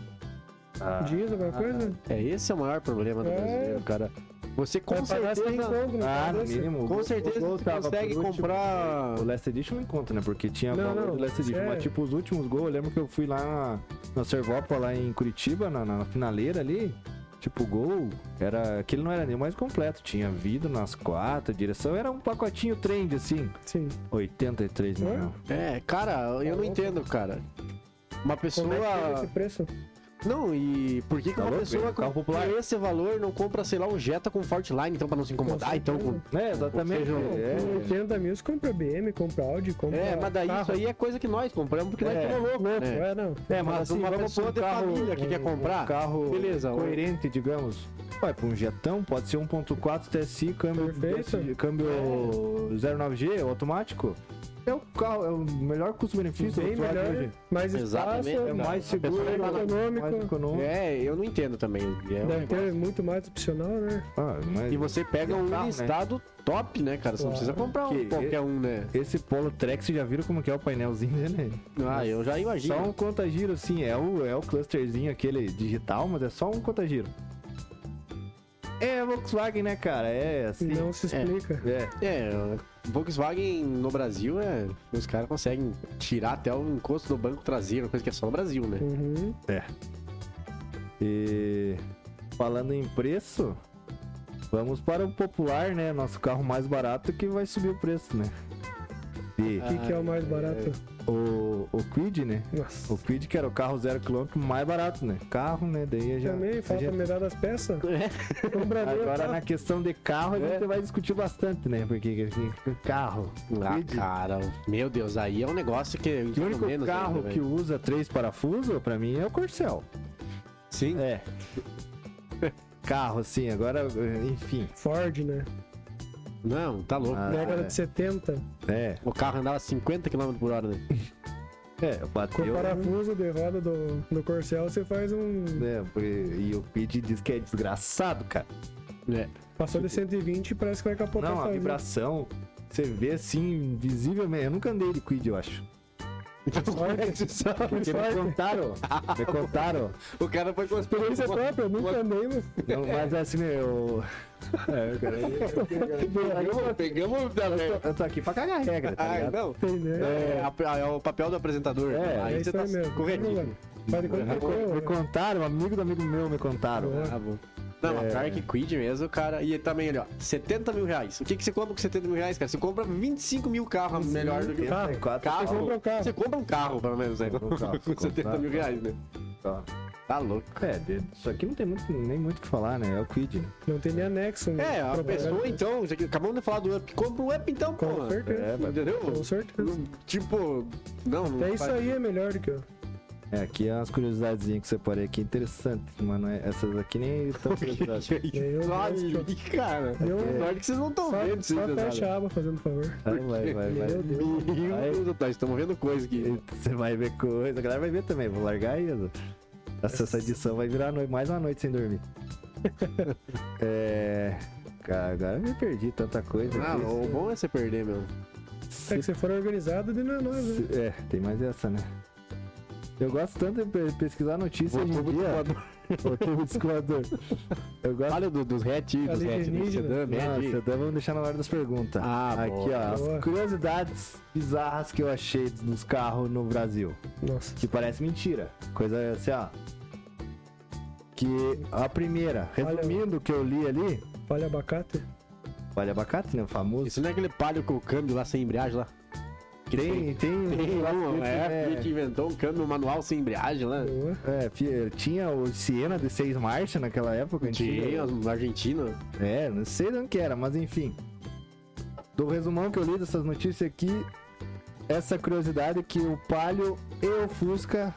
[SPEAKER 1] Ah,
[SPEAKER 3] Diz alguma coisa?
[SPEAKER 2] é. É, esse é o maior problema do
[SPEAKER 3] É.
[SPEAKER 2] brasileiro, cara. Você
[SPEAKER 1] É,
[SPEAKER 2] com
[SPEAKER 3] Vai pagar
[SPEAKER 2] certeza.
[SPEAKER 3] 100 conto, né?
[SPEAKER 1] ah, no
[SPEAKER 3] Parece.
[SPEAKER 1] mínimo.
[SPEAKER 2] Com
[SPEAKER 1] O-
[SPEAKER 2] certeza
[SPEAKER 1] o Gol
[SPEAKER 2] você
[SPEAKER 1] tava por
[SPEAKER 2] consegue
[SPEAKER 1] último.
[SPEAKER 2] comprar.
[SPEAKER 1] O Last Edition não conta, né? Porque tinha
[SPEAKER 3] Não,
[SPEAKER 1] valor
[SPEAKER 3] não,
[SPEAKER 1] do Last Edition.
[SPEAKER 3] é.
[SPEAKER 1] Mas, tipo, os últimos gols, eu lembro que eu fui lá na, na Servopa, lá em Curitiba, na, na finaleira ali. Tipo, o gol era. Aquele não era nem o mais completo. Tinha vidro nas quatro, direção. Era um pacotinho trend, assim.
[SPEAKER 3] Sim.
[SPEAKER 1] 83
[SPEAKER 3] Hã?
[SPEAKER 1] mil.
[SPEAKER 2] É, cara, eu não entendo, cara. Uma
[SPEAKER 3] Como
[SPEAKER 2] pessoa.
[SPEAKER 3] é que chega esse preço?
[SPEAKER 2] Não, e por que, que
[SPEAKER 1] Tá
[SPEAKER 2] uma
[SPEAKER 1] louco,
[SPEAKER 2] pessoa
[SPEAKER 1] velho?
[SPEAKER 2] com
[SPEAKER 1] Carro popular.
[SPEAKER 2] com esse valor não compra, sei lá, um Jetta com Fortline, então, pra não se incomodar,
[SPEAKER 3] Com
[SPEAKER 2] então... com-
[SPEAKER 3] certeza.
[SPEAKER 1] É, exatamente.
[SPEAKER 2] Ou seja, um-
[SPEAKER 1] é.
[SPEAKER 3] Com 80 mil, você compra BM, compra Audi, compra.
[SPEAKER 2] É, mas daí isso aí é coisa que nós compramos, porque nós
[SPEAKER 1] É.
[SPEAKER 2] estamos loucos,
[SPEAKER 3] Não
[SPEAKER 2] né?
[SPEAKER 3] é, não.
[SPEAKER 1] É, mas assim,
[SPEAKER 2] uma
[SPEAKER 1] vamos pra um
[SPEAKER 2] pessoa de
[SPEAKER 1] carro-
[SPEAKER 2] família que quer comprar,
[SPEAKER 1] Um carro
[SPEAKER 2] beleza, ou-
[SPEAKER 1] coerente, digamos. Vai pra um jetão, pode ser 1.4 TSI, câmbio,
[SPEAKER 3] Perfeito.
[SPEAKER 1] desse- câmbio 09G, automático. É o carro, é o melhor custo-benefício
[SPEAKER 3] Bem
[SPEAKER 1] do Volkswagen
[SPEAKER 3] melhor, né?
[SPEAKER 1] hoje.
[SPEAKER 3] mais espaço,
[SPEAKER 2] Exatamente,
[SPEAKER 1] né? É
[SPEAKER 2] Não,
[SPEAKER 1] mais
[SPEAKER 2] a
[SPEAKER 1] seguro, né?
[SPEAKER 2] pessoa vai lá-
[SPEAKER 3] econômico.
[SPEAKER 1] mais econômico.
[SPEAKER 2] É, eu não entendo também. é um
[SPEAKER 3] Deve
[SPEAKER 1] então
[SPEAKER 2] negócio.
[SPEAKER 3] ter muito mais opcional, né?
[SPEAKER 1] Ah, mas
[SPEAKER 2] E você pega um
[SPEAKER 1] Tá, né?
[SPEAKER 2] listado top, né, cara? Você não
[SPEAKER 3] Claro.
[SPEAKER 2] precisa comprar um
[SPEAKER 1] Que-
[SPEAKER 2] qualquer um, né?
[SPEAKER 1] Esse Polo Trax, vocês já viram como que é o painelzinho dele?
[SPEAKER 2] Ah, eu já
[SPEAKER 1] Só um
[SPEAKER 2] imagino.
[SPEAKER 1] conta-giro, sim. É o, é o clusterzinho aquele digital, mas é só um conta-giro. É Volkswagen, né, cara? É assim.
[SPEAKER 3] Não se explica.
[SPEAKER 1] É.
[SPEAKER 2] É, Volkswagen no Brasil, é, os caras conseguem tirar até o encosto do banco traseiro, coisa que é só no Brasil, né?
[SPEAKER 3] Uhum.
[SPEAKER 1] E falando em preço, vamos para o popular, né? Nosso carro mais barato que vai subir o preço, né? E
[SPEAKER 3] O que, que é o mais
[SPEAKER 2] Ah,
[SPEAKER 3] barato?
[SPEAKER 1] o, o Quid, né?
[SPEAKER 3] Nossa.
[SPEAKER 1] O Quid que era o carro zero quilômetro mais barato, né? Carro, né? Daí já.
[SPEAKER 3] Também falta
[SPEAKER 1] já-
[SPEAKER 3] metade das peças.
[SPEAKER 1] (laughs)
[SPEAKER 3] Compra meu,
[SPEAKER 1] Agora
[SPEAKER 3] tá?
[SPEAKER 1] na questão de carro a
[SPEAKER 2] É.
[SPEAKER 1] gente vai discutir bastante, né? Porque porque carro.
[SPEAKER 2] Ah,
[SPEAKER 1] Quid,
[SPEAKER 2] cara, meu Deus, aí é um negócio que eu
[SPEAKER 1] o
[SPEAKER 2] entendo
[SPEAKER 1] único
[SPEAKER 2] menos
[SPEAKER 1] carro
[SPEAKER 2] ainda,
[SPEAKER 1] que
[SPEAKER 2] velho.
[SPEAKER 1] usa três parafusos, pra mim, é o Corcel.
[SPEAKER 2] Sim,
[SPEAKER 1] É. (laughs) carro, assim, agora, enfim.
[SPEAKER 3] Ford, né?
[SPEAKER 2] não, tá louco.
[SPEAKER 1] Ah,
[SPEAKER 3] Década
[SPEAKER 1] é.
[SPEAKER 3] de 70.
[SPEAKER 1] É.
[SPEAKER 2] O carro andava 50 km por hora, né?
[SPEAKER 1] É,
[SPEAKER 3] Com
[SPEAKER 1] bateu.
[SPEAKER 3] parafuso de roda do, do Corcel, você faz um.
[SPEAKER 1] né? porque- E o Pid diz que é desgraçado, cara.
[SPEAKER 2] É.
[SPEAKER 3] Passou de 120 e parece que vai capotar
[SPEAKER 1] Não, a
[SPEAKER 3] sozinho.
[SPEAKER 1] vibração. Você vê assim, visivelmente. Eu nunca andei de Quid, eu acho.
[SPEAKER 2] (laughs) Então, como é que você sabe?
[SPEAKER 1] Porque me contaram. Me contaram.
[SPEAKER 2] O cara foi com as
[SPEAKER 3] Experiência própria, é eu nunca andei, mas.
[SPEAKER 1] Não, mas assim, eu. É, cara.
[SPEAKER 2] (laughs) Pegamos, pegamos da
[SPEAKER 1] Eu tô, eu tô aqui pra cagar a regra, tá
[SPEAKER 2] Ah,
[SPEAKER 1] ligado?
[SPEAKER 2] não.
[SPEAKER 3] Tem, né?
[SPEAKER 2] É, a- é o papel do apresentador.
[SPEAKER 1] É,
[SPEAKER 3] É,
[SPEAKER 2] aí
[SPEAKER 3] isso
[SPEAKER 2] você tá
[SPEAKER 3] aí mesmo.
[SPEAKER 2] corretinho.
[SPEAKER 3] Faz de conta
[SPEAKER 1] Me
[SPEAKER 3] que
[SPEAKER 1] con-
[SPEAKER 3] eu-
[SPEAKER 1] Me contaram, um amigo do amigo meu me contaram.
[SPEAKER 2] Ah, bom.
[SPEAKER 3] É.
[SPEAKER 2] Não, mas pior que Quid mesmo, cara. E também ali, ó, 70 mil reais. O que, que você compra com 70 mil reais, cara? Você compra 25 mil carros melhor do que
[SPEAKER 1] Carro.
[SPEAKER 2] carro.
[SPEAKER 1] Você
[SPEAKER 3] compra um carro.
[SPEAKER 2] Você compra um carro, pelo menos, né?
[SPEAKER 1] Compra um carro.
[SPEAKER 2] Com 70 mil reais, né?
[SPEAKER 1] Ó,
[SPEAKER 2] Tá louco.
[SPEAKER 1] É, de- isso aqui não tem muito, nem muito o que falar, né? É o Quid, né?
[SPEAKER 3] Não tem nem anexo. né?
[SPEAKER 2] É, a
[SPEAKER 3] Propaganda.
[SPEAKER 2] pessoa então, já que acabamos de falar do up, compra um up então,
[SPEAKER 3] Com
[SPEAKER 2] pô.
[SPEAKER 3] certeza.
[SPEAKER 1] É, mas-
[SPEAKER 2] Entendeu?
[SPEAKER 3] Com certeza.
[SPEAKER 2] Tipo, não, não
[SPEAKER 3] Até
[SPEAKER 2] (laughs)
[SPEAKER 3] isso
[SPEAKER 2] faz-
[SPEAKER 3] aí é melhor do que eu.
[SPEAKER 1] É, aqui é umas curiosidadezinhas que é eu separei aqui interessantes, mano. é, Essas aqui nem estão curiosas.
[SPEAKER 3] Meu Deus,
[SPEAKER 2] Olha, cara.
[SPEAKER 3] Eu-
[SPEAKER 2] Pior que vocês não estão
[SPEAKER 3] Só,
[SPEAKER 2] vendo,
[SPEAKER 3] só
[SPEAKER 2] vocês
[SPEAKER 3] fecha
[SPEAKER 2] pesados.
[SPEAKER 3] a aba, fazendo favor.
[SPEAKER 1] Vai, vai, vai, vai.
[SPEAKER 3] Meu Deus.
[SPEAKER 1] Vai.
[SPEAKER 2] Meu Deus, nós estamos vendo coisa aqui.
[SPEAKER 1] Você vai ver coisa, a galera vai ver também. Vou largar aí. Essa, essa edição vai virar noi- mais uma noite sem dormir. (laughs) é. Cara, agora eu me perdi tanta coisa.
[SPEAKER 2] Ah,
[SPEAKER 1] aqui.
[SPEAKER 2] o bom é você perder, meu.
[SPEAKER 3] É que se for organizado, daí não é nós, né?
[SPEAKER 1] É, tem mais essa, né? Eu gosto tanto de pe- pesquisar notícia hoje em
[SPEAKER 2] Voltou muito
[SPEAKER 1] dia.
[SPEAKER 2] voador.
[SPEAKER 1] Voltou descoador. Eu gosto.
[SPEAKER 2] (laughs) Fala do- dos hatch, né? dos hatch, do
[SPEAKER 3] Alienígena.
[SPEAKER 2] sedã,
[SPEAKER 1] Nossa,
[SPEAKER 2] hatch.
[SPEAKER 1] até vamos deixar na hora das perguntas.
[SPEAKER 2] Ah,
[SPEAKER 1] Aqui,
[SPEAKER 2] boa.
[SPEAKER 1] ó.
[SPEAKER 3] Boa.
[SPEAKER 1] As curiosidades bizarras que eu achei dos carros no Brasil.
[SPEAKER 3] Nossa.
[SPEAKER 1] Que parece mentira. Coisa assim, ó. Que a primeira,
[SPEAKER 3] Olha.
[SPEAKER 1] resumindo o que eu li ali,
[SPEAKER 3] Vale abacate?
[SPEAKER 1] vale abacate, né? O famoso.
[SPEAKER 2] Isso não é aquele palio com o câmbio lá sem embreagem lá? Que
[SPEAKER 1] tem, tem,
[SPEAKER 2] Tem
[SPEAKER 1] um
[SPEAKER 2] um,
[SPEAKER 1] negócio
[SPEAKER 2] é, a
[SPEAKER 1] desse,
[SPEAKER 2] Fiat inventou um câmbio manual sem embreagem lá.
[SPEAKER 3] Boa.
[SPEAKER 1] É, fi- tinha o Siena de seis marchas naquela época.
[SPEAKER 2] Tinha, um
[SPEAKER 1] antiga.
[SPEAKER 2] os argentinos.
[SPEAKER 1] É, não sei de onde que era, mas enfim. Do resumão que eu li dessas notícias aqui, essa curiosidade é que o Palio e o Fusca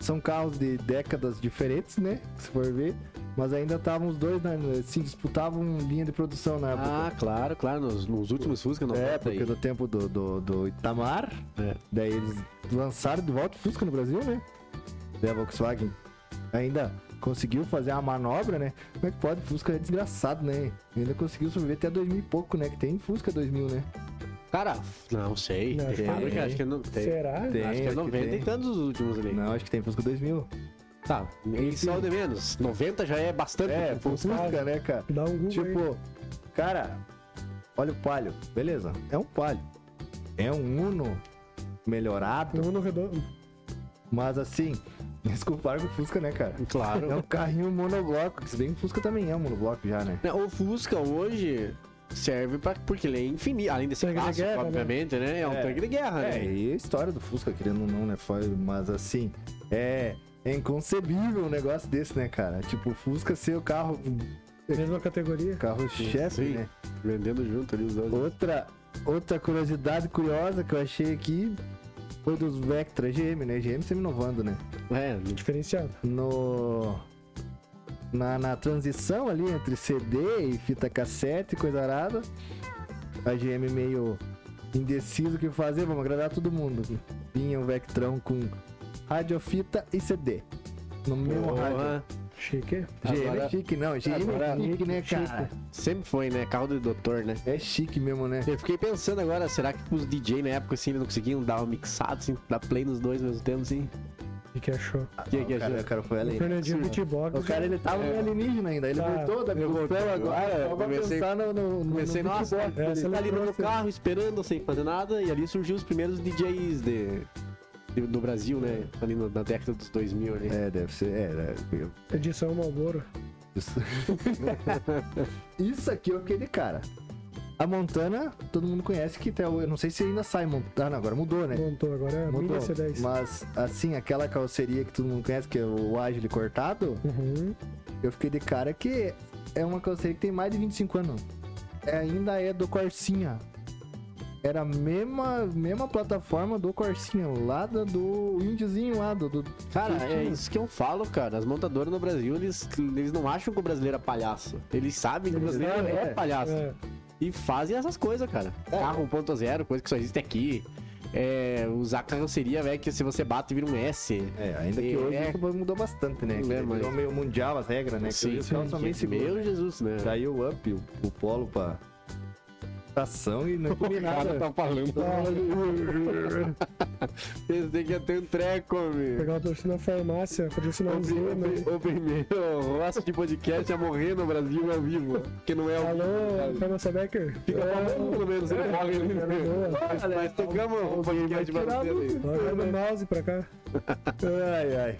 [SPEAKER 1] são carros de décadas diferentes, né? Se for ver. Mas ainda estavam os dois, na- se disputavam linha de produção na época.
[SPEAKER 2] Ah, claro, claro, nos, nos últimos Fusca não
[SPEAKER 1] Tá é,
[SPEAKER 2] volta Ah, aí.
[SPEAKER 1] porque do tempo do, do, do Itamar,
[SPEAKER 2] É.
[SPEAKER 1] daí eles lançaram de volta o Fusca no Brasil, né? Daí a Volkswagen ainda conseguiu fazer a manobra, né? Como é que pode? Fusca é desgraçado, né? Ainda conseguiu sobreviver até 2000 e pouco, né? Que tem Fusca 2000, né?
[SPEAKER 2] Cara, não sei.
[SPEAKER 3] Não,
[SPEAKER 2] Tem
[SPEAKER 3] tem.
[SPEAKER 2] fábrica, acho que não tem.
[SPEAKER 3] Será?
[SPEAKER 1] Tem,
[SPEAKER 2] acho que é
[SPEAKER 1] acho que
[SPEAKER 2] 90
[SPEAKER 1] tem.
[SPEAKER 2] e tantos os últimos ali.
[SPEAKER 1] Não, acho que tem Fusca 2000.
[SPEAKER 2] Tá, isso é o de menos. 90 já é bastante.
[SPEAKER 1] É,
[SPEAKER 2] pro
[SPEAKER 1] Fusca,
[SPEAKER 2] Fusca.
[SPEAKER 1] né, cara?
[SPEAKER 3] Dá um Google aí.
[SPEAKER 1] Tipo, cara, olha o Palio. Beleza, é um Palio. É um Uno melhorado,
[SPEAKER 3] Um no redondo.
[SPEAKER 1] mas assim, (laughs) desculpar com o Fusca, né, cara?
[SPEAKER 2] Claro.
[SPEAKER 1] É um carrinho monobloco, que se bem que o Fusca também é um monobloco já, né?
[SPEAKER 2] Não, O Fusca hoje serve pra, porque ele é infinito. Além de ser
[SPEAKER 3] Tanque de
[SPEAKER 2] clássico,
[SPEAKER 3] guerra, né?
[SPEAKER 2] obviamente, né? É um
[SPEAKER 1] É.
[SPEAKER 2] tanque de guerra,
[SPEAKER 1] É,
[SPEAKER 2] né?
[SPEAKER 1] e a história do Fusca, querendo ou não, né? Foi, mas assim, é, é inconcebível um negócio desse, né, cara? Tipo, o Fusca ser o carro,
[SPEAKER 3] Mesma categoria.
[SPEAKER 1] carro-chefe,
[SPEAKER 2] Sim,
[SPEAKER 1] né?
[SPEAKER 2] Vendendo junto ali os dois.
[SPEAKER 1] Outra, outra curiosidade curiosa que eu achei aqui foi dos Vectra GM, né? GM sempre inovando, né?
[SPEAKER 2] É,
[SPEAKER 3] Diferenciado.
[SPEAKER 1] No. Na, na transição ali entre CD e fita cassete e coisa arada, a GM meio indeciso o que fazer, vamos agradar todo mundo. Vinha o Vectrão com radiofita e CD. No mesmo um rádio.
[SPEAKER 2] porra.
[SPEAKER 3] Chique.
[SPEAKER 1] GM
[SPEAKER 2] Agora-
[SPEAKER 1] é chique, não. GM é
[SPEAKER 2] Agora-
[SPEAKER 1] chique, né,
[SPEAKER 3] Chique.
[SPEAKER 1] cara?
[SPEAKER 2] Sempre foi, né? Carro do doutor, né?
[SPEAKER 1] É chique mesmo, né?
[SPEAKER 2] Eu fiquei pensando agora, será que os DJ na época assim eles não conseguiam dar um mixado, assim, dar play nos dois ao mesmo tempo, assim?
[SPEAKER 3] O que, que achou?
[SPEAKER 2] que é que
[SPEAKER 1] o, cara,
[SPEAKER 2] achou?
[SPEAKER 1] o cara foi além.
[SPEAKER 3] Fernandinho Beatbox.
[SPEAKER 1] O cara ele tava no alienígena ainda, ele
[SPEAKER 3] Tá.
[SPEAKER 1] voltou da
[SPEAKER 2] É. Eu voltei
[SPEAKER 1] costela agora.
[SPEAKER 2] agora, É,
[SPEAKER 1] Só pra
[SPEAKER 2] comecei-
[SPEAKER 1] pensar no, no, no,
[SPEAKER 2] Comecei,
[SPEAKER 1] no
[SPEAKER 2] nossa,
[SPEAKER 1] beatbox
[SPEAKER 3] é,
[SPEAKER 1] ali.
[SPEAKER 3] essa
[SPEAKER 2] tá ali no
[SPEAKER 3] eletrônica.
[SPEAKER 2] carro esperando sem fazer nada, e ali surgiu os primeiros DJs de, de- do Brasil, né? Ali no- na década dos 2000, ali.
[SPEAKER 1] É, deve ser. É, né, eu-
[SPEAKER 3] Edição Malboro.
[SPEAKER 1] isso. (laughs) isso aqui é o que ele, cara. A Montana, todo mundo conhece que até o- eu não sei se ainda sai Montana, agora mudou, né?
[SPEAKER 3] Montou agora. É a
[SPEAKER 1] Mudou.
[SPEAKER 3] Mini C10.
[SPEAKER 1] Mas assim, aquela carroceria que todo mundo conhece, que é o Agile cortado,
[SPEAKER 3] Uhum.
[SPEAKER 1] eu fiquei de cara que é uma carroceria que tem mais de 25 anos. É, ainda é do Corsinha. Era a mesma, mesma plataforma do Corsinha, lá do, do índiozinho lá, do, do-
[SPEAKER 2] Cara, é
[SPEAKER 1] Justinho.
[SPEAKER 2] isso que eu falo, cara. As montadoras no Brasil, eles, eles não acham que o brasileiro é palhaço. Eles sabem que o
[SPEAKER 1] Eles
[SPEAKER 2] brasileiro
[SPEAKER 1] sabem,
[SPEAKER 2] é,
[SPEAKER 1] é.
[SPEAKER 2] palhaço.
[SPEAKER 3] É.
[SPEAKER 2] E fazem essas coisas, cara. Carro 1.0, coisa que só existe aqui. É, usar carroceria, velho, que se você bate vira um S.
[SPEAKER 1] É, ainda que
[SPEAKER 2] É.
[SPEAKER 1] hoje isso mudou bastante, né?
[SPEAKER 2] É,
[SPEAKER 1] Que
[SPEAKER 2] mas-
[SPEAKER 1] Virou meio mundial as regras, né? que hoje os carros são bem
[SPEAKER 2] que-
[SPEAKER 1] seguros.
[SPEAKER 2] Meu Jesus, né?
[SPEAKER 3] Tá
[SPEAKER 1] Saiu o up, o, o polo pra estação e não é comi nada.
[SPEAKER 3] tá
[SPEAKER 2] falando. (laughs) Pensei que ia ter um treco, meu.
[SPEAKER 3] Pegar o torcida na farmácia, patrocinar
[SPEAKER 2] O,
[SPEAKER 3] um
[SPEAKER 2] pri-
[SPEAKER 3] zero,
[SPEAKER 2] o
[SPEAKER 3] né?
[SPEAKER 2] pri- o primeiro rosto tipo de podcast a morrer no Brasil ao vivo. Que não é ao vivo.
[SPEAKER 3] Alô,
[SPEAKER 2] sabe?
[SPEAKER 3] farmácia Becker.
[SPEAKER 2] Fica falando pelo menos, né? ele morre ali.
[SPEAKER 3] boa.
[SPEAKER 2] Mas- Mas tocamos um podcast brasileiro aí.
[SPEAKER 3] Larga meu mouse pra cá.
[SPEAKER 1] (laughs) Ai, ai.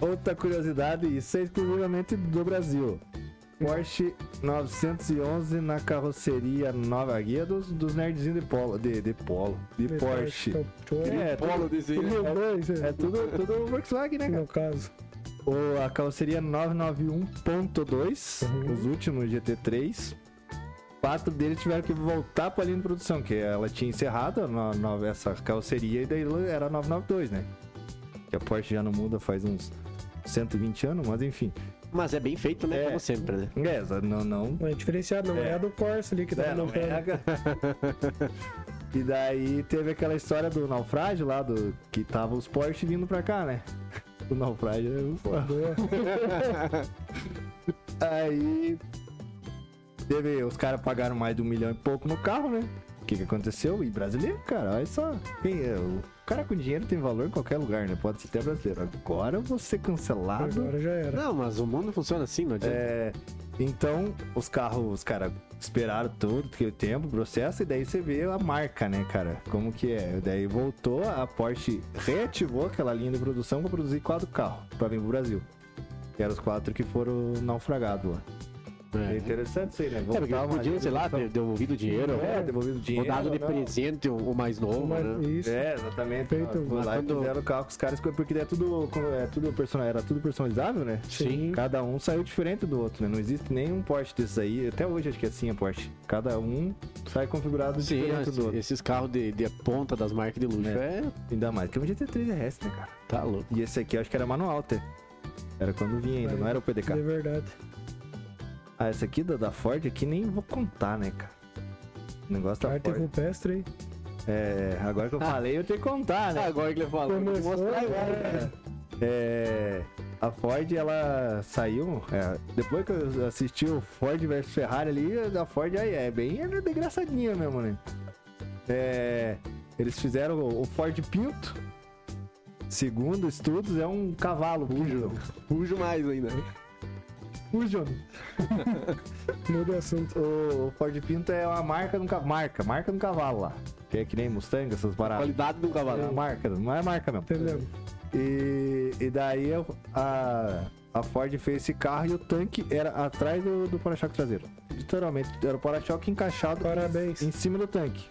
[SPEAKER 1] Outra curiosidade, isso é exclusivamente do Brasil. Porsche 911 na carroceria nova guia dos, dos nerdzinhos de polo. De, de polo. De Porsche.
[SPEAKER 3] É.
[SPEAKER 1] É,
[SPEAKER 2] Polo desse aí, né?
[SPEAKER 1] (laughs) É tudo, tudo Volkswagen, né, cara?
[SPEAKER 3] No caso.
[SPEAKER 1] O, a carroceria 991.2,
[SPEAKER 3] Uhum.
[SPEAKER 1] os últimos GT3. Quatro deles tiveram que voltar pra linha de produção, que ela tinha encerrado a no- no- essa carroceria e daí ela era a 992, né? Que a Porsche já não muda faz uns 120 anos, mas enfim.
[SPEAKER 2] Mas é bem feito, né?
[SPEAKER 1] É.
[SPEAKER 2] Como sempre, né?
[SPEAKER 1] É, essa não. não...
[SPEAKER 3] Não é diferenciado, não. É,
[SPEAKER 1] É.
[SPEAKER 3] a do Corsa ali que
[SPEAKER 1] É,
[SPEAKER 3] tá
[SPEAKER 1] não é
[SPEAKER 3] montando.
[SPEAKER 1] a- (laughs) E daí teve aquela história do naufrágio lá, do que tava os Porsche vindo pra cá, né? (laughs) O naufrágio é o-
[SPEAKER 3] Boa.
[SPEAKER 1] Aí. Teve, os caras pagaram mais de um milhão e pouco no carro, né? Porque que, que aconteceu. E brasileiro, cara, olha só. Quem é? O cara com dinheiro tem valor em qualquer lugar, né? Pode ser até brasileiro. Agora você é cancelado.
[SPEAKER 3] Agora já era.
[SPEAKER 2] Não, mas o mundo funciona assim, não adianta.
[SPEAKER 1] É, então, os carros, os caras esperaram todo aquele tempo, processo, e daí você vê a marca, né, cara? Como que é? Daí voltou, a Porsche reativou aquela linha de produção pra produzir quatro carros pra vir pro Brasil. Que eram os quatro que foram naufragados lá. É,
[SPEAKER 2] É,
[SPEAKER 1] interessante isso aí, né?
[SPEAKER 2] porque
[SPEAKER 1] Voltar
[SPEAKER 2] eles
[SPEAKER 1] uma
[SPEAKER 2] podiam,
[SPEAKER 1] linha de
[SPEAKER 2] sei lá, ter
[SPEAKER 1] produção.
[SPEAKER 2] devolvido o dinheiro.
[SPEAKER 1] É,
[SPEAKER 2] ou-
[SPEAKER 1] devolvido dinheiro. né?
[SPEAKER 2] ou dado de
[SPEAKER 1] não.
[SPEAKER 2] presente o, o mais novo,
[SPEAKER 3] Mas
[SPEAKER 2] né?
[SPEAKER 3] isso.
[SPEAKER 1] É, exatamente.
[SPEAKER 3] Feito.
[SPEAKER 1] Foi lá e
[SPEAKER 2] Quando-
[SPEAKER 1] fizeram o carro com os caras, porque é tudo, é tudo person- era tudo personalizável, né?
[SPEAKER 2] Sim.
[SPEAKER 1] Cada um saiu diferente do outro, né? Não existe nenhum Porsche desses aí. Até hoje acho que é assim a Porsche. Cada um sai configurado
[SPEAKER 2] Sim,
[SPEAKER 1] é
[SPEAKER 2] é,
[SPEAKER 1] diferente
[SPEAKER 2] esse-
[SPEAKER 1] do outro.
[SPEAKER 2] esses carros de, de ponta das marcas de luxo é.
[SPEAKER 1] Ainda mais que é um GT3 RS, né, cara?
[SPEAKER 2] Tá louco.
[SPEAKER 1] E esse aqui eu acho que era manual, até. Era quando vinha ainda,
[SPEAKER 3] Aí.
[SPEAKER 1] não era o
[SPEAKER 3] De
[SPEAKER 1] PDK.
[SPEAKER 3] verdade.
[SPEAKER 1] Ah, essa aqui da, da Ford aqui nem vou contar, né, cara? O negócio da
[SPEAKER 3] Arte
[SPEAKER 1] Ford.
[SPEAKER 3] rupestre, hein?
[SPEAKER 1] É, agora que eu falei, eu tenho que contar, né?
[SPEAKER 2] É, agora que ele falou, eu vou mostrar agora. né?
[SPEAKER 1] É, a Ford, ela saiu. é, depois que eu assisti o Ford versus Ferrari ali, a Ford aí é bem desgraçadinha mesmo, né? É, eles fizeram o o Ford Pinto. Segundo estudos, é um cavalo. Pujo.
[SPEAKER 2] Pujo mais ainda.
[SPEAKER 3] Fusion. Muda de assunto.
[SPEAKER 1] O Ford Pinto é uma marca de um cavalo. Marca, marca de um cavalo lá. Que é que nem Mustang, essas paradas.
[SPEAKER 2] Qualidade do
[SPEAKER 1] É uma
[SPEAKER 2] cavalo.
[SPEAKER 1] marca, não é marca mesmo.
[SPEAKER 3] Entendemos.
[SPEAKER 1] E, e daí eu- a, a Ford fez esse carro e o tanque era atrás do, do para-choque traseiro. Literalmente, era o para-choque encaixado
[SPEAKER 3] Parabéns.
[SPEAKER 1] em cima do tanque.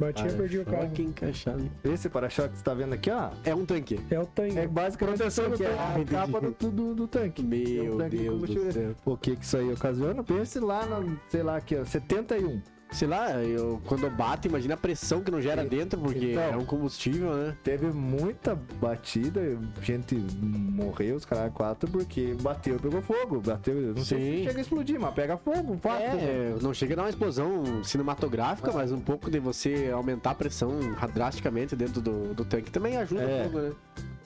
[SPEAKER 3] Batia, perdi o carro.
[SPEAKER 2] Olha Ah, que encaixado.
[SPEAKER 1] Esse para-choque que você tá vendo aqui, ó,
[SPEAKER 2] É um tanque.
[SPEAKER 3] É o tanque.
[SPEAKER 1] é basicamente o tanque, é a
[SPEAKER 2] entendi.
[SPEAKER 1] capa do, do, do tanque.
[SPEAKER 2] Meu
[SPEAKER 1] É um tanque de
[SPEAKER 2] Deus do
[SPEAKER 1] combustível.
[SPEAKER 2] céu.
[SPEAKER 1] O que que isso aí ocasiona? Pense lá, no, sei lá, aqui, ó, 71.
[SPEAKER 2] Sei lá, eu, quando bate, imagina a pressão que não gera dentro, porque
[SPEAKER 1] Então.
[SPEAKER 2] é um combustível, né?
[SPEAKER 1] Teve muita batida, gente morreu, os caras quatro, porque bateu e pegou fogo. Bateu, não sei
[SPEAKER 2] Sim.
[SPEAKER 1] se chega a explodir, mas pega fogo, fato.
[SPEAKER 2] É, não chega a dar uma explosão cinematográfica, mas um pouco de você aumentar a pressão drasticamente dentro do, do tanque também ajuda
[SPEAKER 1] É.
[SPEAKER 2] um pouco, né?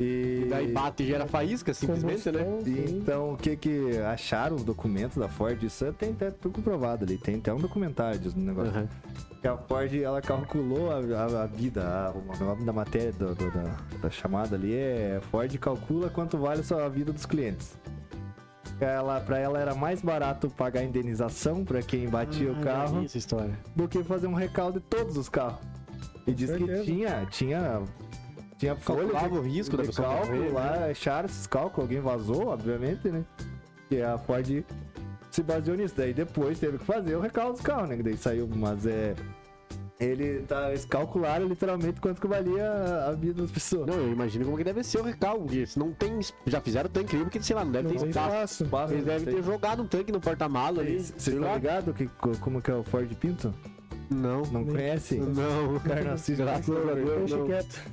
[SPEAKER 1] E
[SPEAKER 2] E daí bate e gera faísca, simplesmente, né?
[SPEAKER 3] Combustão,
[SPEAKER 1] E
[SPEAKER 3] sim.
[SPEAKER 1] Então, o que que acharam os documentos da Ford? Isso é, tem até tudo comprovado ali, tem até um documentário disso no negócio.
[SPEAKER 2] Aham.
[SPEAKER 1] Que a Ford, ela calculou a, a- a vida, a- o nome da matéria do- do- da, da chamada ali é Ford calcula quanto vale a sua vida dos clientes. Ela, pra ela era mais barato pagar indenização pra quem batia
[SPEAKER 2] Ah,
[SPEAKER 1] o carro
[SPEAKER 2] é Essa história.
[SPEAKER 1] do que fazer um recaldo de todos os carros. E diz que
[SPEAKER 3] certeza.
[SPEAKER 1] tinha, tinha, tinha folha
[SPEAKER 2] Calculava
[SPEAKER 1] de-
[SPEAKER 2] o risco da
[SPEAKER 1] de
[SPEAKER 2] pessoa morrer, né?
[SPEAKER 1] cálculo lá, acharam esses cálculos, alguém vazou, obviamente, né? E a Ford se baseou nisso. Daí depois teve que fazer o recaldo dos carros, né? Que daí saiu, mas é... Ele tá, eles calcularam literalmente quanto que valia a- a vida das pessoas.
[SPEAKER 2] Não, eu imagino como que deve ser o recalque. porque Se não tem. es- Já fizeram o tanque livre, porque sei lá, não deve
[SPEAKER 3] Não
[SPEAKER 2] ter
[SPEAKER 3] tem
[SPEAKER 2] espaço.
[SPEAKER 3] espaço.
[SPEAKER 1] Passa,
[SPEAKER 2] Eles devem
[SPEAKER 1] sei.
[SPEAKER 2] ter jogado um tanque no porta-malas ali.
[SPEAKER 1] Você tá ligado que, co- como que é o Ford Pinto?
[SPEAKER 2] Não.
[SPEAKER 1] Não conhece?
[SPEAKER 2] Não.
[SPEAKER 1] Carlos Assis,
[SPEAKER 2] Graças a Deus.
[SPEAKER 3] Deixa
[SPEAKER 2] não.
[SPEAKER 3] quieto.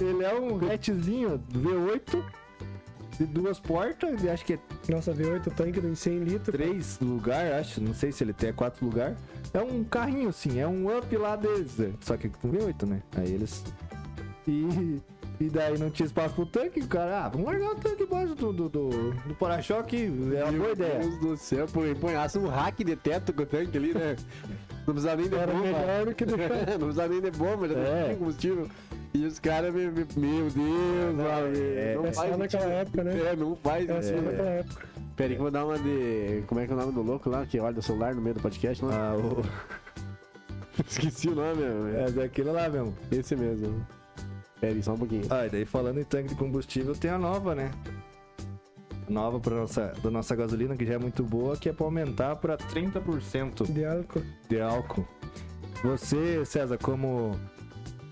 [SPEAKER 1] Ele é um hatchzinho V8 de duas portas, e acho que é
[SPEAKER 3] Nossa, V8 tanque de 100 litros.
[SPEAKER 1] três lugar, acho, não sei se ele tem é quatro lugar. É um carrinho, sim, é um up lá deles, né? só que com V8, né? Aí eles... E, e daí não tinha espaço pro tanque, o cara, ah, vamos largar o tanque embaixo do, do, do, do para-choque, é uma boa
[SPEAKER 2] Meu
[SPEAKER 1] ideia.
[SPEAKER 2] Deus do céu, pô, empunhasse um hack de teto com o tanque ali, né? Não precisava nem de
[SPEAKER 3] Era
[SPEAKER 2] bomba.
[SPEAKER 3] melhor
[SPEAKER 2] (laughs)
[SPEAKER 3] do que deixar.
[SPEAKER 2] não precisava nem de bomba, já
[SPEAKER 1] É.
[SPEAKER 2] é. tinha combustível. E os caras, me, me- meu Deus, mano,
[SPEAKER 1] é-
[SPEAKER 2] não
[SPEAKER 3] É
[SPEAKER 2] faz
[SPEAKER 3] só naquela
[SPEAKER 2] sentido.
[SPEAKER 3] época, né?
[SPEAKER 2] É, não faz.
[SPEAKER 3] É só
[SPEAKER 2] É.
[SPEAKER 3] naquela época.
[SPEAKER 2] Pera aí que eu vou dar uma de. Como é que é o nome do louco lá que olha o celular no meio do podcast? Não?
[SPEAKER 1] Ah, o...
[SPEAKER 2] (laughs)
[SPEAKER 3] Ah.
[SPEAKER 2] Esqueci o nome, meu.
[SPEAKER 1] É daquilo lá mesmo.
[SPEAKER 2] Esse mesmo. Pera aí, só um pouquinho.
[SPEAKER 1] Ah, e daí falando em tanque de combustível, tem a nova, né? Nova pra nossa, da nossa gasolina, que já é muito boa, que é pra aumentar pra 30%
[SPEAKER 3] De álcool.
[SPEAKER 1] de álcool. Você, César, como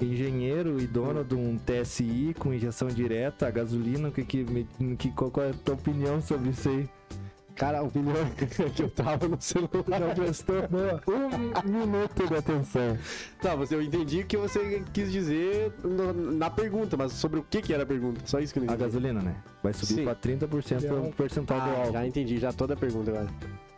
[SPEAKER 1] engenheiro e dono de um TSI com injeção direta, a gasolina, o que, que, me- que, qual, qual é a tua opinião sobre isso
[SPEAKER 2] (laughs)
[SPEAKER 1] aí?
[SPEAKER 2] Cara, a opinião (laughs) que eu tava no celular.
[SPEAKER 1] prestou
[SPEAKER 3] Boa.
[SPEAKER 1] um minuto de atenção.
[SPEAKER 2] Tá, você, eu entendi o que você quis dizer no- na pergunta, mas sobre o que que era a pergunta? Só isso que eu não
[SPEAKER 1] A
[SPEAKER 2] entendi.
[SPEAKER 1] gasolina, né? Vai subir
[SPEAKER 2] Sim.
[SPEAKER 1] pra 30%
[SPEAKER 3] De álcool.
[SPEAKER 1] o percentual do
[SPEAKER 2] Ah,
[SPEAKER 1] álcool.
[SPEAKER 2] já entendi, já toda a pergunta agora.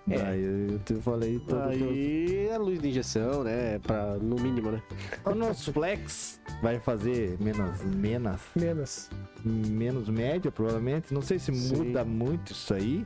[SPEAKER 2] é.
[SPEAKER 1] Daí eu te falei todo o teu-
[SPEAKER 2] Aí é luz de injeção, né? Pra, no mínimo, né?
[SPEAKER 1] O nosso flex vai fazer menos, menos,
[SPEAKER 3] Menos.
[SPEAKER 1] menos média, provavelmente. Não sei se
[SPEAKER 2] Sim.
[SPEAKER 1] muda muito isso aí.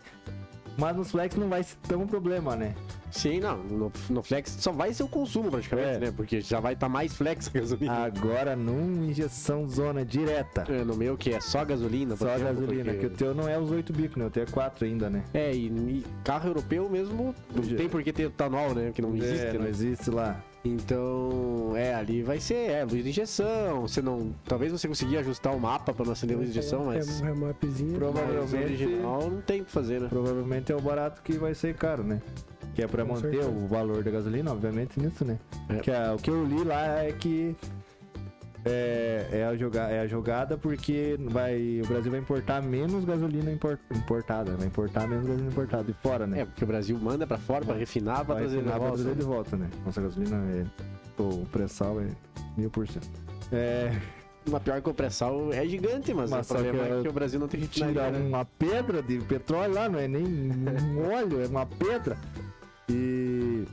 [SPEAKER 1] Mas nos flex não vai ser tão problema, né?
[SPEAKER 2] Sim, não. No, no flex só vai ser o consumo praticamente,
[SPEAKER 1] É.
[SPEAKER 2] né? Porque já vai estar mais flex a gasolina.
[SPEAKER 1] Agora numa injeção zona direta.
[SPEAKER 2] Ah, É, um no meu que é só gasolina. por
[SPEAKER 1] Só a
[SPEAKER 2] exemplo,
[SPEAKER 1] gasolina,
[SPEAKER 2] porque-
[SPEAKER 1] que o teu não é os 8 bicos, né? O teu é 4 ainda, né?
[SPEAKER 2] É, e, e carro europeu mesmo não
[SPEAKER 1] Já.
[SPEAKER 2] tem por que ter etanol, né? Que não existe,
[SPEAKER 1] É,
[SPEAKER 2] né?
[SPEAKER 1] não existe lá.
[SPEAKER 2] Então, é, ali vai ser, é, luz de injeção. Você não. Talvez você conseguir ajustar o mapa pra não acender luz de injeção, mas.
[SPEAKER 3] É um remapzinho.
[SPEAKER 1] Pro-
[SPEAKER 2] mas o
[SPEAKER 1] Provavelmente-
[SPEAKER 2] original não tem o que fazer, né?
[SPEAKER 1] Provavelmente é o barato que vai ser caro, né? Que é pra
[SPEAKER 3] Com
[SPEAKER 1] manter
[SPEAKER 3] certeza.
[SPEAKER 1] o valor da gasolina, obviamente, nisso, né?
[SPEAKER 2] É.
[SPEAKER 1] Que a- o que eu li lá é que é, é a, joga, é a jogada porque vai, o Brasil vai importar menos gasolina impor- importada. Vai importar menos gasolina importada de fora, né?
[SPEAKER 2] É, porque o Brasil manda pra fora pra refinar, pra
[SPEAKER 1] vai
[SPEAKER 2] trazer
[SPEAKER 1] refinar
[SPEAKER 2] na
[SPEAKER 1] pra trazer
[SPEAKER 2] volta.
[SPEAKER 1] de volta, né? Nossa, a gasolina é... O pré-sal é mil por cento. É...
[SPEAKER 2] Uma pior que o pré-sal é gigante, mas,
[SPEAKER 1] Mas
[SPEAKER 2] o
[SPEAKER 1] só
[SPEAKER 2] problema
[SPEAKER 1] que um
[SPEAKER 2] é
[SPEAKER 1] eu-
[SPEAKER 2] que o Brasil não tem refinaria,
[SPEAKER 1] tira
[SPEAKER 2] né?
[SPEAKER 1] uma pedra de petróleo lá, não é nem um (laughs) óleo, é uma pedra. E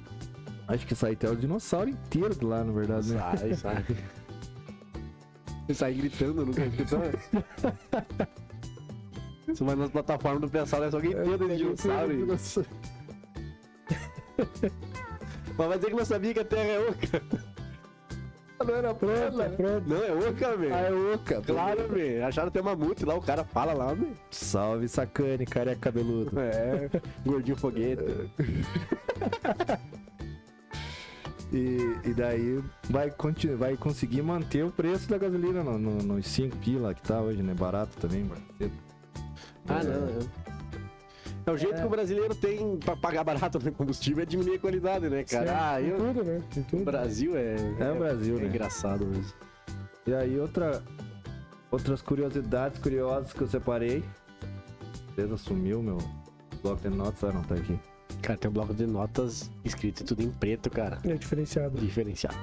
[SPEAKER 1] acho que sai até o dinossauro inteiro de lá, na verdade, né?
[SPEAKER 2] Sai,
[SPEAKER 1] (laughs)
[SPEAKER 2] sai. sai gritando, nunca
[SPEAKER 1] (laughs)
[SPEAKER 2] escutou?
[SPEAKER 1] É,
[SPEAKER 2] Você vai nas plataformas do pré-sal, é só alguém todo de dinossauro. e-
[SPEAKER 1] Dinossauro.
[SPEAKER 2] Mas vai dizer que não sabia que a Terra é oca.
[SPEAKER 1] Não
[SPEAKER 2] Tá
[SPEAKER 1] era plana.
[SPEAKER 3] Pronto.
[SPEAKER 2] Não, é oca, velho.
[SPEAKER 1] Ah, é oca.
[SPEAKER 2] Claro, velho. Acharam até mamute lá, o cara fala lá, velho.
[SPEAKER 1] Salve, sacane, careca cabeludo.
[SPEAKER 2] É, gordinho foguete.
[SPEAKER 1] E, e daí vai, continu- vai conseguir manter o preço da gasolina no- no- nos 5 pila que tá hoje, né? Barato também, mano.
[SPEAKER 2] Ah, não. é. É o jeito que o brasileiro tem pra pagar barato no combustível é diminuir a qualidade, né, cara? Ah,
[SPEAKER 3] Em
[SPEAKER 2] eu...
[SPEAKER 3] tudo, né? Em
[SPEAKER 2] O
[SPEAKER 3] tudo.
[SPEAKER 2] Brasil é...
[SPEAKER 1] É o Brasil,
[SPEAKER 2] é
[SPEAKER 1] né?
[SPEAKER 2] engraçado mesmo.
[SPEAKER 1] E aí outra outras curiosidades curiosas que eu separei. Beleza, sumiu meu bloco de notas, ah, não tá aqui.
[SPEAKER 2] Cara, tem um bloco de notas escrito tudo em preto, cara.
[SPEAKER 3] É diferenciado.
[SPEAKER 2] Diferenciado.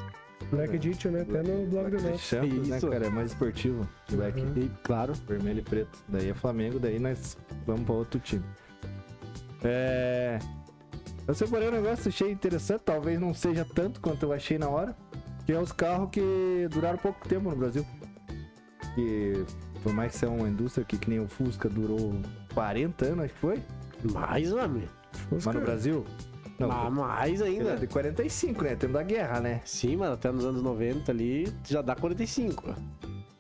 [SPEAKER 3] Black Edition, né? Até no blog do nosso.
[SPEAKER 1] Champions, né,
[SPEAKER 2] Isso.
[SPEAKER 1] cara? É mais esportivo. Black,
[SPEAKER 2] E, claro,
[SPEAKER 1] vermelho e preto. Daí é Flamengo, daí nós vamos pra outro time. É... Eu separei um negócio, achei interessante, talvez não seja tanto quanto eu achei na hora, que é os carros que duraram pouco tempo no Brasil. Que por mais que seja uma indústria que, que nem o Fusca durou 40 anos, acho que foi.
[SPEAKER 2] mais, homem.
[SPEAKER 1] Mas no Brasil? Não,
[SPEAKER 2] Ah, mais ainda.
[SPEAKER 1] é de 45, né? Tempo da guerra, né?
[SPEAKER 2] Sim, mas até nos anos 90 ali já dá 45.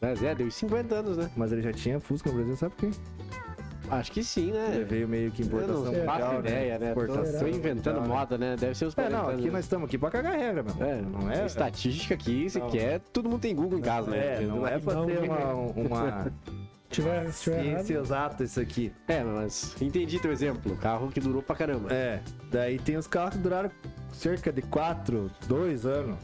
[SPEAKER 2] Mas é, deu 50 anos, né?
[SPEAKER 1] Mas ele já tinha Fusca no Brasil, sabe por quê?
[SPEAKER 2] Acho que sim, né?
[SPEAKER 1] Ele veio meio que
[SPEAKER 2] Eu
[SPEAKER 1] importação
[SPEAKER 2] não faço
[SPEAKER 1] mundial,
[SPEAKER 2] ideia, né? Tô,
[SPEAKER 1] Exportação
[SPEAKER 2] tô inventando
[SPEAKER 1] mundial, né?
[SPEAKER 2] moda, né? Deve ser
[SPEAKER 1] É,
[SPEAKER 2] os 40
[SPEAKER 1] não, aqui
[SPEAKER 2] anos.
[SPEAKER 1] nós estamos aqui pra cagar regra, meu.
[SPEAKER 2] É,
[SPEAKER 1] não é?
[SPEAKER 2] Estatística aqui, se
[SPEAKER 1] Não.
[SPEAKER 2] quer, todo mundo tem Google em casa, né?
[SPEAKER 1] É, não é pra
[SPEAKER 3] Não,
[SPEAKER 1] ter
[SPEAKER 3] não.
[SPEAKER 1] uma,
[SPEAKER 2] (laughs)
[SPEAKER 1] uma
[SPEAKER 3] Se tiver, se tiver errado,
[SPEAKER 1] ciência exata isso aqui.
[SPEAKER 2] É, mas entendi teu exemplo. Carro que durou pra caramba.
[SPEAKER 1] É, daí tem os carros que duraram cerca de 4, 2 anos.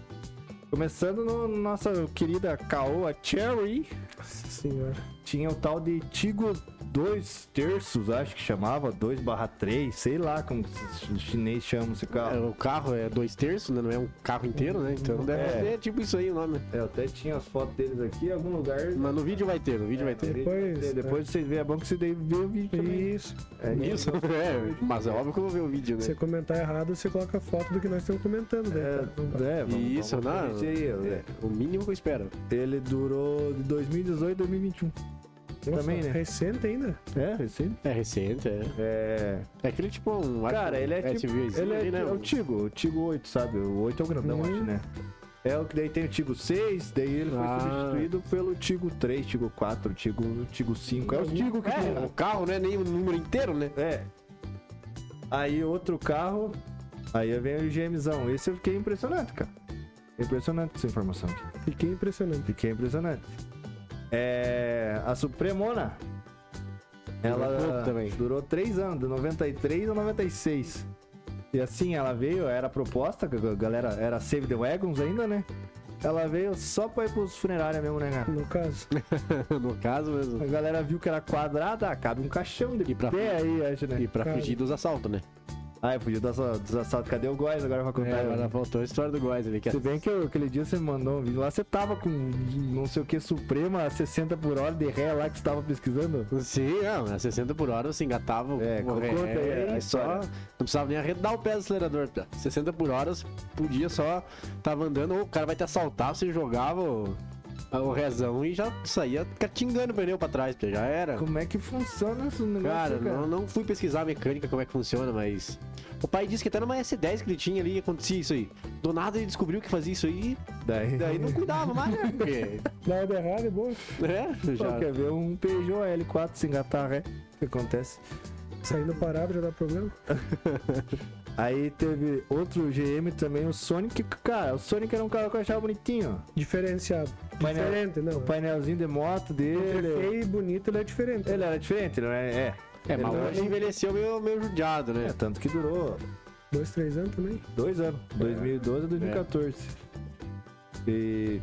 [SPEAKER 1] Começando no nossa querida Caoa Cherry,
[SPEAKER 3] nossa senhora.
[SPEAKER 1] tinha o tal de Tigo 2 terços, acho que chamava, 2 barra 3, sei lá como que os chinês chamam esse
[SPEAKER 2] É,
[SPEAKER 1] carro.
[SPEAKER 2] O carro é dois terços, né? Não é um carro inteiro, né? Então deve
[SPEAKER 1] É.
[SPEAKER 2] ser tipo isso aí o nome.
[SPEAKER 1] É, eu até tinha as fotos deles aqui em algum lugar.
[SPEAKER 2] Mas no vídeo vai ter, no vídeo vai
[SPEAKER 1] Depois,
[SPEAKER 2] ter.
[SPEAKER 3] Depois,
[SPEAKER 1] depois vocês veem, é bom que vocês daí vê o vídeo também.
[SPEAKER 3] Isso.
[SPEAKER 1] É,
[SPEAKER 2] Isso, (laughs) é. Mas é óbvio que eu vou ver o vídeo, né?
[SPEAKER 3] Se você comentar errado, você coloca a foto do que nós estamos comentando. Né?
[SPEAKER 1] É, é, vamos,
[SPEAKER 2] Isso,
[SPEAKER 1] vamos
[SPEAKER 2] não.
[SPEAKER 1] corrigir Aí,
[SPEAKER 2] É,
[SPEAKER 1] é.
[SPEAKER 2] o mínimo que eu espero.
[SPEAKER 1] Ele durou de 2018 a 2021.
[SPEAKER 3] Nossa,
[SPEAKER 1] também, né?
[SPEAKER 3] Recente ainda.
[SPEAKER 1] É, recente.
[SPEAKER 2] É recente, é.
[SPEAKER 1] É.
[SPEAKER 2] É aquele tipo um.
[SPEAKER 1] Cara, ele é tipo.
[SPEAKER 2] SUVzinho
[SPEAKER 1] Ele
[SPEAKER 2] ali,
[SPEAKER 1] é,
[SPEAKER 2] né?
[SPEAKER 1] é o
[SPEAKER 2] Um-
[SPEAKER 1] Tigo, o Tigo 8, sabe? O 8 é o grandão,
[SPEAKER 3] Uhum.
[SPEAKER 1] acho, né? É o que daí tem o Tigo 6, daí ele foi
[SPEAKER 2] Ah.
[SPEAKER 1] substituído pelo Tigo 3, Tigo 4, Tigo, Tigo 5. É o Tigo que
[SPEAKER 2] É, o carro não é nem o número inteiro, né? (laughs)
[SPEAKER 1] É. Aí outro carro. Aí vem o GMzão. Esse eu fiquei impressionado, cara. Impressionante essa informação aqui.
[SPEAKER 3] Fiquei impressionante.
[SPEAKER 1] Fiquei impressionante. É. A Supremona.
[SPEAKER 2] Durou
[SPEAKER 1] Ela
[SPEAKER 2] pouco também.
[SPEAKER 1] durou três anos, de 93 a 96. E assim, ela veio, era proposta, que a galera era Save the Wagons ainda, né? Ela veio só pra ir pros funerários mesmo, né, cara?
[SPEAKER 3] No
[SPEAKER 1] (laughs)
[SPEAKER 3] caso,
[SPEAKER 2] no caso mesmo.
[SPEAKER 1] A galera viu que era quadrada, ah, cabe um caixão de
[SPEAKER 2] E pra-
[SPEAKER 1] pé aí, acho, né?
[SPEAKER 2] E pra
[SPEAKER 3] Cara.
[SPEAKER 2] fugir dos assaltos, né?
[SPEAKER 1] Ah, eu fugiu dos assa- dos assaltos. Cadê o Góis agora pra
[SPEAKER 2] É,
[SPEAKER 1] contar?
[SPEAKER 2] agora faltou a história do Góis ali. Que é
[SPEAKER 1] Tudo bem que eu- aquele dia você me mandou um vídeo lá, você tava com não sei o que Suprema a 60 por hora de ré lá que você tava pesquisando?
[SPEAKER 2] Sim, não, a 60 por hora você engatava o
[SPEAKER 1] É,
[SPEAKER 2] o
[SPEAKER 1] conta aí a
[SPEAKER 2] é, só
[SPEAKER 1] história.
[SPEAKER 2] Não precisava nem arredar o pé do acelerador, tá? 60 por hora você podia só. Tava andando, ou o cara vai te assaltar, você jogava o, o rezão e já saía catingando o pneu pra trás, porque já era.
[SPEAKER 1] Como é que funciona esse negócio,
[SPEAKER 2] Cara,
[SPEAKER 1] cara?
[SPEAKER 2] não, não fui pesquisar a mecânica, como é que funciona, mas. O pai disse que até numa S10 que ele tinha ali acontecia isso aí. Do nada ele descobriu que fazia isso aí
[SPEAKER 1] Daí, (laughs)
[SPEAKER 2] e daí não cuidava mais, né? Porque.
[SPEAKER 3] Dá uma errada e é boa.
[SPEAKER 2] Né?
[SPEAKER 1] Pô,
[SPEAKER 2] Já...
[SPEAKER 1] quer ver um Peugeot L4 sem engatar ré? O que acontece?
[SPEAKER 3] Saindo parado já dá problema.
[SPEAKER 1] Aí teve outro GM também, o Sonic. que, Cara, o Sonic era um cara que eu achava bonitinho.
[SPEAKER 3] Diferenciado.
[SPEAKER 1] Painel.
[SPEAKER 3] Diferente, não.
[SPEAKER 1] O painelzinho de moto
[SPEAKER 3] Ele é
[SPEAKER 1] dele.
[SPEAKER 3] feio e bonito, ele é diferente.
[SPEAKER 1] Ele era diferente, não é? É.
[SPEAKER 2] É, mas
[SPEAKER 1] Ele
[SPEAKER 2] hoje envelheceu meio, meio judiado, né?
[SPEAKER 1] É, tanto que durou
[SPEAKER 3] Dois, três anos também.
[SPEAKER 1] dois anos, 2012 a 2014. E.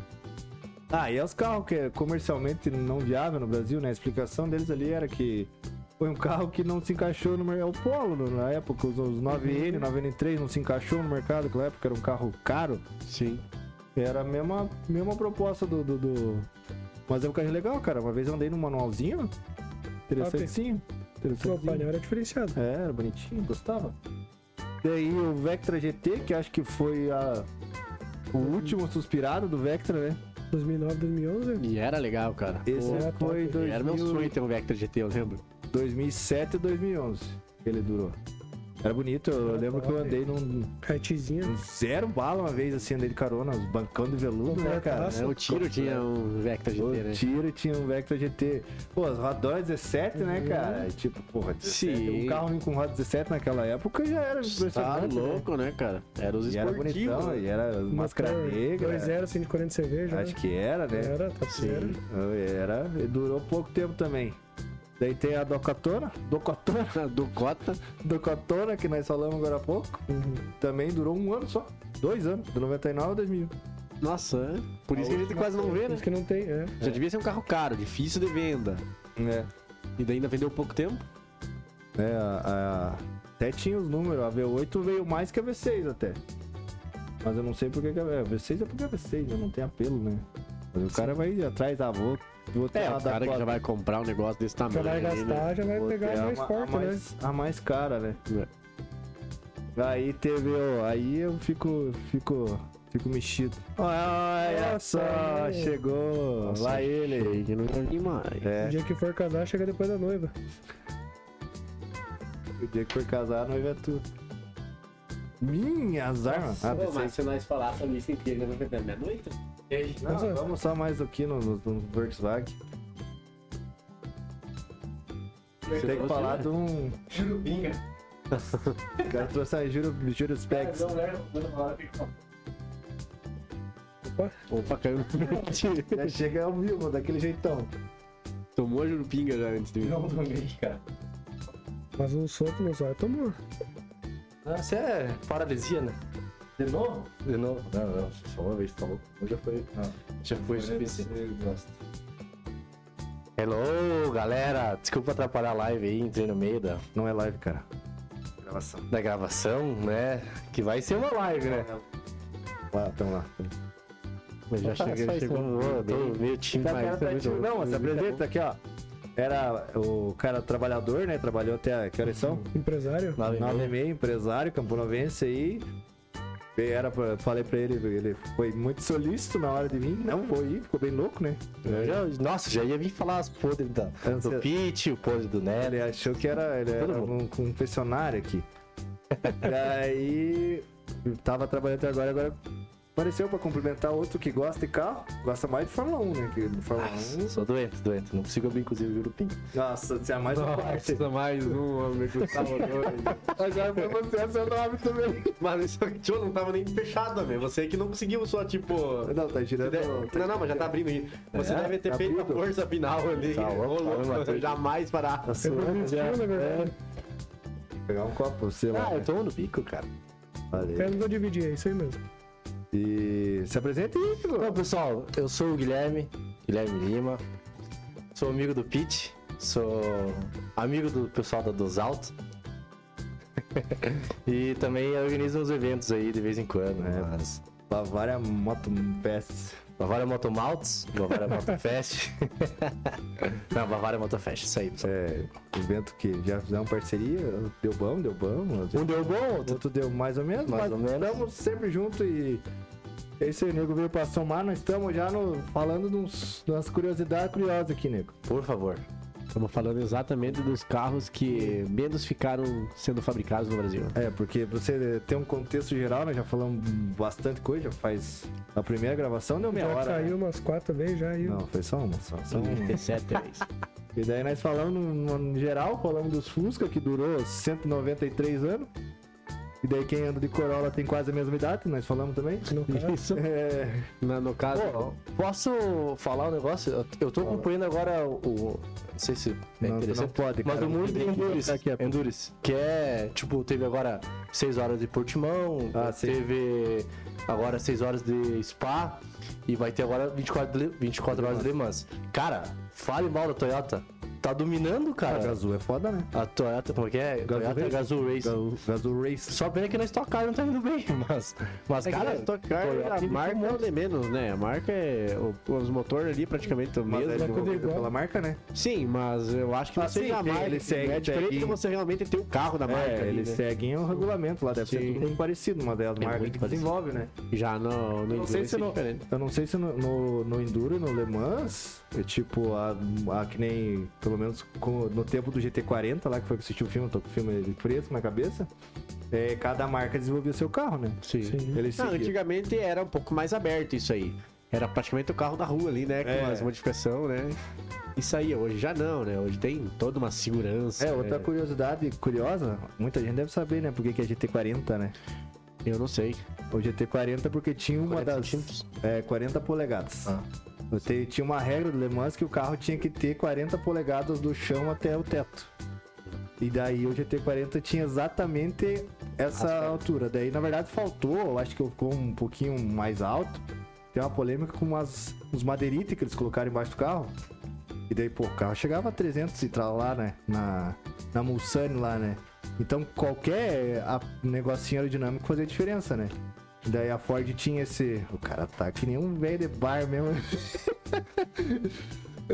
[SPEAKER 1] Ah, e é os carros que é comercialmente não viável no Brasil, né? A explicação deles ali era que foi um carro que não se encaixou no mercado. O Polo, né? na época, os, os 9N, 9N3 não se encaixou no mercado, naquela época era um carro caro.
[SPEAKER 2] Sim.
[SPEAKER 1] Era a mesma, mesma proposta do, do, do- Mas é um carro legal, cara. Uma vez eu andei num manualzinho. Interessantinho.
[SPEAKER 3] O painel
[SPEAKER 1] Interessantinho.
[SPEAKER 3] era diferenciado.
[SPEAKER 1] É, era bonitinho, gostava. Daí o Vectra GT, que acho que foi a... o último suspirado do Vectra, né?
[SPEAKER 3] 2009, 2011.
[SPEAKER 2] E era legal, cara.
[SPEAKER 1] Esse é
[SPEAKER 2] Pô,
[SPEAKER 3] era
[SPEAKER 1] foi
[SPEAKER 3] top.
[SPEAKER 1] 2000...
[SPEAKER 2] Era meu sonho ter um Vector GT, eu lembro.
[SPEAKER 1] 2007 e 2011 que ele durou. Era bonito, eu
[SPEAKER 3] Era
[SPEAKER 1] lembro que eu
[SPEAKER 3] top.
[SPEAKER 1] andei num,
[SPEAKER 3] Retezinha.
[SPEAKER 1] num zero bala uma vez, assim, andei de carona, os bancão de veludo, né, cara?
[SPEAKER 3] Completaço.
[SPEAKER 2] Né? O tiro tinha um Vector
[SPEAKER 1] O
[SPEAKER 2] GT, né?
[SPEAKER 1] tiro tinha um Vectra GT. Pô, as rodas 17, né,
[SPEAKER 2] Uhum.
[SPEAKER 1] cara? Tipo, porra, 17.
[SPEAKER 2] Sim.
[SPEAKER 1] Um carro com roda 17 naquela época já era
[SPEAKER 2] Tá
[SPEAKER 1] impressionante. né?
[SPEAKER 2] louco, né, cara? Era os
[SPEAKER 1] E era
[SPEAKER 2] esportivos.
[SPEAKER 1] bonitão,
[SPEAKER 2] né?
[SPEAKER 1] e era Hum, máscara negra. é. né?
[SPEAKER 3] 2-0, 140 cerveja.
[SPEAKER 1] Acho
[SPEAKER 3] né?
[SPEAKER 1] que era, né?
[SPEAKER 3] Era, tá zero.
[SPEAKER 1] Era. E durou pouco tempo também. Daí tem a Docatona, (laughs) Docatona,
[SPEAKER 2] (laughs) Do Cota.
[SPEAKER 1] Docatona, que nós falamos agora há pouco.
[SPEAKER 3] Uhum.
[SPEAKER 1] Também durou um ano só. Dois anos, do 99 a 2000.
[SPEAKER 2] Nossa, é. por isso que a gente quase não vê,
[SPEAKER 3] Por
[SPEAKER 2] né?
[SPEAKER 3] isso que não tem, é.
[SPEAKER 2] Já devia ser um carro caro, difícil de venda.
[SPEAKER 1] É.
[SPEAKER 2] E daí ainda vendeu pouco tempo.
[SPEAKER 1] É, a- a- até tinha os números, a V8 veio mais que a V6 até. Mas eu não sei porque que a é, a V6 é porque a V6 né? não tem apelo, né? Mas o cara vai atrás da avó, do outro
[SPEAKER 2] É,
[SPEAKER 1] lado
[SPEAKER 2] o cara
[SPEAKER 1] da
[SPEAKER 2] que já
[SPEAKER 1] quadra.
[SPEAKER 2] vai comprar um negócio desse
[SPEAKER 3] Já
[SPEAKER 2] tamanho.
[SPEAKER 3] vai
[SPEAKER 2] aí, né?
[SPEAKER 3] gastar, já vai
[SPEAKER 1] Vou
[SPEAKER 3] pegar
[SPEAKER 1] ter a
[SPEAKER 3] mais
[SPEAKER 1] ma-
[SPEAKER 3] forte,
[SPEAKER 1] a
[SPEAKER 3] né?
[SPEAKER 1] mais, a mais cara, né? Aí teve, ó, aí eu fico, fico, fico mexido. Olha
[SPEAKER 3] Nossa, é.
[SPEAKER 1] só,
[SPEAKER 3] aí.
[SPEAKER 1] chegou,
[SPEAKER 2] Nossa,
[SPEAKER 1] lá ele.
[SPEAKER 2] Achei que não ia vir mais.
[SPEAKER 1] É,
[SPEAKER 3] O dia que for casar, chega depois da noiva.
[SPEAKER 1] o dia que for casar, noiva é tu. Minhas armas. Ah,
[SPEAKER 2] Pô,
[SPEAKER 1] pensei
[SPEAKER 2] mas se nós falar sobre isso inteiro, não vai ter meia-noite?
[SPEAKER 1] Não,
[SPEAKER 3] Nossa.
[SPEAKER 1] vamos só mais aqui no, no, no Volkswagen. Tem que falar de (laughs) um.
[SPEAKER 2] Jurubinga.
[SPEAKER 1] O cara trouxe a Juro, Juro Specs.
[SPEAKER 3] Opa,
[SPEAKER 2] Opa, caiu no meu tiro.
[SPEAKER 1] (laughs) Já chega ao vivo, daquele jeitão.
[SPEAKER 2] Tomou a Jurupinga já antes de mim.
[SPEAKER 1] Não tomei, cara.
[SPEAKER 3] mas um soco no zóio tomou.
[SPEAKER 4] Isso é paralisia, né?
[SPEAKER 1] De novo?
[SPEAKER 4] De novo.
[SPEAKER 1] Não, não, só uma vez, tá louco. Já foi. Não,
[SPEAKER 4] Já foi suficiente.
[SPEAKER 1] eu gosto.
[SPEAKER 4] Hello, galera! Desculpa atrapalhar a live aí, entrei no meio da,
[SPEAKER 1] Não é live, cara. Gravação.
[SPEAKER 4] da gravação, né? Que vai ser uma live, né?
[SPEAKER 1] Lá, tamo lá.
[SPEAKER 4] Mas já
[SPEAKER 2] Tá,
[SPEAKER 4] cheguei,
[SPEAKER 2] só isso
[SPEAKER 4] chegou
[SPEAKER 2] mesmo.
[SPEAKER 4] boa, tô meio tímido, mas...
[SPEAKER 1] Cara, tá
[SPEAKER 4] também tô-
[SPEAKER 1] ativo. Não, se apresenta aqui, ó. Era o cara trabalhador, né? Trabalhou até. Que horas são?
[SPEAKER 3] Empresário?
[SPEAKER 4] Nove e meia.
[SPEAKER 1] 9,5, empresário, camponovense aí. E Era pra, falei pra ele, ele foi muito solícito na hora de vir, não foi ir, ficou bem louco, né?
[SPEAKER 2] É.
[SPEAKER 4] Eu já- nossa, já ia vir falar as podres da,
[SPEAKER 2] Então
[SPEAKER 1] Antes-
[SPEAKER 4] do Pete, o podre do Neto.
[SPEAKER 1] Ele achou que era, ele era um confessionário (laughs) aqui. Daí tava trabalhando até agora, agora apareceu pra cumprimentar outro que gosta de carro, gosta mais de Fórmula 1, né? Que de Fórmula
[SPEAKER 4] Nossa, sou doente, doente. Não consigo abrir, inclusive, o Jurupinga.
[SPEAKER 1] 1. Nossa, tinha mais uma parte.
[SPEAKER 2] mais um, amigo.
[SPEAKER 4] (laughs)
[SPEAKER 1] Agora foi você é seu nome também.
[SPEAKER 2] Mas isso aqui tio, não tava nem fechado, velho. Você que não conseguiu só, tipo...
[SPEAKER 1] Não, tá girando.
[SPEAKER 2] Não, não, mas já tá abrindo aí. Você
[SPEAKER 1] É?
[SPEAKER 2] deve ter
[SPEAKER 1] Tá
[SPEAKER 2] feito a
[SPEAKER 1] abrindo?
[SPEAKER 2] força final ali.
[SPEAKER 4] Tá louco,
[SPEAKER 2] Ô, louco,
[SPEAKER 4] tá me matando.
[SPEAKER 2] jamais parar.
[SPEAKER 4] Nossa,
[SPEAKER 1] É,
[SPEAKER 3] Tio, na
[SPEAKER 4] né?
[SPEAKER 3] verdade.
[SPEAKER 1] Pegar um copo, sei lá.
[SPEAKER 4] Ah, eu tô no bico, cara.
[SPEAKER 1] Valeu.
[SPEAKER 3] Eu não vou dividir, é isso aí mesmo.
[SPEAKER 1] E se apresenta aí, Igor.
[SPEAKER 4] Bom, pessoal, eu sou o Guilherme, Guilherme Lima. Sou amigo do Pete, sou amigo do pessoal da Dos Alto. (laughs) e também organizo uns eventos aí de vez em quando. né?
[SPEAKER 1] É.
[SPEAKER 4] Mas...
[SPEAKER 1] Bavária Moto um Fest.
[SPEAKER 4] Bavária Motomaltos, Bavária Motofest. (laughs) Não, Bavária Motofest, isso aí, pessoal.
[SPEAKER 1] É, evento que já fizemos parceria, deu bom, deu bom.
[SPEAKER 4] Um deu bom,
[SPEAKER 1] Outro deu mais ou menos,
[SPEAKER 4] Mais
[SPEAKER 1] mas
[SPEAKER 4] ou menos.
[SPEAKER 1] estamos sempre juntos e Esse aí, nego veio pra somar, nós estamos já no, falando de uns, de umas curiosidades curiosas aqui, nego.
[SPEAKER 4] Por favor.
[SPEAKER 2] Estamos falando exatamente dos carros que menos ficaram sendo fabricados no Brasil.
[SPEAKER 1] É, porque pra você ter um contexto geral, nós já falamos bastante coisa, já faz. A primeira gravação deu meia
[SPEAKER 3] Já
[SPEAKER 1] hora. né?
[SPEAKER 3] saiu umas quatro vezes já aí.
[SPEAKER 1] Não, foi só uma, só, só
[SPEAKER 2] São
[SPEAKER 1] uma.
[SPEAKER 2] 37 três.
[SPEAKER 1] E daí nós falamos no, no geral, falamos dos Fusca, que durou 193 anos. E daí quem anda de Corolla tem quase a mesma idade, nós falamos também.
[SPEAKER 3] No caso,
[SPEAKER 2] Isso.
[SPEAKER 1] É,
[SPEAKER 2] Na- no caso,
[SPEAKER 4] Pô, posso falar um negócio? Eu- Eu tô acompanhando agora o. o- Não sei se é
[SPEAKER 1] Não, tu
[SPEAKER 4] interessante.
[SPEAKER 1] não pode,
[SPEAKER 4] mas
[SPEAKER 1] cara.
[SPEAKER 4] o mundo
[SPEAKER 1] Tem
[SPEAKER 4] tem
[SPEAKER 1] que
[SPEAKER 4] Endurance.
[SPEAKER 1] ficar aqui, é.
[SPEAKER 4] Endurance. Que é, tipo, teve agora 6 horas de Portimão,
[SPEAKER 1] Ah, sim.
[SPEAKER 4] teve agora 6 horas de Spa e vai ter agora 24, de Le- 24 horas de Le Mans. Cara, fale mal da Toyota. Tá dominando,
[SPEAKER 2] Ah,
[SPEAKER 1] a
[SPEAKER 4] cara.
[SPEAKER 1] Gazoo é foda, né?
[SPEAKER 4] A Toyota, como é que é?
[SPEAKER 1] Gazoo
[SPEAKER 4] Toyota
[SPEAKER 1] Race?
[SPEAKER 4] Gazoo Race.
[SPEAKER 1] Gazoo, Gazoo Race.
[SPEAKER 4] Só pena que na Stock Car não tá indo
[SPEAKER 2] (laughs)
[SPEAKER 4] bem, mas... Mas, cara,
[SPEAKER 2] cara, tocar
[SPEAKER 4] Toyota
[SPEAKER 2] a
[SPEAKER 4] e
[SPEAKER 2] marca é o de menos, né? A marca é. o- os motores ali praticamente o
[SPEAKER 1] Mas é
[SPEAKER 2] mesmo.
[SPEAKER 1] desenvolvido
[SPEAKER 3] igual.
[SPEAKER 1] pela marca, né?
[SPEAKER 2] Sim, mas eu acho que
[SPEAKER 1] Ah,
[SPEAKER 2] você
[SPEAKER 1] sim,
[SPEAKER 2] já
[SPEAKER 1] tem,
[SPEAKER 2] marca.
[SPEAKER 1] ele segue-
[SPEAKER 2] é diferente
[SPEAKER 1] segue-
[SPEAKER 2] de você realmente ter o carro da marca.
[SPEAKER 1] é,
[SPEAKER 2] ali,
[SPEAKER 1] eles
[SPEAKER 2] né?
[SPEAKER 1] seguem o regulamento lá, deve ser
[SPEAKER 2] Sim.
[SPEAKER 1] tudo muito parecido, uma das marcas
[SPEAKER 4] muito
[SPEAKER 1] que
[SPEAKER 4] parecido.
[SPEAKER 1] desenvolve, né?
[SPEAKER 2] Já no, no
[SPEAKER 1] Eu não sei
[SPEAKER 2] Endurance
[SPEAKER 1] se
[SPEAKER 2] é
[SPEAKER 1] no,
[SPEAKER 2] diferente.
[SPEAKER 1] eu não sei se no, no, no Enduro e no Le Mans, é tipo, a, a que nem, pelo menos com- no tempo do GT40 lá, que foi que eu assisti o filme, eu tô com o filme de preto na cabeça, é, cada marca desenvolvia seu carro, né?
[SPEAKER 2] Sim. Ah,
[SPEAKER 3] sim.
[SPEAKER 1] Eles
[SPEAKER 2] Não,
[SPEAKER 1] seguiam.
[SPEAKER 2] antigamente era um pouco mais aberto isso aí. Era praticamente o carro da rua ali, né? Com
[SPEAKER 1] É.
[SPEAKER 2] as modificações, né? Isso aí, hoje já não, né? Hoje tem toda uma segurança.
[SPEAKER 1] É, outra
[SPEAKER 2] né?
[SPEAKER 1] curiosidade curiosa, muita gente deve saber, né, por que que é GT40, né?
[SPEAKER 2] Eu não sei.
[SPEAKER 1] O GT40 porque tinha uma
[SPEAKER 4] 40
[SPEAKER 1] das...
[SPEAKER 4] centímetros?
[SPEAKER 1] É, 40 polegadas.
[SPEAKER 4] Ah.
[SPEAKER 1] Eu te- tinha uma regra do Le Mans que o carro tinha que ter 40 polegadas do chão até o teto. E daí o GT40 tinha exatamente essa altura. Daí, na verdade, faltou, eu acho que ficou um pouquinho mais alto. Tem uma polêmica com umas, uns madeirite que eles colocaram embaixo do carro. E daí, pô, o carro chegava a 300 e tal lá, né? Na, na Mulsanne lá, né? Então qualquer a- negocinho aerodinâmico fazia diferença, né? E daí a Ford tinha esse. O cara tá que nem um velho de bar mesmo. (laughs)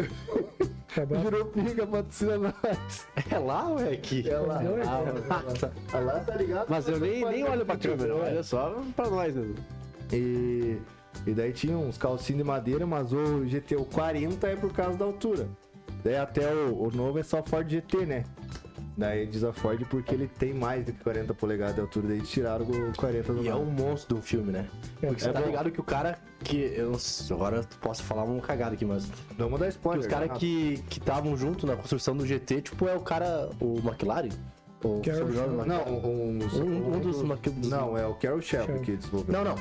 [SPEAKER 3] acabava.
[SPEAKER 1] Virou pinga, patrocina (laughs) nós.
[SPEAKER 4] É lá ou é aqui?
[SPEAKER 1] É lá,
[SPEAKER 3] Não, é
[SPEAKER 1] lá,
[SPEAKER 3] cara.
[SPEAKER 1] lá, lá. lá, tá ligado?
[SPEAKER 2] Mas eu nem, nem olho pra câmera, olha só pra nós, né?
[SPEAKER 1] E, e daí tinha uns calcinhos de madeira, mas o GT o 40 é por causa da altura. Daí até o, o novo é só Ford GT, né? Daí diz a Ford porque ele tem mais do que 40 polegadas de altura, daí tiraram o 40 do
[SPEAKER 4] E é um
[SPEAKER 1] novo.
[SPEAKER 4] monstro do filme, né? Porque você
[SPEAKER 1] é
[SPEAKER 4] tá
[SPEAKER 1] bom.
[SPEAKER 4] ligado que o cara que. Eu não sei, agora eu posso falar um cagado aqui, mas. que
[SPEAKER 1] Não manda spoiler. né?
[SPEAKER 4] os caras
[SPEAKER 1] Renato.
[SPEAKER 4] que que estavam junto na construção do GT, tipo, é o cara. O McLaren? é O
[SPEAKER 1] é?
[SPEAKER 3] Que era o
[SPEAKER 4] sobrenome do
[SPEAKER 3] Shelby.
[SPEAKER 1] Não,
[SPEAKER 4] McLaren?
[SPEAKER 1] um, um,
[SPEAKER 4] Um- um dos maqui- dos-
[SPEAKER 1] Não, é o Carol Shelby
[SPEAKER 3] Shelby.
[SPEAKER 1] que desenvolveu.
[SPEAKER 4] Não, não.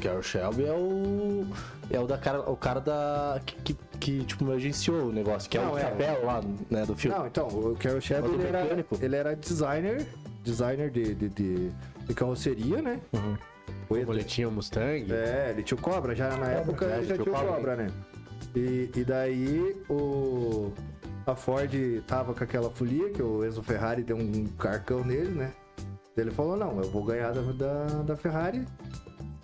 [SPEAKER 4] Que é o Shelby é o. É o da cara. O cara da. Que, que, que, tipo, agenciou o negócio, que é
[SPEAKER 1] Não,
[SPEAKER 4] o
[SPEAKER 1] é.
[SPEAKER 4] chapéu lá, né, do filme.
[SPEAKER 1] Não, então, o Carol Shelby
[SPEAKER 4] Mas o
[SPEAKER 1] ele era,
[SPEAKER 4] É mecânico?
[SPEAKER 1] ele era designer, designer de, de, de, de carroceria, né?
[SPEAKER 4] Uhum.
[SPEAKER 1] Foi-
[SPEAKER 2] Como ele tinha o Mustang.
[SPEAKER 1] É, ele tinha o Cobra, já na época
[SPEAKER 4] né?
[SPEAKER 1] ele já
[SPEAKER 4] Tinha o
[SPEAKER 1] tinha o
[SPEAKER 4] Cobra.
[SPEAKER 1] Cobra, né? E, e daí o. A Ford tava com aquela folia que o Enzo Ferrari deu um carcão nele, né? Ele falou, não, eu vou ganhar da, da, da Ferrari.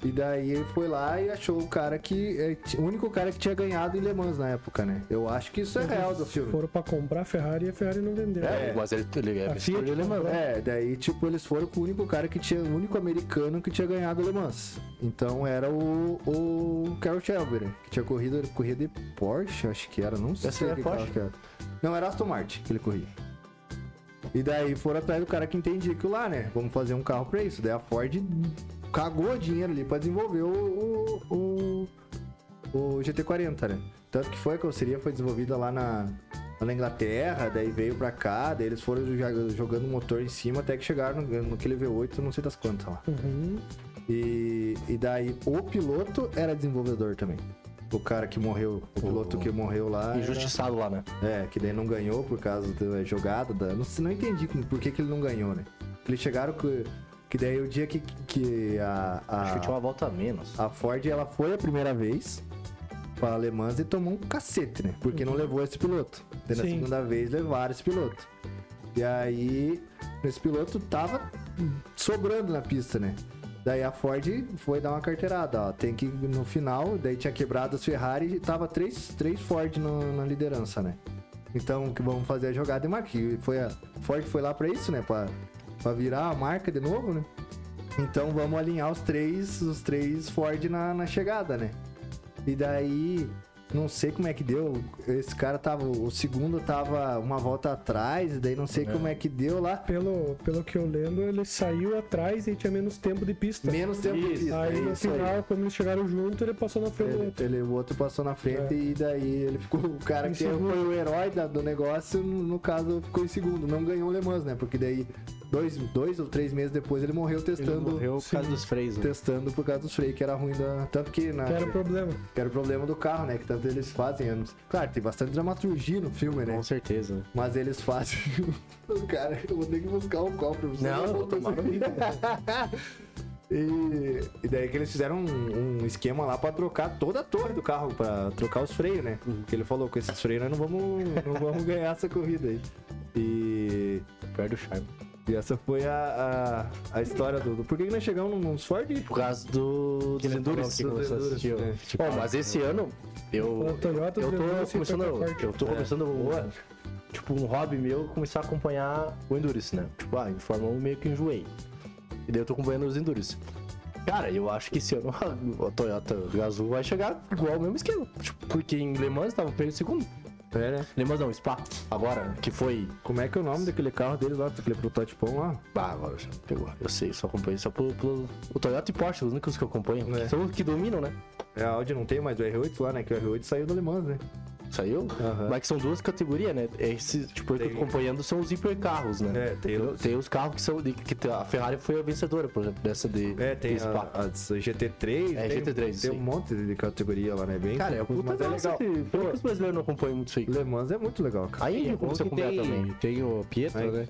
[SPEAKER 1] E daí ele foi lá e achou o cara que. é, t- O único cara que tinha ganhado em Le Mans na época, né? Eu acho que isso é real do filme.
[SPEAKER 3] Foram pra comprar a Ferrari e a Ferrari não vendeu.
[SPEAKER 4] É, mas ele, ele é
[SPEAKER 3] A Fiat
[SPEAKER 4] ele é alemão.
[SPEAKER 3] comprou.
[SPEAKER 1] É, daí, tipo, eles foram com o único cara que tinha, o único americano que tinha ganhado Le Mans. Então era o, o Carol Shelby, né? Que tinha corrido, ele corria de Porsche, acho que era, não sei.
[SPEAKER 4] Essa era
[SPEAKER 1] que carro
[SPEAKER 4] Porsche?
[SPEAKER 1] que era. Não, era Aston Martin que ele corria. E daí foram atrás do cara que entendia aquilo lá, né? Vamos fazer um carro pra isso. Daí a Ford cagou dinheiro ali pra desenvolver o, o, o, o GT40, né? Tanto que foi a carroceria foi desenvolvida lá na, lá na Inglaterra, daí veio pra cá, daí eles foram jo- jogando o motor em cima até que chegaram no, naquele V8, não sei das quantas lá.
[SPEAKER 3] Uhum.
[SPEAKER 1] E, e daí o piloto era desenvolvedor também. O cara que morreu, o piloto que morreu lá. era-
[SPEAKER 4] Injustiçado lá, né?
[SPEAKER 1] é, que daí não ganhou por causa da jogada. Da... Não, sei- não entendi como- por que, que ele não ganhou, né? Eles chegaram que. Que daí o dia que, que a,
[SPEAKER 4] Acho que tinha
[SPEAKER 1] a,
[SPEAKER 4] uma volta a menos.
[SPEAKER 1] a Ford ela foi a primeira vez para Alemãs e tomou um cacete, né? Porque não levou esse piloto. Daí na
[SPEAKER 3] Sim.
[SPEAKER 1] segunda vez levaram esse piloto. E aí, esse piloto tava sobrando na pista, né? Daí a Ford foi dar uma carteirada, ó. Tem que, no final, daí tinha quebrado as Ferrari e tava três, três Ford no- na liderança, né? Então, o que vamos fazer a jogada é marca. E foi a Ford foi lá pra isso, né? Pra, pra virar a marca de novo, né? Então vamos alinhar os três, os três Ford na, na chegada, né? E daí, não sei como é que deu. Esse cara tava. O segundo tava uma volta atrás, e daí não sei como é que deu lá.
[SPEAKER 3] Pelo, pelo que eu lembro, ele saiu atrás e tinha menos tempo de pista.
[SPEAKER 1] Menos tempo de
[SPEAKER 4] Isso,
[SPEAKER 1] pista.
[SPEAKER 3] aí
[SPEAKER 1] é
[SPEAKER 3] no
[SPEAKER 1] isso aí.
[SPEAKER 3] final, quando eles chegaram junto, ele passou na frente. do
[SPEAKER 1] Ele,
[SPEAKER 3] outro.
[SPEAKER 1] ele- o outro passou na frente e daí ele ficou. O cara
[SPEAKER 3] Em
[SPEAKER 1] que foi o herói da- do negócio, no, no caso, ficou em segundo. Não ganhou o Le Mans, né? Porque daí, dois, dois ou três meses depois, ele morreu
[SPEAKER 2] Ele
[SPEAKER 1] testando.
[SPEAKER 2] morreu por causa dos freios, né?
[SPEAKER 1] Testando por causa dos freios, que era ruim da. Tanto que na.
[SPEAKER 3] Que era o problema.
[SPEAKER 1] Que era o problema do carro, né? Que tanto eles fazem. eu não- Claro, tem bastante dramaturgia no filme, né?
[SPEAKER 2] Com certeza, né?
[SPEAKER 1] Mas eles fazem. (laughs) Os caras, eu vou ter que buscar um copo pra você.
[SPEAKER 4] Não, eu um vou tomar.
[SPEAKER 1] E, (laughs) e daí que eles fizeram um, um esquema lá pra trocar toda a torre do carro, pra trocar os freios, né?
[SPEAKER 4] Uhum.
[SPEAKER 1] Que ele falou, com esses freios nós não vamos, não vamos ganhar essa corrida aí. E,
[SPEAKER 2] Perde o charme.
[SPEAKER 1] e essa foi a, a, a história do, do- Por que que nós chegamos nos Ford?
[SPEAKER 4] Por causa do.
[SPEAKER 2] Que
[SPEAKER 4] dos
[SPEAKER 2] lembrou
[SPEAKER 4] Endurance.
[SPEAKER 2] que você assistiu.
[SPEAKER 1] né?
[SPEAKER 2] Tipo,
[SPEAKER 4] Bom, mas esse ano eu,
[SPEAKER 3] A Toyota
[SPEAKER 4] eu tô
[SPEAKER 3] Endurance pega
[SPEAKER 4] começando,
[SPEAKER 3] forte.
[SPEAKER 4] eu tô
[SPEAKER 2] É.
[SPEAKER 4] começando ó, tipo um hobby meu começar a acompanhar o endurance, né? Tipo, ah, em Fórmula 1 meio que enjoei. E daí eu tô acompanhando os endurance. Cara, eu acho que esse ano (laughs) a Toyota Gazoo vai chegar igual ao mesmo esquema. Tipo, porque em Le Mans tava pego em segundo.
[SPEAKER 1] É, né?
[SPEAKER 4] Le Mans não, Spa. Agora, que foi
[SPEAKER 1] Como é que é o nome daquele carro deles lá, daquele prototipão lá?
[SPEAKER 4] ah, agora já pegou. Eu sei, só acompanho só pelo, pelo- O Toyota e Porsche, os únicos que eu acompanho.
[SPEAKER 1] É.
[SPEAKER 4] São os que dominam, né?
[SPEAKER 1] É, A Audi não tem mais o R8 lá, né? Que o R8 saiu do Le Mans, né?
[SPEAKER 4] Saiu?
[SPEAKER 1] Aham.
[SPEAKER 4] Mas que são duas categorias, né? Esse, tipo, eu tô
[SPEAKER 1] Tem-
[SPEAKER 4] acompanhando são os hipercarros, né?
[SPEAKER 1] É, tem os-
[SPEAKER 4] tem os carros que são. de- que tem- a Ferrari foi a vencedora, por exemplo, dessa de.
[SPEAKER 1] É, tem
[SPEAKER 4] de Spa.
[SPEAKER 1] a, a GT3,
[SPEAKER 4] É,
[SPEAKER 1] tem,
[SPEAKER 4] GT3,
[SPEAKER 1] tem
[SPEAKER 4] sim.
[SPEAKER 1] um monte de categoria lá, né? Bem,
[SPEAKER 4] Cara, é o puta
[SPEAKER 1] mas é
[SPEAKER 4] massa
[SPEAKER 1] legal.
[SPEAKER 4] que- Por que os brasileiros não acompanham muito isso aí?
[SPEAKER 1] Le Mans é muito legal, cara.
[SPEAKER 4] Aí
[SPEAKER 2] E
[SPEAKER 4] ele
[SPEAKER 2] é bom
[SPEAKER 4] começou a
[SPEAKER 2] que
[SPEAKER 4] acompanhar
[SPEAKER 2] tem,
[SPEAKER 4] também.
[SPEAKER 2] tem o Pietro,
[SPEAKER 1] Aí.
[SPEAKER 2] né?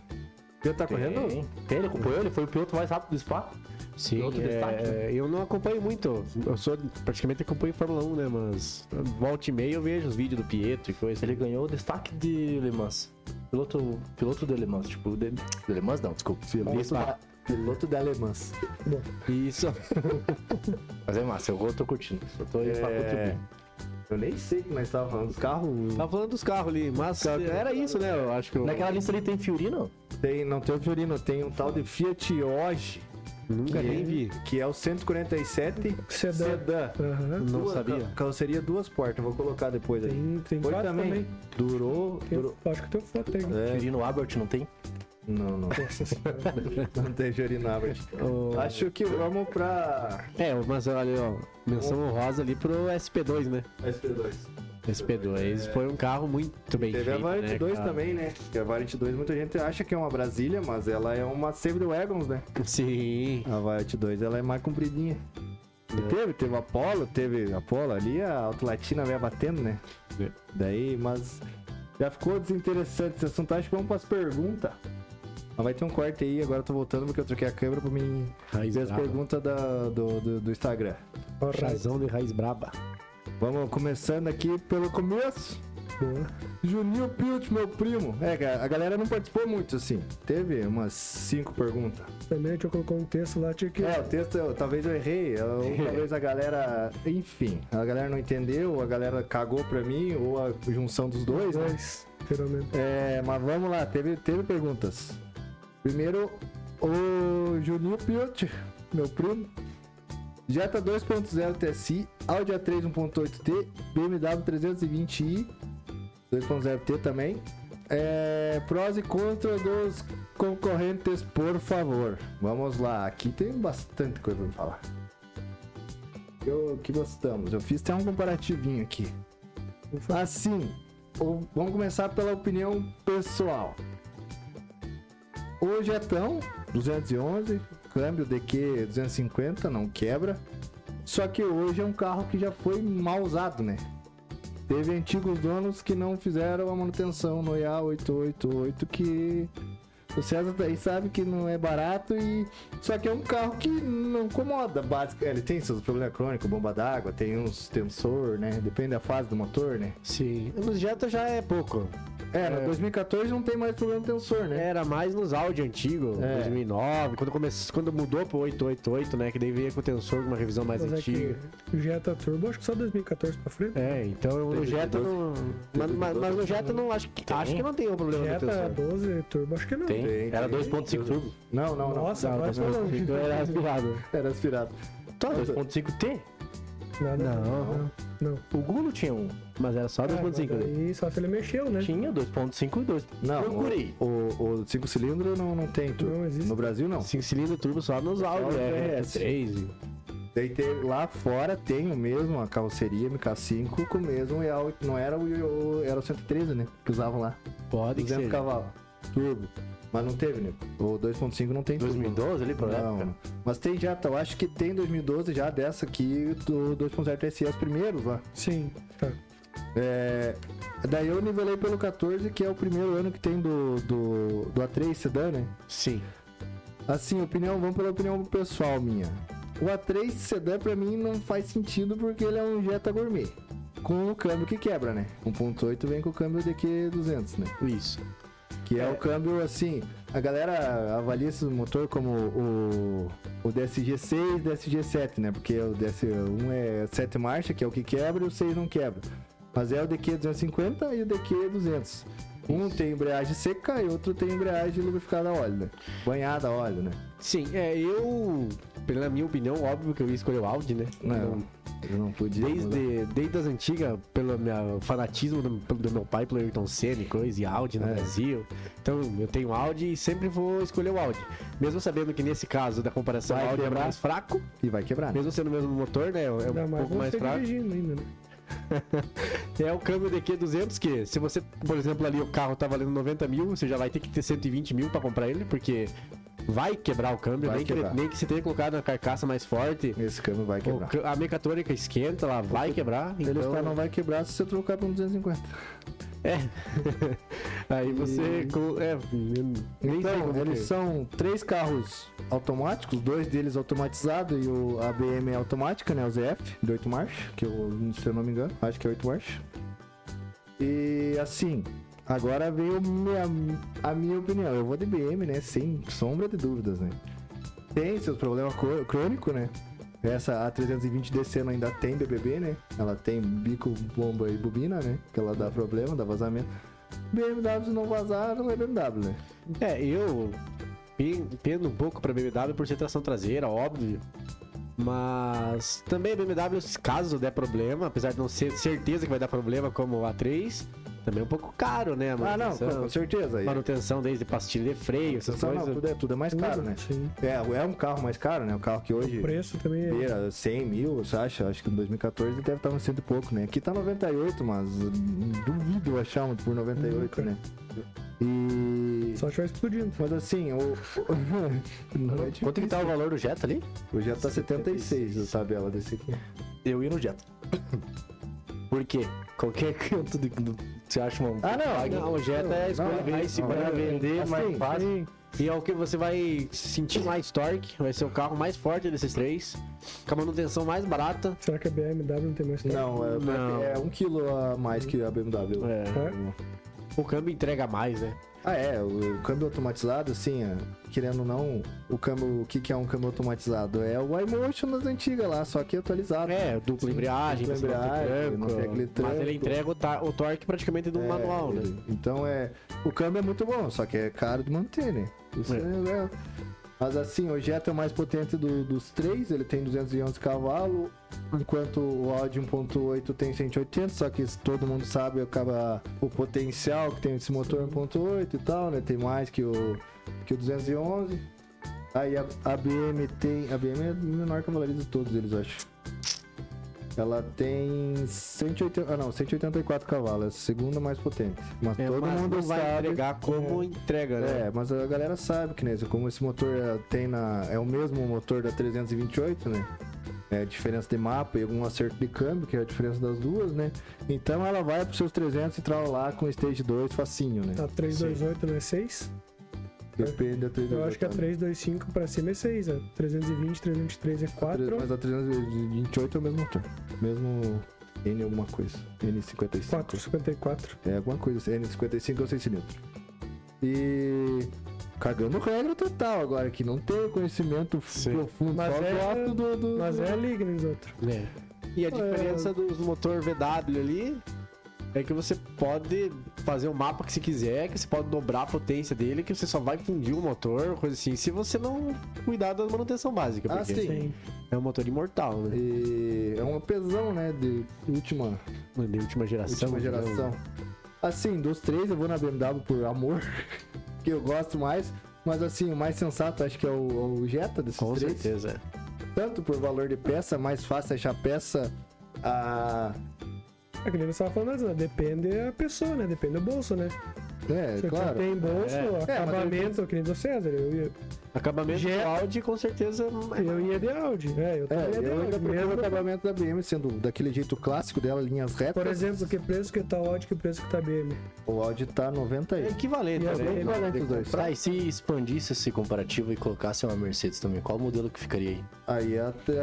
[SPEAKER 1] Você tá correndo?
[SPEAKER 4] Tem, tem, ele acompanhou, ele foi o piloto mais rápido do Spa.
[SPEAKER 2] Sim,
[SPEAKER 4] Outro
[SPEAKER 2] é,
[SPEAKER 4] destaque, né?
[SPEAKER 2] eu não acompanho muito. Eu sou praticamente acompanho Fórmula 1, né? Mas volta e meia eu vejo os vídeos do Pietro e coisa.
[SPEAKER 4] Ele ganhou o destaque de Le Mans. Piloto, piloto de Le Mans, tipo, de, de Le Mans não, desculpa.
[SPEAKER 1] Piloto
[SPEAKER 4] Piloto
[SPEAKER 1] da, piloto da Le Mans.
[SPEAKER 2] Isso.
[SPEAKER 4] (laughs) Mas é massa, eu tô curtindo. Eu tô indo pra
[SPEAKER 1] É,
[SPEAKER 4] contribuir.
[SPEAKER 1] eu nem sei como nós tava falando. Os carros
[SPEAKER 2] Tava falando dos carros ali, mas era isso, né? Eu acho que eu
[SPEAKER 4] Naquela lista ali tem Fiorino?
[SPEAKER 1] tem, não tem o Fiorino, tem um tal de Fiat Oggi,
[SPEAKER 2] nunca nem vi.
[SPEAKER 1] que é o 147
[SPEAKER 3] Sedã.
[SPEAKER 1] Sedã.
[SPEAKER 3] Aham.
[SPEAKER 2] Não
[SPEAKER 1] Duas
[SPEAKER 2] sabia.
[SPEAKER 1] ca- Carroceria duas portas, vou colocar depois aí.
[SPEAKER 3] Tem, tem
[SPEAKER 1] Foi
[SPEAKER 3] quatro também.
[SPEAKER 1] Durou,
[SPEAKER 3] Tem- um
[SPEAKER 1] durou.
[SPEAKER 3] acho que tem foto aí.
[SPEAKER 1] É,
[SPEAKER 4] Fiorino Albert não tem?
[SPEAKER 1] não,
[SPEAKER 3] (laughs)
[SPEAKER 1] não. (laughs)
[SPEAKER 3] Nossa senhora.
[SPEAKER 1] Não tem Fiorino Albert.
[SPEAKER 2] Oh.
[SPEAKER 1] Acho que vamos pra
[SPEAKER 2] É, mas olha, ó, menção honrosa ali pro SP2, né?
[SPEAKER 1] SP2.
[SPEAKER 2] SP2 foi um carro muito bem
[SPEAKER 1] Teve a
[SPEAKER 2] feito,
[SPEAKER 1] Variant
[SPEAKER 2] né,
[SPEAKER 1] 2
[SPEAKER 2] cara?
[SPEAKER 1] também, né? Que a Variant 2 muita gente acha que é uma Brasília, mas ela é uma Save the Wagons, né?
[SPEAKER 2] Sim.
[SPEAKER 1] A Variant 2 ela é mais compridinha. E teve, teve Apollo, teve Apollo ali, a Auto Latina veio batendo, né?
[SPEAKER 2] É.
[SPEAKER 1] Daí, mas já ficou desinteressante esse assunto. Acho que vamos pras perguntas. Mas vai ter um corte aí, agora eu tô voltando porque eu troquei a câmera pra mim
[SPEAKER 2] Raiz
[SPEAKER 1] fazer as
[SPEAKER 2] braba.
[SPEAKER 1] perguntas da- do, do, do Instagram.
[SPEAKER 3] Alright.
[SPEAKER 2] Razão de raiz braba.
[SPEAKER 1] Vamos começando aqui pelo começo. Juninho Pilt, meu primo. É, cara, a galera não participou muito, assim. Teve umas cinco perguntas.
[SPEAKER 3] Também deixa eu colocar um texto lá, tinha que.
[SPEAKER 1] É, o texto, eu- talvez eu errei, ou talvez a galera... Enfim, a galera não entendeu, a galera cagou pra mim, ou a junção dos dois, né?
[SPEAKER 3] dois, geralmente.
[SPEAKER 1] É, mas vamos lá, teve, teve perguntas. Primeiro, o Juninho Piot, meu primo. Jetta 2.0 TSI, Audi um A3 1.8T, BMW 320i 2.0T também. É, prós e contras dos concorrentes, por favor. Vamos lá, aqui tem bastante coisa pra falar. Eu que gostamos. Eu fiz até um comparativinho aqui. Assim, o- vamos começar pela opinião pessoal. é O Jetão 211, câmbio DQ 250, não quebra. Só que hoje é um carro que já foi mal usado, né? Teve antigos donos que não fizeram a manutenção no IA888, que o César daí sabe que não é barato e. Só que é um carro que não incomoda. Básico, ele tem seus problemas crônicos, bomba d'água, um tem uns tensor, né? Depende da fase do motor, né?
[SPEAKER 2] Sim. Nos Jetta já é pouco.
[SPEAKER 1] É, no 2014 não tem mais problema tensor,
[SPEAKER 3] É.
[SPEAKER 1] né?
[SPEAKER 2] Era mais nos Audi antigos,
[SPEAKER 1] É.
[SPEAKER 2] 2009, quando, começou, quando mudou pro 888, né? Que daí veio com o tensor, com uma revisão mais
[SPEAKER 3] Mas é
[SPEAKER 2] antiga.
[SPEAKER 3] que o Jetta Turbo, acho que só 2014 pra frente.
[SPEAKER 2] É, então no
[SPEAKER 4] Teve
[SPEAKER 2] Jetta
[SPEAKER 4] 12,
[SPEAKER 2] não. Mas, mas- mas no Jetta não acho que. Acho que não tem o problema do
[SPEAKER 3] Jetta é
[SPEAKER 2] tensor.
[SPEAKER 3] 12 Turbo, acho que não.
[SPEAKER 4] Tem.
[SPEAKER 1] Tem,
[SPEAKER 4] Era
[SPEAKER 1] tem.
[SPEAKER 4] 2.5 turbo.
[SPEAKER 1] Não, não, não.
[SPEAKER 3] Nossa, um agora foi longe.
[SPEAKER 2] Então era aspirado.
[SPEAKER 1] Era aspirado.
[SPEAKER 4] Tá, 2.5T?
[SPEAKER 3] Nada.
[SPEAKER 2] Não.
[SPEAKER 3] Não.
[SPEAKER 4] O Gulo tinha um.
[SPEAKER 2] Mas era só 2.5. né?
[SPEAKER 3] É, Aí só se ele mexeu, né?
[SPEAKER 4] Tinha 2.5 e 2.
[SPEAKER 1] Não,
[SPEAKER 4] Procurei.
[SPEAKER 1] o- o 5 cilindros não, não tem turbo.
[SPEAKER 3] Não existe.
[SPEAKER 1] No Brasil, não.
[SPEAKER 2] 5 cilindros turbo só nos Audi,
[SPEAKER 1] Audi
[SPEAKER 2] é.
[SPEAKER 1] RS.
[SPEAKER 2] 3.
[SPEAKER 1] Daí teve- lá fora tem o mesmo, a carroceria MK5 com o mesmo, e a- não era o, o- era o 113, né? Que usavam lá.
[SPEAKER 2] Pode que
[SPEAKER 1] 200
[SPEAKER 2] né? seja.
[SPEAKER 1] cavalos. Turbo. Mas não teve, né? O 2.5 não tem turbo.
[SPEAKER 4] 2012 ali,
[SPEAKER 2] né?
[SPEAKER 4] por
[SPEAKER 1] Não,
[SPEAKER 4] época.
[SPEAKER 1] mas tem já, tá, eu acho que tem 2012 já dessa aqui do 2.0 TSI, os primeiros lá.
[SPEAKER 3] Sim. Tá.
[SPEAKER 1] É, daí eu nivelei pelo 14, que é o primeiro ano que tem do, do, do A3 Sedan, né?
[SPEAKER 2] Sim.
[SPEAKER 1] Assim, opinião, vamos pela opinião pessoal minha. O A3 Sedan pra mim não faz sentido porque ele é um Jetta gourmet. Com o câmbio que quebra, né? 1.8 vem com o câmbio DQ200, né?
[SPEAKER 2] Isso.
[SPEAKER 1] Que é, o câmbio assim. A galera avalia esse motor como o, o DSG6 e DSG7, né? Porque o DS1 é 7 marcha, que é o que quebra, e o 6 não quebra. Mas é o DQ250 e o DQ200. Um tem embreagem seca e outro tem embreagem lubrificada a óleo, né? Banhada a óleo, né?
[SPEAKER 2] Sim, é, eu. Pela minha opinião, óbvio que eu ia escolher o Audi, né?
[SPEAKER 1] Não, eu não podia. mudar.
[SPEAKER 2] Desde, desde as antigas, pelo meu fanatismo do, pelo- do meu pai pelo Ayrton Senna e coisa, e Audi no
[SPEAKER 1] É.
[SPEAKER 2] Brasil. Então eu tenho Audi e sempre vou escolher o Audi. Mesmo sabendo que nesse caso da comparação
[SPEAKER 1] Vai
[SPEAKER 2] o Audi
[SPEAKER 1] quebrar.
[SPEAKER 2] é mais fraco,
[SPEAKER 1] E vai quebrar, né?
[SPEAKER 2] mesmo sendo o mesmo motor, né? É um
[SPEAKER 3] Ainda mais
[SPEAKER 2] pouco mais
[SPEAKER 3] você
[SPEAKER 2] fraco.
[SPEAKER 3] dirigindo ainda, né?
[SPEAKER 2] (laughs) É o câmbio DQ200 que, se você, por exemplo, ali o carro tá valendo 90 mil, você já vai ter que ter 120 mil pra comprar ele, porque vai quebrar o câmbio,
[SPEAKER 1] Vai
[SPEAKER 2] nem que, ele-
[SPEAKER 1] quebrar.
[SPEAKER 2] nem que você tenha colocado uma carcaça mais forte.
[SPEAKER 1] Esse câmbio vai
[SPEAKER 2] o
[SPEAKER 1] quebrar.
[SPEAKER 2] cã- a mecatrônica esquenta, ela vai quebrar.
[SPEAKER 1] Ele
[SPEAKER 2] então-
[SPEAKER 1] só não vai quebrar se você trocar para um 250.
[SPEAKER 2] (laughs) É. (laughs) Aí você. co- É, nem nem sei
[SPEAKER 1] Então,
[SPEAKER 2] como é
[SPEAKER 1] eles
[SPEAKER 2] que-
[SPEAKER 1] são três carros automáticos, dois deles automatizados e o ABM é automática, né? O ZF, de 8 marchas, que eu, se eu não me engano, acho que é 8 marchas. E assim, agora veio minha- a minha opinião. Eu vou de BM, né? Sem sombra de dúvidas, né? Tem seus problemas crô- crônicos, né? Essa A320 descendo ainda tem BBB, né? Ela tem bico, bomba e bobina, né? Que ela dá problema, dá vazamento. BMW não vazar, não é BMW, né?
[SPEAKER 2] É, eu pe- pendo um pouco pra BMW por ser tração traseira, óbvio. Mas também a BMW, se caso der problema, apesar de não ser certeza que vai dar problema como a 3, também é um pouco caro, né? A
[SPEAKER 1] Ah, não,
[SPEAKER 2] manutenção,
[SPEAKER 1] com, com certeza. E-
[SPEAKER 2] manutenção desde pastilha de freio, essas
[SPEAKER 1] Só não,
[SPEAKER 2] coisas.
[SPEAKER 1] tudo, é, tudo é mais caro, né?
[SPEAKER 3] Sim.
[SPEAKER 1] É, é um carro mais caro, né? O carro que hoje
[SPEAKER 3] assim, O preço também é.
[SPEAKER 1] beira 100 mil, você acha? Acho que em 2014 ele deve estar uns cento e pouco, né? Aqui tá 98, mas hum, duvido eu achar um por 98,
[SPEAKER 3] Nunca.
[SPEAKER 1] né? E...
[SPEAKER 3] Só estiver explodindo.
[SPEAKER 1] Mas assim,
[SPEAKER 2] (laughs)
[SPEAKER 1] o... não é
[SPEAKER 4] Quanto que
[SPEAKER 1] difícil.
[SPEAKER 4] tá o valor do Jetta ali?
[SPEAKER 1] O já tá 76 a tabela desse aqui.
[SPEAKER 4] Eu ia no Jetta. Por quê? Qualquer canto do, do, você acha uma.
[SPEAKER 1] Ah,
[SPEAKER 2] Não, o Jetta é a escolha
[SPEAKER 1] não,
[SPEAKER 2] mais
[SPEAKER 1] não,
[SPEAKER 2] segura
[SPEAKER 1] não,
[SPEAKER 2] pra vender,
[SPEAKER 1] assim,
[SPEAKER 2] mais fácil.
[SPEAKER 3] Sim.
[SPEAKER 2] E é o que você vai sentir mais torque, vai ser o carro mais forte desses três, com a manutenção mais barata.
[SPEAKER 3] Será que a BMW não tem mais tempo?
[SPEAKER 1] Não, é,
[SPEAKER 2] Não.
[SPEAKER 1] é um quilo a mais que a BMW.
[SPEAKER 2] É. O câmbio entrega mais, né?
[SPEAKER 1] Ah, é, o câmbio automatizado, assim, é, querendo ou não, o câmbio, o que, que é um câmbio automatizado? É o iMotion das antigas lá, só que atualizado.
[SPEAKER 2] É, dupla embreagem,
[SPEAKER 1] dupla
[SPEAKER 2] você não tem
[SPEAKER 1] embreagem,
[SPEAKER 2] tranco,
[SPEAKER 1] não tem aquele
[SPEAKER 2] Mas
[SPEAKER 1] tranco.
[SPEAKER 2] ele entrega o, ta- o torque praticamente do
[SPEAKER 1] É,
[SPEAKER 2] manual, né?
[SPEAKER 1] ele- Então é. O câmbio é muito bom, só que é caro de manter, né? Isso
[SPEAKER 2] É.
[SPEAKER 1] é. é- Mas assim, o Jetta é o mais potente do- dos três, ele tem 211 cavalos, enquanto o Audi 1.8 tem 180, só que isso todo mundo sabe acaba o potencial que tem esse motor 1.8 e tal, né? Tem mais que o, que o 211. Aí a, a BM tem. A BM é a menor cavalaria de todos eles, eu acho. Ela tem 180, ah, não, 184 cavalos, é a segunda mais potente. Mas
[SPEAKER 2] É,
[SPEAKER 1] todo
[SPEAKER 2] mas
[SPEAKER 1] mundo
[SPEAKER 2] não vai
[SPEAKER 1] sabe.
[SPEAKER 2] entregar como entrega, né?
[SPEAKER 1] É, mas a galera sabe que, né, como esse motor é, tem na. É o mesmo motor da 328, né? É a diferença de mapa e algum acerto de câmbio, que é a diferença das duas, né? Então ela vai pros seus 300 e trau lá com stage 2 facinho, né?
[SPEAKER 3] A 328 não é 6?
[SPEAKER 1] Depende da 328.
[SPEAKER 3] Eu acho que é a 325 pra cima é 6. A 320, 323 é 4.
[SPEAKER 1] Mas a 328 é o mesmo motor. Mesmo. N alguma coisa. N55.
[SPEAKER 3] 4,54.
[SPEAKER 1] É alguma coisa, assim, N55 ou 6 cilindros. E. Cagando regra total agora, que não tem conhecimento
[SPEAKER 2] Sim.
[SPEAKER 1] profundo,
[SPEAKER 3] Mas
[SPEAKER 1] só
[SPEAKER 3] é-
[SPEAKER 1] gosto do. do-
[SPEAKER 3] Mas
[SPEAKER 1] do-
[SPEAKER 3] é ligno os outros.
[SPEAKER 1] É.
[SPEAKER 2] E a diferença dos motor VW ali é que você pode fazer o mapa que você quiser, que você pode dobrar a potência dele, que você só vai fundir o motor, coisa assim, se você não cuidar da manutenção básica,
[SPEAKER 1] Ah,
[SPEAKER 2] porque
[SPEAKER 1] sim.
[SPEAKER 2] é um motor imortal, né?
[SPEAKER 1] E é uma pesão, né? De última,
[SPEAKER 2] Mano, De última geração.
[SPEAKER 1] última
[SPEAKER 2] né?
[SPEAKER 1] geração. Assim, dos três eu vou na BMW por amor, (laughs) que eu gosto mais. Mas assim, o mais sensato acho que é o, o Jetta desses
[SPEAKER 2] Com
[SPEAKER 1] três.
[SPEAKER 2] certeza.
[SPEAKER 1] Tanto por valor de peça, mais fácil achar peça. A...
[SPEAKER 3] É que nem você tava falando antes, né? Depende a pessoa, né? Depende do bolso, né?
[SPEAKER 1] É,
[SPEAKER 3] Se você
[SPEAKER 1] claro.
[SPEAKER 3] tem bolso,
[SPEAKER 2] É.
[SPEAKER 1] mas eu
[SPEAKER 3] acabamento, que nem do César. Eu ia,
[SPEAKER 2] Acabamento
[SPEAKER 3] Jetta.
[SPEAKER 2] do Audi, com certeza. é-
[SPEAKER 3] eu ia de Audi. É, eu
[SPEAKER 1] É,
[SPEAKER 3] também ia de
[SPEAKER 1] eu ainda
[SPEAKER 3] Audi.
[SPEAKER 1] prefiro o
[SPEAKER 3] Mesmo,
[SPEAKER 1] acabamento da BM, sendo daquele jeito clássico dela, linhas retas.
[SPEAKER 3] por exemplo, que preço que tá o Audi, que preço que tá a BM.
[SPEAKER 1] O Audi tá 90
[SPEAKER 2] É
[SPEAKER 1] aí.
[SPEAKER 2] equivalente,
[SPEAKER 3] E a
[SPEAKER 2] né?
[SPEAKER 3] BMW?
[SPEAKER 1] Não, tem que
[SPEAKER 4] Tem que
[SPEAKER 1] comprar.
[SPEAKER 4] comprar. E se expandisse esse comparativo e colocasse uma Mercedes também, qual modelo que ficaria aí?
[SPEAKER 1] Aí é até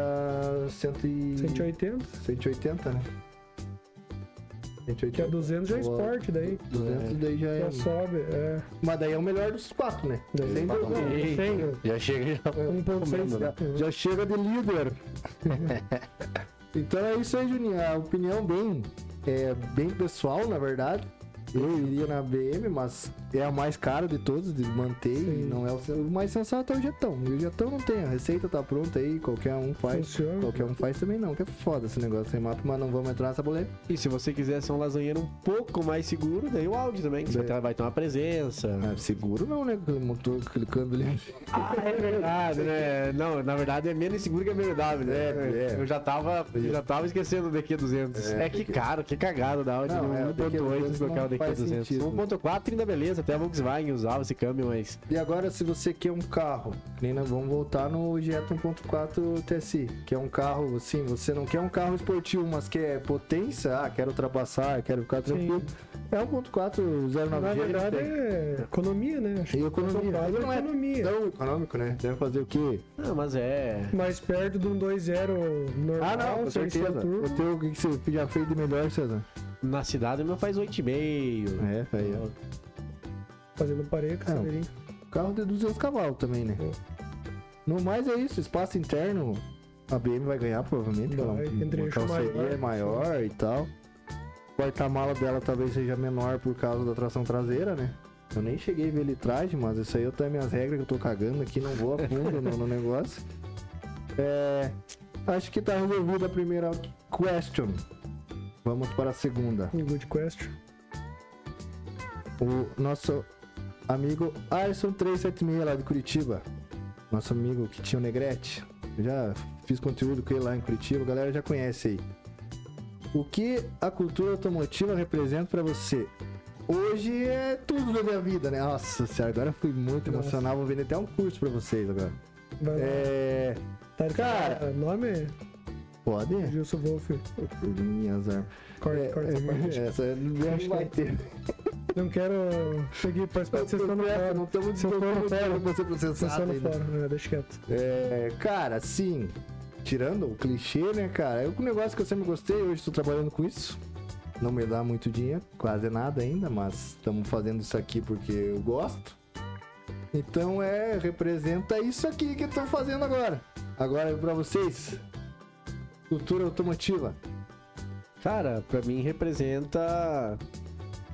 [SPEAKER 1] 100 e...
[SPEAKER 3] 180,
[SPEAKER 1] 180, né?
[SPEAKER 3] que
[SPEAKER 1] 180.
[SPEAKER 3] é 200 já é
[SPEAKER 1] O
[SPEAKER 3] esporte, daí.
[SPEAKER 1] 200 daí já é.
[SPEAKER 3] Já sobe, é.
[SPEAKER 1] Mas daí é o melhor dos quatro, né?
[SPEAKER 3] Daí um
[SPEAKER 1] Sem
[SPEAKER 4] Eles
[SPEAKER 1] dúvida.
[SPEAKER 4] batam.
[SPEAKER 2] Ei.
[SPEAKER 3] Não,
[SPEAKER 4] Já chega já.
[SPEAKER 1] É,
[SPEAKER 3] 1.6.
[SPEAKER 1] Já, né? já chega de líder. então é isso aí, Juninho. A opinião bem, é, bem pessoal, na verdade. Eu iria na BM, mas é a mais cara de todos, de manter, e
[SPEAKER 3] Sim.
[SPEAKER 1] não é o, o mais sensato é o Jetão. E o Jetão não tem, a receita tá pronta aí, qualquer um faz.
[SPEAKER 3] Funciona.
[SPEAKER 1] Qualquer um faz também não, que é foda esse negócio sem mapa, mas não vamos entrar nessa polêmica.
[SPEAKER 2] E se você quiser ser um lasanheiro um pouco mais seguro, daí o Audi também, que você
[SPEAKER 1] Daí-
[SPEAKER 2] vai ter- vai ter uma presença.
[SPEAKER 1] Ah, seguro não, né? Aquele motor clicando ali.
[SPEAKER 2] Ah, é verdade, né? Não, na verdade é menos seguro que a BMW, né?
[SPEAKER 1] É, é.
[SPEAKER 2] Eu já tava, eu já tava esquecendo do DQ200. É, que caro, que cagada da Audi né? um
[SPEAKER 1] Não,
[SPEAKER 2] no
[SPEAKER 1] é, o
[SPEAKER 2] 1.8
[SPEAKER 1] DQ200
[SPEAKER 2] colocar o
[SPEAKER 1] não faz
[SPEAKER 2] DQ200.
[SPEAKER 1] sentido.
[SPEAKER 2] 1.4 ainda beleza, até a Volkswagen usava esse câmbio, mas...
[SPEAKER 1] E agora, se você quer um carro, que nem nós vamos voltar no Jetta 1.4 TSI, que é um carro, assim, você não quer um carro esportivo, mas quer potência, ah, quero ultrapassar, quero ficar tranquilo. É 1.4
[SPEAKER 3] Na
[SPEAKER 1] 09G.
[SPEAKER 3] verdade
[SPEAKER 1] tem.
[SPEAKER 3] é economia, né? Acho
[SPEAKER 1] né? E
[SPEAKER 3] que
[SPEAKER 1] economia.
[SPEAKER 3] base é
[SPEAKER 1] Não é
[SPEAKER 3] economia.
[SPEAKER 1] tão econômico, né? Deve fazer o quê?
[SPEAKER 2] Ah, mas é...
[SPEAKER 3] Mais perto de um 2.0 normal,
[SPEAKER 1] Ah, não, com
[SPEAKER 3] sem ser
[SPEAKER 1] certeza.
[SPEAKER 3] turbo.
[SPEAKER 1] O teu, o que que você já fez de melhor, César?
[SPEAKER 2] Na cidade meu faz 8,5.
[SPEAKER 1] É, aí,
[SPEAKER 2] Então,
[SPEAKER 1] ó.
[SPEAKER 3] Fazendo parede,
[SPEAKER 1] Não.
[SPEAKER 3] cadeirinho.
[SPEAKER 1] Carro de 200 cavalos também, né? No mais é isso, espaço interno, a BM vai ganhar provavelmente,
[SPEAKER 3] Vai,
[SPEAKER 1] ela é uma-
[SPEAKER 3] entre
[SPEAKER 1] uma
[SPEAKER 3] eixo
[SPEAKER 1] carroceria é
[SPEAKER 3] maior,
[SPEAKER 1] maior e tal. O porta-mala dela talvez seja menor por causa da tração traseira, né? Eu nem cheguei a ver litragem, mas isso aí eu tenho minhas regras que eu tô cagando aqui, não vou a fundo no, no negócio. É, acho que tá resolvida a primeira question. Vamos para a segunda.
[SPEAKER 3] Um Good Quest.
[SPEAKER 1] O nosso amigo Arson376 lá de Curitiba. Nosso amigo que tinha o Negrete. Eu Já fiz conteúdo com ele lá em Curitiba, a galera já conhece aí. O que a cultura automotiva representa pra você? Hoje é tudo da minha vida, né? Nossa senhora, agora eu fui muito
[SPEAKER 3] Nossa.
[SPEAKER 1] emocional. Vou vender até um curso pra vocês agora.
[SPEAKER 3] Vai lá.
[SPEAKER 1] É.
[SPEAKER 3] Tá,
[SPEAKER 1] cara.
[SPEAKER 3] O nome é
[SPEAKER 1] Pode?
[SPEAKER 3] Gilson Wolf.
[SPEAKER 1] Minhas armas. É,
[SPEAKER 3] Corta, corta essa parte.
[SPEAKER 1] essa não vai ter.
[SPEAKER 3] Não quero seguir participando. Vocês estão no
[SPEAKER 1] Processo,
[SPEAKER 3] fora.
[SPEAKER 1] Não estamos
[SPEAKER 3] Vocês estão no
[SPEAKER 1] descontando
[SPEAKER 3] fora.
[SPEAKER 1] você
[SPEAKER 3] Vocês estão
[SPEAKER 1] processado
[SPEAKER 3] no
[SPEAKER 1] ainda.
[SPEAKER 3] fora. É, Deixa quieto.
[SPEAKER 1] É, cara, sim. Tirando o clichê, né, cara? É um negócio que eu sempre gostei, hoje estou trabalhando com isso. Não me dá muito dinheiro, quase nada ainda, mas estamos fazendo isso aqui porque eu gosto. Então é, representa isso aqui que eu tô fazendo agora. Agora pra vocês. Cultura automotiva.
[SPEAKER 2] Cara, pra mim representa...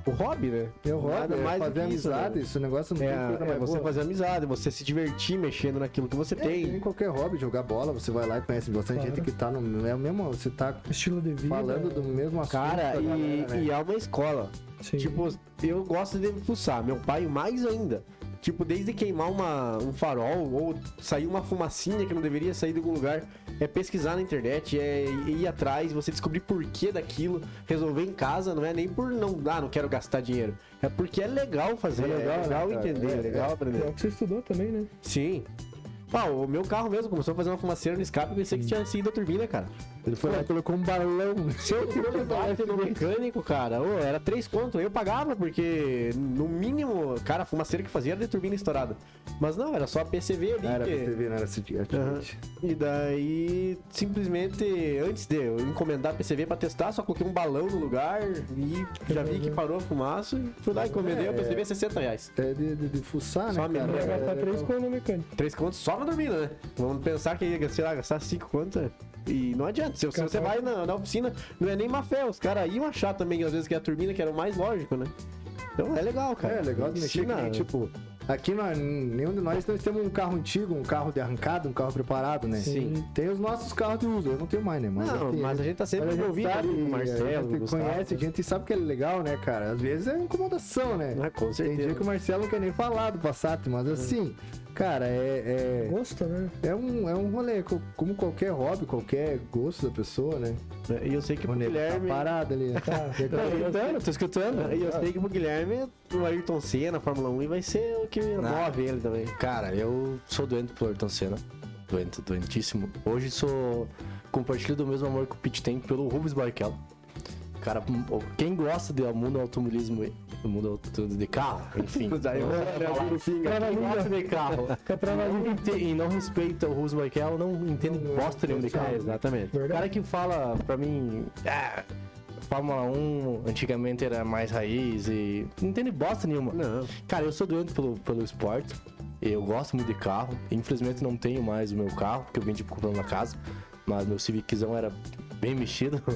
[SPEAKER 2] O hobby, né?
[SPEAKER 1] Eu rodo,
[SPEAKER 2] Nada
[SPEAKER 1] é
[SPEAKER 2] mais do
[SPEAKER 1] fazer
[SPEAKER 2] que isso, né?
[SPEAKER 1] amizade, esse negócio não
[SPEAKER 2] É,
[SPEAKER 1] tem coisa mais
[SPEAKER 2] é você
[SPEAKER 1] boa.
[SPEAKER 2] fazer amizade, você se divertir mexendo naquilo que você
[SPEAKER 1] É, que nem
[SPEAKER 2] tem.
[SPEAKER 1] qualquer hobby, jogar bola, você vai lá e conhece bastante
[SPEAKER 3] Claro.
[SPEAKER 1] gente que tá no. É o mesmo, você tá
[SPEAKER 3] Estilo de vida.
[SPEAKER 1] falando do mesmo assunto.
[SPEAKER 2] Cara,
[SPEAKER 1] da
[SPEAKER 2] e,
[SPEAKER 1] galera, né?
[SPEAKER 2] e é uma escola.
[SPEAKER 3] Sim.
[SPEAKER 2] Tipo, eu gosto de fuçar, meu pai mais ainda. Tipo, desde queimar uma, um farol ou sair uma fumacinha que não deveria sair de algum lugar, é pesquisar na internet, é ir atrás, você descobrir porquê daquilo, resolver em casa, não é nem por não, ah, não quero gastar dinheiro. É porque é legal fazer, é
[SPEAKER 1] É
[SPEAKER 2] legal,
[SPEAKER 1] legal, né, cara?
[SPEAKER 2] entender, é,
[SPEAKER 1] É
[SPEAKER 2] legal
[SPEAKER 1] legal.
[SPEAKER 2] aprender.
[SPEAKER 3] é o que você estudou também, né?
[SPEAKER 2] Sim. Pá, o meu carro mesmo começou a fazer uma fumaceira no escape, eu pensei que tinha sido a turbina, cara.
[SPEAKER 4] Ele foi lá e colocou um balão.
[SPEAKER 2] Se eu fosse bater no mecânico, cara, ô, era três conto, eu pagava, porque no mínimo, cara, a fumaceira que fazia era de turbina estourada. Mas não, era só a PCV ali.
[SPEAKER 1] Ah, era
[SPEAKER 2] que-
[SPEAKER 1] pra você ver, não era esse dia.
[SPEAKER 2] Aham. E daí, simplesmente, antes de eu encomendar a PCV pra testar, só coloquei um balão no lugar e já vi que parou a fumaça e fui lá e encomendei a PCV a 60 reais.
[SPEAKER 1] É de, de, de fuçar,
[SPEAKER 2] Só
[SPEAKER 1] né? cara?
[SPEAKER 2] mesmo.
[SPEAKER 1] É,
[SPEAKER 3] Vai gastar
[SPEAKER 1] é,
[SPEAKER 3] três
[SPEAKER 1] é,
[SPEAKER 3] com o mecânico.
[SPEAKER 2] Três contos só na dormida, né? Vamos pensar que ia, sei lá, gastar cinco contas. E não adianta, se, se você vai na, na oficina, não é nem má fé, os caras iam achar também, às vezes, que é a turbina, que era o mais lógico, né? Então é legal, cara.
[SPEAKER 1] É, legal de mexer, que
[SPEAKER 2] Ensina-
[SPEAKER 1] nem, tipo, aqui nós, nenhum de nós, nós temos um carro antigo, um carro de arrancada, um carro preparado, né?
[SPEAKER 2] Sim.
[SPEAKER 1] Tem os nossos carros de uso, eu não tenho mais, né? Mas eu
[SPEAKER 2] Não,
[SPEAKER 1] tenho.
[SPEAKER 2] mas a gente tá sempre
[SPEAKER 1] Mas a gente
[SPEAKER 2] envolvido
[SPEAKER 1] sabe,
[SPEAKER 2] ali com o
[SPEAKER 1] a
[SPEAKER 2] Marcelo,
[SPEAKER 1] gente
[SPEAKER 2] Gustavo.
[SPEAKER 1] conhece, a gente sabe que é legal, né, cara? Às vezes é incomodação, né?
[SPEAKER 2] Ah, com
[SPEAKER 1] Tem
[SPEAKER 2] certeza. Uhum.
[SPEAKER 1] dia que o Marcelo não quer nem falar do Passat, mas assim, cara, é,
[SPEAKER 3] Gosto, né?
[SPEAKER 1] é, é, um, é um rolê, co- como qualquer hobby, qualquer gosto da pessoa, né?
[SPEAKER 2] E eu sei que
[SPEAKER 1] O
[SPEAKER 2] o
[SPEAKER 1] nego
[SPEAKER 2] Tipo Guilherme...
[SPEAKER 1] tá parado
[SPEAKER 2] (laughs)
[SPEAKER 1] ali. Quer
[SPEAKER 2] Tô
[SPEAKER 1] comer?
[SPEAKER 2] escutando, tô escutando. E eu sei que o Guilherme, o Ayrton Senna, Fórmula 1, e vai ser o que move ele também.
[SPEAKER 4] Cara, eu sou doente pelo Ayrton Senna. Doente, doentíssimo. Hoje sou. Compartilho do mesmo amor que o Pete tem pelo Rubens Barrichello. Cara, quem gosta do mundo do automobilismo, e- do mundo auto- de carro, enfim.
[SPEAKER 2] (laughs) Daí eu vou falar. né?
[SPEAKER 4] Quem gosta de carro não ente- e não respeita o Rubens Barrichello, não entende bosta nenhuma de
[SPEAKER 2] É,
[SPEAKER 4] carro.
[SPEAKER 2] exatamente.
[SPEAKER 4] O cara que fala pra mim, ah, Fórmula 1 antigamente era mais raiz e não entende bosta nenhuma.
[SPEAKER 2] Não.
[SPEAKER 4] Cara, eu sou doente pelo, pelo esporte. Eu gosto muito de carro. Infelizmente não tenho mais o meu carro, porque eu vendi pra comprar uma casa. Mas meu Civiczão era bem mexido. (laughs)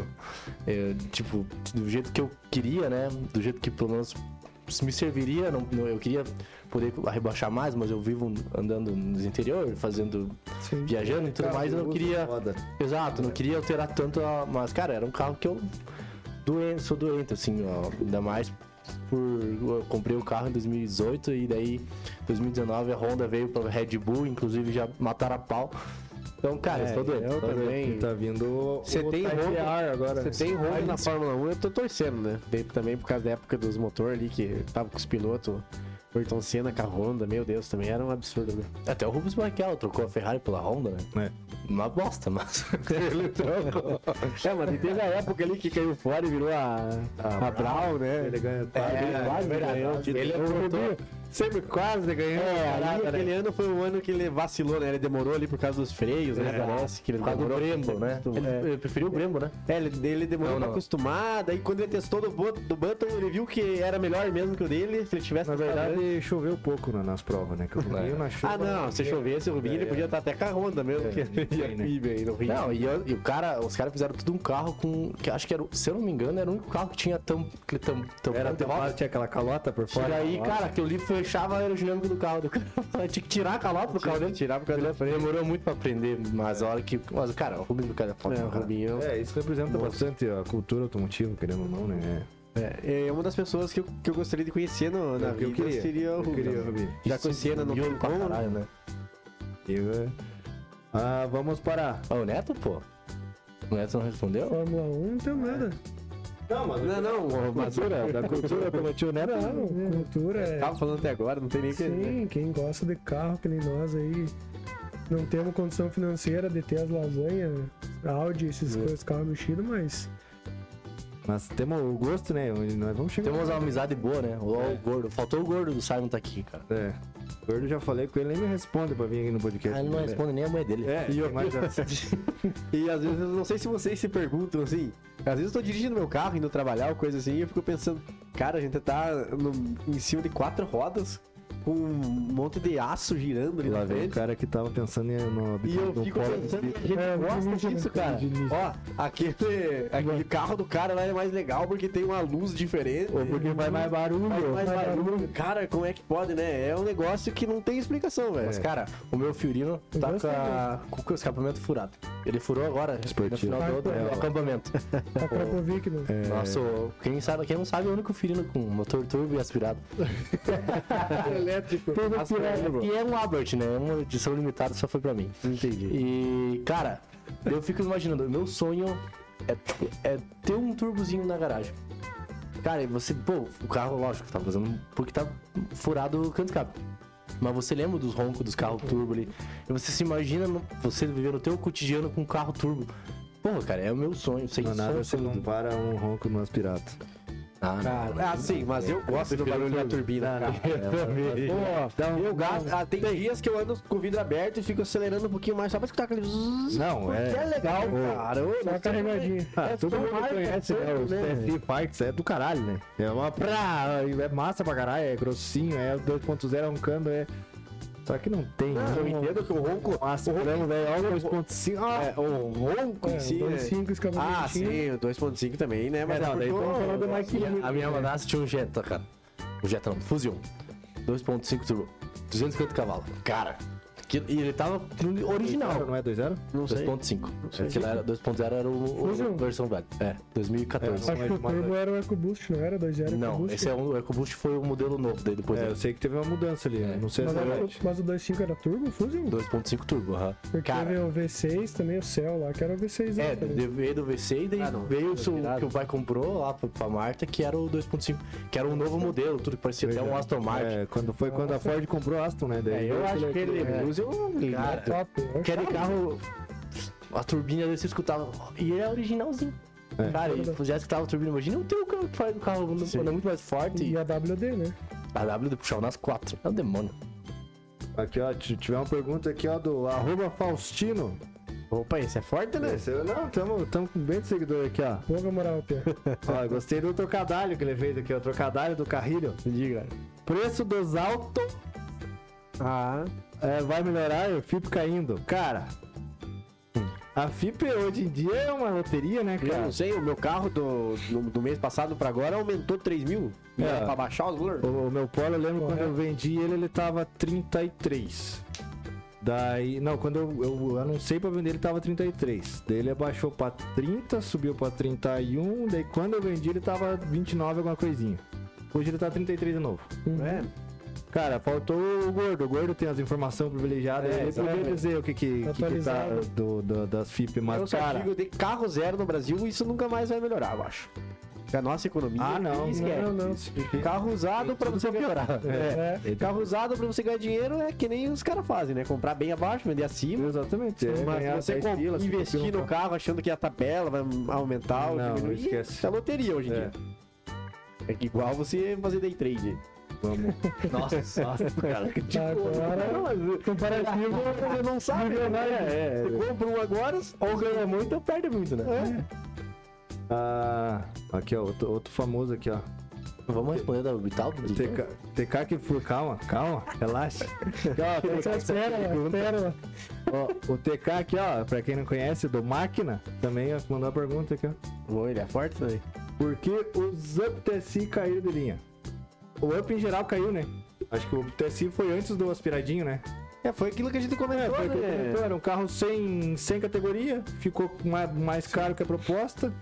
[SPEAKER 4] É, tipo, do jeito que eu queria, né? Do jeito que pelo menos me serviria. Não, não- eu queria poder rebaixar mais, mas eu vivo andando no interior, fazendo.
[SPEAKER 3] Sim.
[SPEAKER 4] viajando e tudo
[SPEAKER 1] Carro
[SPEAKER 4] mais.
[SPEAKER 1] de
[SPEAKER 4] Eu não
[SPEAKER 1] uso,
[SPEAKER 4] queria.
[SPEAKER 1] Foda.
[SPEAKER 4] Exato, não queria alterar tanto a. Mas, cara, era um carro que eu doen- sou doente, assim, ó. Ainda mais por. Eu comprei o carro em 2018 e daí, 2019, a Honda veio pra Red Bull, inclusive já mataram a pau. Então, cara, eu
[SPEAKER 2] É,
[SPEAKER 4] estou doente.
[SPEAKER 2] eu
[SPEAKER 4] estou
[SPEAKER 2] também.
[SPEAKER 4] doente.
[SPEAKER 1] Tá vindo o-
[SPEAKER 2] Você
[SPEAKER 1] o
[SPEAKER 2] tem
[SPEAKER 1] Type
[SPEAKER 2] roupa?
[SPEAKER 1] R agora.
[SPEAKER 2] Você tem Honda na Fórmula 1, eu tô torcendo, né? Daí Também por causa da época dos motores ali, que tava com os pilotos, o Ayrton Senna com a Honda, meu Deus, também era um absurdo, né?
[SPEAKER 4] Até o Rubens Barrichello trocou a Ferrari pela Honda, né? Uma bosta, mas.
[SPEAKER 2] (laughs)
[SPEAKER 4] Ele trocou.
[SPEAKER 2] É, mas e teve a época ali que caiu fora e virou a, a, Brown, né?
[SPEAKER 1] Ele ganha tá?
[SPEAKER 2] É,
[SPEAKER 1] Ele quase
[SPEAKER 2] verdade.
[SPEAKER 1] ganhou.
[SPEAKER 2] Ele é
[SPEAKER 1] Eu
[SPEAKER 2] apontou.
[SPEAKER 1] bebi, Sempre quase ganhou.
[SPEAKER 2] É, ali
[SPEAKER 1] Caraca, né?
[SPEAKER 2] aquele ano foi o ano que ele vacilou, né? Ele demorou ali por causa dos freios, né?
[SPEAKER 4] É.
[SPEAKER 2] Parece que ele
[SPEAKER 4] Por causa do
[SPEAKER 2] demorou.
[SPEAKER 4] Brembo, né? Ele,
[SPEAKER 2] É.
[SPEAKER 4] ele preferiu o Brembo, né?
[SPEAKER 2] É, ele, ele demorou
[SPEAKER 4] Não,
[SPEAKER 2] pra
[SPEAKER 4] não.
[SPEAKER 2] acostumar, daí quando ele testou do, Bu- do Button, ele viu que era melhor mesmo que o dele, se ele tivesse
[SPEAKER 1] Na
[SPEAKER 2] testado antes.
[SPEAKER 1] verdade, choveu pouco na- nas provas, né? Que o Rubinho na chuva. (laughs)
[SPEAKER 2] Ah, não, se chovesse o Rubinho, ele podia estar até com a Honda mesmo, que é ele ia
[SPEAKER 1] né?
[SPEAKER 2] ir bem, não ria.
[SPEAKER 4] É. Não, e, eu- e o cara, os caras fizeram tudo um carro com. Que acho que era, o- se eu não me engano, era o único carro que tinha tam, que tam, tam,
[SPEAKER 1] Era
[SPEAKER 4] tam-
[SPEAKER 1] tampado, tinha aquela calota por
[SPEAKER 4] E
[SPEAKER 1] fora.
[SPEAKER 4] daí, cara, aquilo ali fechava a aerodinâmica do carro
[SPEAKER 2] (laughs)
[SPEAKER 4] do cara. Tinha que tirar a calota do carro dele.
[SPEAKER 2] tirar por causa da frente.
[SPEAKER 4] Demorou muito pra aprender, mas a hora que. Mas, cara, o Rubens do cara é foda,
[SPEAKER 2] É, o
[SPEAKER 4] cara.
[SPEAKER 2] Rubinho
[SPEAKER 1] É, isso representa bastante a cultura automotiva, querendo ou não, né?
[SPEAKER 2] é, é uma das pessoas que eu, que eu gostaria de conhecer no, na
[SPEAKER 1] É,
[SPEAKER 2] vida, seria
[SPEAKER 1] eu
[SPEAKER 2] o
[SPEAKER 1] queria,
[SPEAKER 2] Rubinho.
[SPEAKER 1] Rubinho.
[SPEAKER 2] Já conhecia no
[SPEAKER 4] Humilde
[SPEAKER 2] Não
[SPEAKER 4] pra
[SPEAKER 2] Tem Como, né?
[SPEAKER 4] caralho, né?
[SPEAKER 1] Eu, é. Ah, vamos parar.
[SPEAKER 4] Ah, o Neto, pô. O Neto não respondeu?
[SPEAKER 3] Fórmula 1 não tem nada.
[SPEAKER 1] Não, mas...
[SPEAKER 2] Não, não, mas
[SPEAKER 1] Cultura, da cultura automotiva, né?
[SPEAKER 3] Não, cultura é.
[SPEAKER 2] tava falando até agora, não tem nem o que... né?
[SPEAKER 3] Sim, quem gosta de carro, que nem nós aí, não temos condição financeira de ter as lasanhas, Audi, esses
[SPEAKER 1] É.
[SPEAKER 3] coisas, carro mexido, mas
[SPEAKER 1] Mas temos o gosto, né? Nós vamos chegar.
[SPEAKER 4] Temos uma amizade boa, né? O, o gordo. Faltou o gordo do Simon tá aqui, cara.
[SPEAKER 1] É. O gordo já falei com ele, nem me responde pra vir aqui no podcast. né?
[SPEAKER 4] Ah, ele não responde nem a mãe dele.
[SPEAKER 1] É, e eu... mas,
[SPEAKER 2] E às vezes, eu não sei se vocês se perguntam assim. Às vezes eu tô dirigindo meu carro, indo trabalhar, ou coisa assim, e eu fico pensando, cara, a gente tá no- em cima de quatro rodas, com um monte de aço girando ali
[SPEAKER 1] lá
[SPEAKER 2] na
[SPEAKER 1] vem
[SPEAKER 2] frente.
[SPEAKER 1] o cara que tava pensando em- no
[SPEAKER 2] E eu
[SPEAKER 1] no
[SPEAKER 2] fico
[SPEAKER 1] colo
[SPEAKER 2] pensando que a
[SPEAKER 1] desse-
[SPEAKER 2] gente
[SPEAKER 3] É,
[SPEAKER 2] gosta
[SPEAKER 3] muito
[SPEAKER 2] disso,
[SPEAKER 3] bacana,
[SPEAKER 2] cara.
[SPEAKER 3] Diniz.
[SPEAKER 2] Ó, aquele, aquele carro do cara lá é mais legal porque tem uma luz diferente.
[SPEAKER 1] Ou porque vai mais barulho.
[SPEAKER 2] Faz mais barulho. Cara, como é que pode, né? É um negócio que não tem explicação, velho.
[SPEAKER 4] Mas, cara, o meu Fiorino tá
[SPEAKER 3] gosto
[SPEAKER 4] com, a- com o escapamento furado. Ele furou agora,
[SPEAKER 1] Esportivo.
[SPEAKER 4] no final do outro
[SPEAKER 1] É, ó.
[SPEAKER 4] (laughs) acampamento.
[SPEAKER 3] a Krakovic Tá não.
[SPEAKER 1] Tá É,
[SPEAKER 4] Nosso, quem, sabe, quem não sabe, é o único Fiorino com motor turbo e aspirado.
[SPEAKER 1] elétrico.
[SPEAKER 4] Aspirado. E é um Albert, né? É uma edição limitada, só foi pra mim.
[SPEAKER 2] Entendi.
[SPEAKER 4] E, cara, eu fico imaginando, o meu sonho é, é ter um turbozinho na garagem. Cara, e você, pô, o carro, lógico, tá fazendo. Porque tá furado o canto escape. Mas você lembra dos roncos dos carros turbo ali. E você se imagina no- você viver o teu cotidiano com um carro turbo. Porra, cara, é o meu sonho. Sem
[SPEAKER 1] Não
[SPEAKER 4] som,
[SPEAKER 1] nada você
[SPEAKER 4] tudo.
[SPEAKER 1] não para um ronco no aspirado.
[SPEAKER 4] Ah, não.
[SPEAKER 2] Cara, ah, sim, mas
[SPEAKER 4] É,
[SPEAKER 1] É.
[SPEAKER 2] eu gosto do barulho da turbina, cara.
[SPEAKER 4] também.
[SPEAKER 2] Pô,
[SPEAKER 1] Dá um-
[SPEAKER 2] eu gasto. Ah, tem dias que eu ando com o vidro aberto e fico acelerando um pouquinho mais só pra escutar aquele. zzzz,
[SPEAKER 1] Não,
[SPEAKER 2] porque é
[SPEAKER 1] é.
[SPEAKER 2] legal,
[SPEAKER 1] Ô.
[SPEAKER 2] cara. Ô,
[SPEAKER 3] Só
[SPEAKER 2] não
[SPEAKER 3] uma carregadinha.
[SPEAKER 1] Ah,
[SPEAKER 2] É
[SPEAKER 1] todo
[SPEAKER 2] tão
[SPEAKER 1] mundo
[SPEAKER 2] marca,
[SPEAKER 1] conhece, né?
[SPEAKER 2] tanto,
[SPEAKER 1] Os
[SPEAKER 2] né?
[SPEAKER 1] TFT Parts é do caralho, né? É uma pra. É massa pra caralho, é grossinho, é 2.0 roncando, é. Só que não tem. né?
[SPEAKER 2] Não, eu entendo que o ronco.
[SPEAKER 1] Massa, velho. né? Olha o 2.5. ó.
[SPEAKER 2] É, o ronco em
[SPEAKER 3] É,
[SPEAKER 4] assim,
[SPEAKER 2] si. né?
[SPEAKER 3] 2.5 escapamentinho.
[SPEAKER 2] Ah, sim, o 2.5 também, né? Mas
[SPEAKER 1] É, não,
[SPEAKER 2] porque
[SPEAKER 1] daí
[SPEAKER 2] o-
[SPEAKER 1] vamos falar do
[SPEAKER 4] A
[SPEAKER 1] Mike
[SPEAKER 2] é.
[SPEAKER 4] minha- A minha madrasta tinha um Jetta, cara. Um Jetta não, Fusion. 2.5 turbo. 250 cavalos. Cara, que- e ele tava um no original.
[SPEAKER 1] Não é 2.0?
[SPEAKER 2] Não sei.
[SPEAKER 4] 2.5. Aquilo era 2.0 era o, o
[SPEAKER 3] Fusion.
[SPEAKER 4] versão velha. É, 2014.
[SPEAKER 1] É,
[SPEAKER 3] Acho que o
[SPEAKER 1] Mas-
[SPEAKER 3] turbo era o EcoBoost, não era? 2.0
[SPEAKER 4] não,
[SPEAKER 3] EcoBoost.
[SPEAKER 4] esse é um, o EcoBoost foi o modelo novo daí depois.
[SPEAKER 1] É,
[SPEAKER 4] né?
[SPEAKER 1] eu sei que teve uma mudança ali,
[SPEAKER 2] É.
[SPEAKER 1] né? Não sei
[SPEAKER 2] um
[SPEAKER 3] mas, era,
[SPEAKER 1] exatamente.
[SPEAKER 3] mas o 2.5 era turbo, Fusion?
[SPEAKER 4] 2.5 turbo, aham.
[SPEAKER 3] Porque
[SPEAKER 4] Cara,
[SPEAKER 3] teve o V6 também, o céu lá, que era o V6. né?
[SPEAKER 4] É, de- veio do VC e daí
[SPEAKER 2] Ah, não,
[SPEAKER 4] veio o
[SPEAKER 2] tá
[SPEAKER 4] seu-
[SPEAKER 2] virado.
[SPEAKER 4] que o pai comprou lá pra, pra Marta, que era o 2.5, que era um novo modelo, tudo que parecia até um Aston Martin.
[SPEAKER 1] É, quando foi quando a Ford comprou Aston, né?
[SPEAKER 2] É,
[SPEAKER 1] Daí
[SPEAKER 2] eu acho que ele
[SPEAKER 1] É.
[SPEAKER 2] usa um.
[SPEAKER 4] Cara,
[SPEAKER 3] Top, eu acho.
[SPEAKER 4] Aquele carro, a turbina dele você escutava, e ele é originalzinho.
[SPEAKER 1] É.
[SPEAKER 4] Cara, ele já escutava a turbina, imagina o teu carro que faz o carro anda muito mais forte.
[SPEAKER 3] E
[SPEAKER 4] E
[SPEAKER 3] a WD, né?
[SPEAKER 4] a W do puxão nas quatro, é o demônio.
[SPEAKER 1] Aqui, ó, t- tiver uma pergunta aqui, ó, do arroba Faustino.
[SPEAKER 2] Opa, esse é forte, né?
[SPEAKER 1] Esse- Não, tamo, tamo com bem de seguidor aqui, ó.
[SPEAKER 3] Pouca moral, Pia.
[SPEAKER 1] Ó, eu gostei do trocadalho que ele fez aqui, ó. Trocadalho do carrilho.
[SPEAKER 2] Diga.
[SPEAKER 1] Preço dos alto
[SPEAKER 2] Ah,
[SPEAKER 1] é, vai melhorar e o FIP caindo. Cara, a FIP hoje em dia é uma loteria, né,
[SPEAKER 2] eu
[SPEAKER 1] cara?
[SPEAKER 2] não sei, o meu carro do, do, do mês passado pra agora aumentou 3 mil.
[SPEAKER 4] né,
[SPEAKER 1] É.
[SPEAKER 2] Pra baixar os valores.
[SPEAKER 1] O, o meu Polo, eu lembro quando
[SPEAKER 3] Correto.
[SPEAKER 1] eu vendi ele, ele tava 33. Daí, não, quando eu, eu anunciei pra vender, ele tava 33. Daí ele abaixou pra 30, subiu pra 31. Daí quando eu vendi, ele tava 29, alguma coisinha. Hoje ele tá 33 de novo.
[SPEAKER 4] né?
[SPEAKER 2] É,
[SPEAKER 1] Cara, faltou o gordo. O gordo tem as informações privilegiadas.
[SPEAKER 2] É,
[SPEAKER 1] ele poderia
[SPEAKER 2] exatamente.
[SPEAKER 1] dizer o que, que, que, que tá
[SPEAKER 3] Atualizado.
[SPEAKER 1] do, do- das FIP, mas,
[SPEAKER 2] eu só
[SPEAKER 1] cara.
[SPEAKER 2] digo, de carro zero no Brasil, isso nunca mais vai melhorar, eu acho. A nossa economia
[SPEAKER 1] Ah, não.
[SPEAKER 2] esquece.
[SPEAKER 1] Não, não.
[SPEAKER 2] Carro usado pra você piorar.
[SPEAKER 1] É.
[SPEAKER 2] É. Carro usado pra você ganhar dinheiro é que nem os caras fazem, né? Comprar bem abaixo, vender acima.
[SPEAKER 1] Exatamente. é,
[SPEAKER 2] mas
[SPEAKER 1] ganhar
[SPEAKER 2] você
[SPEAKER 1] 10
[SPEAKER 2] com-
[SPEAKER 1] pila, 5
[SPEAKER 2] investir
[SPEAKER 1] pila,
[SPEAKER 2] no carro achando que a tabela vai aumentar ou
[SPEAKER 1] tá. Não,
[SPEAKER 2] diminuir.
[SPEAKER 1] esquece.
[SPEAKER 2] É loteria hoje em
[SPEAKER 1] É.
[SPEAKER 2] dia. É que igual você fazer day trade.
[SPEAKER 1] Vamos.
[SPEAKER 2] (laughs)
[SPEAKER 4] Nossa, nossa, cara. que tipo-
[SPEAKER 3] Agora,
[SPEAKER 2] Então
[SPEAKER 3] comparativo,
[SPEAKER 2] Você não né? sabe, né?
[SPEAKER 1] é,
[SPEAKER 2] você compra um agora, ou ganha muito ou perde muito, né?
[SPEAKER 1] É. Ah, aqui, ó. Outro, outro famoso aqui, ó.
[SPEAKER 4] Vamos responder da orbital do
[SPEAKER 1] TK, TK que foi. Calma, calma.
[SPEAKER 2] (laughs)
[SPEAKER 1] Relaxa. Aqui, ó, TK
[SPEAKER 3] essa pérola, pérola.
[SPEAKER 1] Ó, o TK aqui, ó, pra quem não conhece, do Máquina, também ó, mandou a pergunta aqui, ó.
[SPEAKER 2] Bom, ele é forte também.
[SPEAKER 1] Por que os Up TSI caíram de linha? O Up em geral caiu, né? Acho que o TSI foi antes do aspiradinho, né?
[SPEAKER 2] É, foi aquilo que a gente comentou,
[SPEAKER 1] É, foi o que eu
[SPEAKER 2] né?
[SPEAKER 1] comentou, era um carro sem, sem categoria, ficou mais, mais caro que a proposta.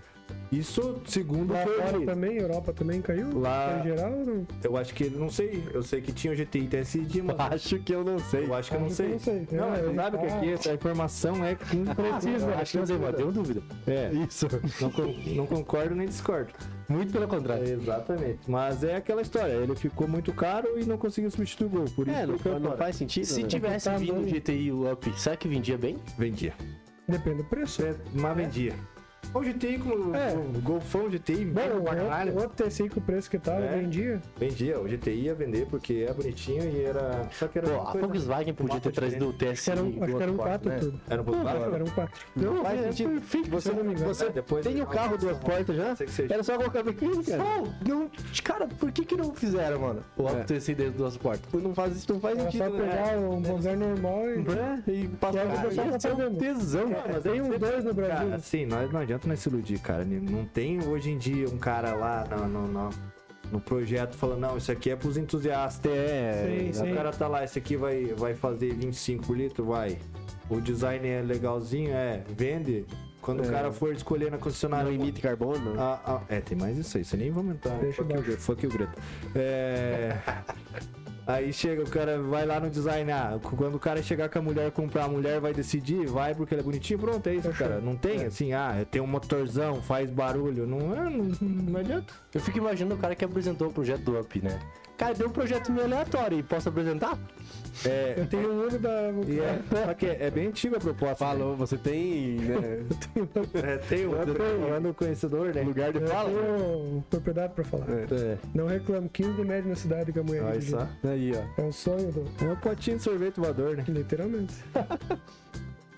[SPEAKER 1] Isso, segundo
[SPEAKER 3] Lá
[SPEAKER 1] foi
[SPEAKER 3] fora também, Europa também caiu?
[SPEAKER 1] Lá-
[SPEAKER 3] Em geral, não?
[SPEAKER 1] Eu acho que ele não sei. Eu sei que tinha o GTI TSI de mas
[SPEAKER 2] Acho que eu não sei.
[SPEAKER 1] Eu acho que eu não
[SPEAKER 3] Acho que eu
[SPEAKER 1] sei.
[SPEAKER 3] não sei.
[SPEAKER 1] Não,
[SPEAKER 3] É,
[SPEAKER 1] mas
[SPEAKER 3] ele
[SPEAKER 1] sabe o que
[SPEAKER 3] tá-
[SPEAKER 1] aqui? Essa informação é
[SPEAKER 3] (laughs)
[SPEAKER 1] imprecisa.
[SPEAKER 4] Acho
[SPEAKER 3] assim,
[SPEAKER 4] que não sei, mas tenho dúvida.
[SPEAKER 1] É,
[SPEAKER 4] Isso.
[SPEAKER 1] não, con- não concordo nem discordo.
[SPEAKER 4] Muito pelo
[SPEAKER 1] É,
[SPEAKER 4] contrário.
[SPEAKER 1] exatamente. Mas é aquela história, ele ficou muito caro e não conseguiu substituir o gol. Por isso
[SPEAKER 2] É, não,
[SPEAKER 1] que eu
[SPEAKER 2] não faz sentido.
[SPEAKER 4] Se
[SPEAKER 2] né?
[SPEAKER 4] tivesse
[SPEAKER 3] Tá
[SPEAKER 4] vindo
[SPEAKER 3] bom.
[SPEAKER 4] o GTI Up, será que vendia bem?
[SPEAKER 1] vendia.
[SPEAKER 3] Depende do preço.
[SPEAKER 1] É, mas vendia. O GTI com
[SPEAKER 3] É.
[SPEAKER 1] o Golfão GTI,
[SPEAKER 3] Bom,
[SPEAKER 1] mesmo pra caralho.
[SPEAKER 3] o outro T5 o preço que tava,
[SPEAKER 1] É.
[SPEAKER 3] vendia.
[SPEAKER 1] Vendia, o GTI ia vender porque era bonitinho e era. Só que era.
[SPEAKER 4] Pô,
[SPEAKER 1] uma
[SPEAKER 4] a
[SPEAKER 1] coisa-
[SPEAKER 4] Volkswagen podia ter trazido o TSI.
[SPEAKER 3] Era um-
[SPEAKER 4] do
[SPEAKER 3] acho que era um
[SPEAKER 4] outro
[SPEAKER 3] 4
[SPEAKER 4] né?
[SPEAKER 3] turbo.
[SPEAKER 1] Era um pouco
[SPEAKER 3] Acho que
[SPEAKER 1] caro.
[SPEAKER 3] era um 4.
[SPEAKER 2] Não tipo,
[SPEAKER 1] Não,
[SPEAKER 2] faz
[SPEAKER 1] é,
[SPEAKER 2] sentido.
[SPEAKER 3] se
[SPEAKER 2] Você,
[SPEAKER 3] eu não me engano.
[SPEAKER 2] você
[SPEAKER 1] É, depois
[SPEAKER 2] tem
[SPEAKER 1] eu-
[SPEAKER 2] o carro duas portas já?
[SPEAKER 1] Sei que seja.
[SPEAKER 2] Era só colocar biquíni, cara.
[SPEAKER 4] não, cara, por que que não fizeram, mano? O Up TSI dentro das portas.
[SPEAKER 2] É. Não faz isso, não faz
[SPEAKER 3] Era só
[SPEAKER 2] sentido, né?
[SPEAKER 3] pegar um lugar normal e...
[SPEAKER 2] É, E passar
[SPEAKER 3] Era só
[SPEAKER 2] Cara,
[SPEAKER 3] pegar
[SPEAKER 2] isso é um
[SPEAKER 3] fazendo.
[SPEAKER 2] tesão, cara.
[SPEAKER 1] mas
[SPEAKER 3] Tem um 2 no Brasil.
[SPEAKER 1] Cara, assim, nós não adianta nós se iludir, cara. Não tem hoje em dia um cara lá no, no, no, no projeto falando, não, isso aqui é pros entusiastas. É,
[SPEAKER 3] Sim,
[SPEAKER 1] o
[SPEAKER 3] sim.
[SPEAKER 1] cara tá lá, esse aqui vai, vai fazer 25 litros, vai. O design é legalzinho, é, vende. Quando
[SPEAKER 3] É.
[SPEAKER 1] o cara for escolher na
[SPEAKER 2] Não
[SPEAKER 1] concessionária.
[SPEAKER 2] emite carbono. né?
[SPEAKER 1] Ah, ah, é, tem mais isso aí, você nem vai aumentar.
[SPEAKER 3] Deixa
[SPEAKER 1] fuck,
[SPEAKER 3] baixo.
[SPEAKER 1] o, fuck o Greta. (laughs) É. aí chega, o cara vai lá no design. Ah, quando o cara chegar com a mulher comprar, a mulher vai decidir, vai porque ele é bonitinho, pronto, é isso,
[SPEAKER 3] Fechou.
[SPEAKER 1] cara. Não tem assim, ah, tem um motorzão, faz barulho. Não, é, não, não adianta.
[SPEAKER 4] Eu fico imaginando o cara que apresentou o projeto do Up, né?
[SPEAKER 2] Cara, deu um projeto meio aleatório e posso apresentar?
[SPEAKER 1] É,
[SPEAKER 3] Eu tenho um olho da.
[SPEAKER 1] e é, só que é, é bem antiga a proposta. Né?
[SPEAKER 2] Falou, você tem né, (laughs)
[SPEAKER 1] É, tem um ano conhecedor, né?
[SPEAKER 2] lugar de
[SPEAKER 3] Eu
[SPEAKER 2] fala?
[SPEAKER 3] tenho um propriedade pra falar.
[SPEAKER 1] É.
[SPEAKER 3] Não reclamo, 15 de média na cidade que a mulher
[SPEAKER 1] Olha
[SPEAKER 3] vive.
[SPEAKER 1] só.
[SPEAKER 2] Aí, ó.
[SPEAKER 3] É um sonho do.
[SPEAKER 1] É um potinho de sorvete voador, né?
[SPEAKER 3] Literalmente.
[SPEAKER 1] Ah, aqui,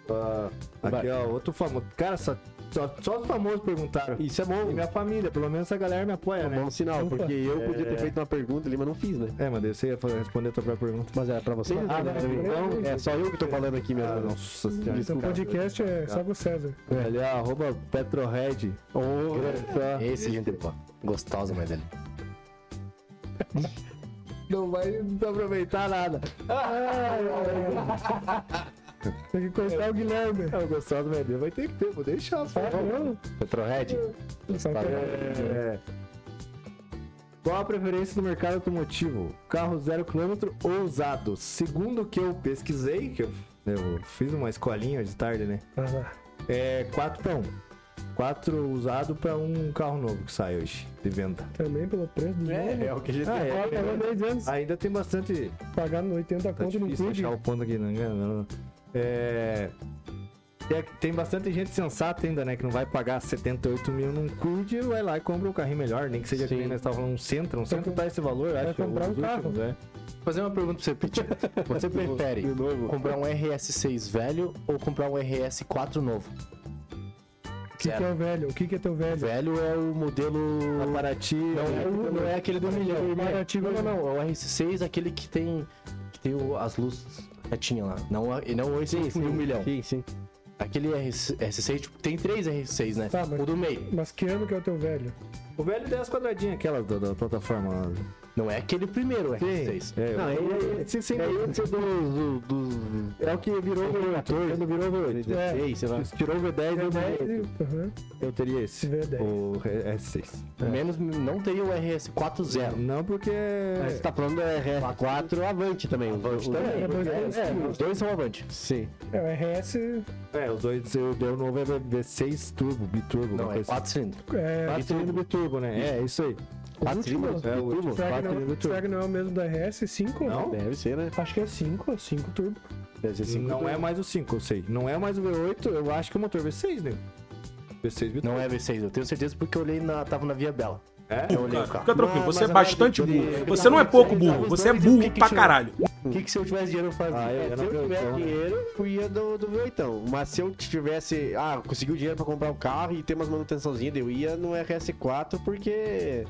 [SPEAKER 2] Tá. Vai.
[SPEAKER 1] ó, outro famoso. Cara, só, só, só os famosos perguntaram.
[SPEAKER 2] Isso é bom.
[SPEAKER 1] E minha família, pelo menos essa galera me apoia,
[SPEAKER 2] É um
[SPEAKER 1] né?
[SPEAKER 2] bom sinal,
[SPEAKER 3] Opa.
[SPEAKER 2] porque eu podia
[SPEAKER 1] É.
[SPEAKER 2] ter feito uma pergunta ali, mas não fiz, né?
[SPEAKER 1] É, mano, você ia fa- responder a tua própria pergunta.
[SPEAKER 2] Mas é pra você?
[SPEAKER 1] Ah,
[SPEAKER 2] né?
[SPEAKER 1] não, eu-
[SPEAKER 2] Então, é só eu que tô falando aqui mesmo.
[SPEAKER 1] Ah,
[SPEAKER 2] não.
[SPEAKER 1] nossa senhora.
[SPEAKER 3] Seu
[SPEAKER 2] Desculpa.
[SPEAKER 3] podcast é Sago César.
[SPEAKER 1] Olha, é, arroba Petrohead.
[SPEAKER 2] Ah,
[SPEAKER 1] Tá.
[SPEAKER 2] é
[SPEAKER 4] Esse gente boa. Gostosa, mas dele.
[SPEAKER 1] Não vai aproveitar nada.
[SPEAKER 3] Tem que contar o Guilherme.
[SPEAKER 1] É, o É. gostoso, meu Deus, vai ter que ter, vou deixar. Só,
[SPEAKER 4] Petrohead?
[SPEAKER 3] Só
[SPEAKER 4] Tá
[SPEAKER 3] que-
[SPEAKER 1] É. Qual a preferência do mercado automotivo? Carro zero quilômetro ou usado? Segundo o que eu pesquisei, que eu, eu fiz uma escolinha de tarde, né?
[SPEAKER 3] Ah, lá.
[SPEAKER 1] É 4 para 1. 4 usado para um carro novo que sai hoje de venda.
[SPEAKER 3] Também pelo preço do
[SPEAKER 2] É,
[SPEAKER 3] jogo.
[SPEAKER 2] é o que a gente
[SPEAKER 1] Ah, é.
[SPEAKER 3] Tava pagando 10 anos,
[SPEAKER 1] Ainda tem bastante.
[SPEAKER 3] pagando 80
[SPEAKER 1] Tá
[SPEAKER 3] conto num
[SPEAKER 1] difícil
[SPEAKER 3] clube.
[SPEAKER 1] achar o ponto aqui, não engano. não, não. É. é que Tem bastante gente sensata ainda, né? Que não vai pagar 78 mil num CUD, vai lá e compra um carrinho melhor, nem que seja que
[SPEAKER 2] Sim.
[SPEAKER 1] nem nós estávamos falando, um Sentra. Um Sentra tá esse valor, acho.
[SPEAKER 3] comprar um
[SPEAKER 1] os
[SPEAKER 3] carro.
[SPEAKER 1] últimos, é.
[SPEAKER 4] Vou fazer uma pergunta pra você, Pete. Você prefere
[SPEAKER 2] De novo.
[SPEAKER 4] comprar um RS6 velho ou comprar um RS4 novo?
[SPEAKER 1] um
[SPEAKER 3] O que, que é o velho? O que, que é teu velho?
[SPEAKER 4] Velho é o modelo.
[SPEAKER 1] A Paraty.
[SPEAKER 4] Não,
[SPEAKER 1] né?
[SPEAKER 4] é o- não é aquele do milhão.
[SPEAKER 3] Mara
[SPEAKER 4] É.
[SPEAKER 3] antigo,
[SPEAKER 4] Não, não, não. É o RS6, aquele que tem. Que tem o- as luzes retinhas lá. Não, a- e não o RS6 do milhão.
[SPEAKER 2] Sim, sim.
[SPEAKER 4] Aquele RS, RS6, tipo, tem três RS6, né?
[SPEAKER 3] Tá, mas-
[SPEAKER 4] O do meio.
[SPEAKER 3] Mas que ano que é o teu velho?
[SPEAKER 1] O velho 10 quadradinhas, aquela da, da plataforma lá.
[SPEAKER 4] Não é aquele primeiro RS6.
[SPEAKER 1] É,
[SPEAKER 2] Não,
[SPEAKER 1] eu-
[SPEAKER 2] é-
[SPEAKER 1] sim, sim,
[SPEAKER 2] do, do,
[SPEAKER 1] É o que virou o V8. Quando virou o V8.
[SPEAKER 2] É.
[SPEAKER 1] É.
[SPEAKER 2] sei lá.
[SPEAKER 1] Se Tirou o V10 e o V8.
[SPEAKER 3] Aham.
[SPEAKER 1] Eu teria esse.
[SPEAKER 3] V10.
[SPEAKER 1] O S6.
[SPEAKER 4] É. Menos, não teria o RS4 0.
[SPEAKER 1] Não, porque.
[SPEAKER 2] Mas
[SPEAKER 1] É.
[SPEAKER 2] você tá falando do RS4 Avante também. Avante
[SPEAKER 1] também.
[SPEAKER 3] É, dois anos.
[SPEAKER 4] É, os dois são avante.
[SPEAKER 2] Sim.
[SPEAKER 3] É, o RS
[SPEAKER 1] É, os dois. O deu novo é V6 turbo, biturbo.
[SPEAKER 4] Não,
[SPEAKER 1] uma
[SPEAKER 4] é
[SPEAKER 1] coisa
[SPEAKER 4] 4 cilindros.
[SPEAKER 3] é.
[SPEAKER 1] assim. Quatro cilindros biturbo, né? É, isso aí.
[SPEAKER 4] Quatro cilindros.
[SPEAKER 1] É o último.
[SPEAKER 3] Será que,
[SPEAKER 1] Quatro
[SPEAKER 3] não,
[SPEAKER 1] cilindros turbo.
[SPEAKER 3] será que não é o mesmo da RS? 5?
[SPEAKER 1] Não?
[SPEAKER 2] Deve ser, né?
[SPEAKER 3] Acho que é 5, 5 turbo.
[SPEAKER 2] Deve ser 5
[SPEAKER 1] Não é mais o 5, eu sei. Não é mais o V8, eu acho que é o motor V6, né? V6 biturbo.
[SPEAKER 4] Não é V6, eu tenho certeza porque eu olhei na. Tava na Via Bela.
[SPEAKER 1] É?
[SPEAKER 4] Eu olhei o carro.
[SPEAKER 5] Cara, fica tranquilo,
[SPEAKER 2] né? Mas-
[SPEAKER 5] você é
[SPEAKER 2] mas
[SPEAKER 5] bastante
[SPEAKER 2] a verdade é
[SPEAKER 5] burro.
[SPEAKER 2] que-
[SPEAKER 5] Você não é pouco burro,
[SPEAKER 4] Os
[SPEAKER 5] você é
[SPEAKER 4] dois
[SPEAKER 5] burro
[SPEAKER 4] dizem que
[SPEAKER 5] pra
[SPEAKER 4] tinha-
[SPEAKER 5] caralho.
[SPEAKER 4] O que, que se eu tivesse dinheiro eu fazia?
[SPEAKER 1] Ah, eu-
[SPEAKER 2] É,
[SPEAKER 1] eu
[SPEAKER 2] se
[SPEAKER 1] não
[SPEAKER 2] eu
[SPEAKER 1] tenho
[SPEAKER 2] tiver
[SPEAKER 1] opção, né?
[SPEAKER 2] dinheiro, eu ia do, do meu então. Mas se eu tivesse. Ah, consegui o dinheiro pra comprar o carro e ter umas manutençãozinhas, eu ia no RS4 porque.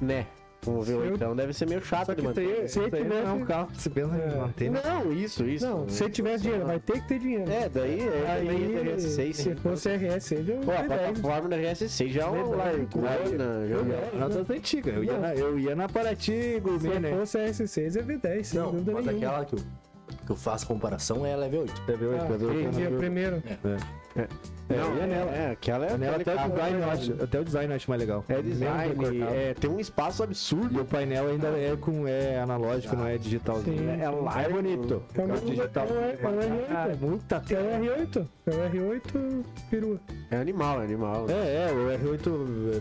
[SPEAKER 2] Né? Vamos ver o
[SPEAKER 3] eu-
[SPEAKER 2] então. Deve ser meio chato de manter.
[SPEAKER 1] Isso aí
[SPEAKER 3] tivesse-
[SPEAKER 1] não é um carro que se pensa em manter. né?
[SPEAKER 2] Não, isso, isso.
[SPEAKER 3] Não, se tiver dinheiro, vai ter que ter dinheiro.
[SPEAKER 2] É, daí é
[SPEAKER 3] Aí,
[SPEAKER 2] também é RS6.
[SPEAKER 3] se
[SPEAKER 2] sim.
[SPEAKER 3] fosse RS, ele é um
[SPEAKER 2] Pô, a
[SPEAKER 3] V10.
[SPEAKER 2] plataforma da RS6 já é um largona. já é-
[SPEAKER 1] Não, das antigas. Eu ia, na, eu ia na Paraty Gourmet,
[SPEAKER 3] Se
[SPEAKER 1] né?
[SPEAKER 3] fosse RS6, é V10, sem
[SPEAKER 4] Não,
[SPEAKER 3] dúvida
[SPEAKER 4] mas
[SPEAKER 3] nenhuma.
[SPEAKER 4] aquela que eu, que eu faço comparação é a level 8.
[SPEAKER 1] V8, quando eu-
[SPEAKER 3] Quem
[SPEAKER 1] quando
[SPEAKER 3] via
[SPEAKER 1] eu-
[SPEAKER 3] primeiro.
[SPEAKER 1] É, eu
[SPEAKER 2] Não,
[SPEAKER 1] ia nela.
[SPEAKER 2] É, aquela é.
[SPEAKER 1] Nela
[SPEAKER 2] aquele
[SPEAKER 1] até o
[SPEAKER 2] carro-
[SPEAKER 1] design, eu acho. Até o design eu acho mais legal.
[SPEAKER 2] É
[SPEAKER 1] Menos
[SPEAKER 2] design,
[SPEAKER 1] recortado.
[SPEAKER 2] é, tem um espaço
[SPEAKER 1] E
[SPEAKER 2] absurdo.
[SPEAKER 1] o painel ainda é com é analógico, não é digitalzinho.
[SPEAKER 3] Sim.
[SPEAKER 1] né?
[SPEAKER 2] É largo.
[SPEAKER 1] É bonito.
[SPEAKER 3] É o mesmo-
[SPEAKER 1] digital.
[SPEAKER 3] é o- é o
[SPEAKER 1] Cara,
[SPEAKER 3] R8.
[SPEAKER 1] muita
[SPEAKER 3] É
[SPEAKER 1] tela.
[SPEAKER 3] o R8. É o R8 perua.
[SPEAKER 2] É animal, é animal.
[SPEAKER 1] É, é, o R8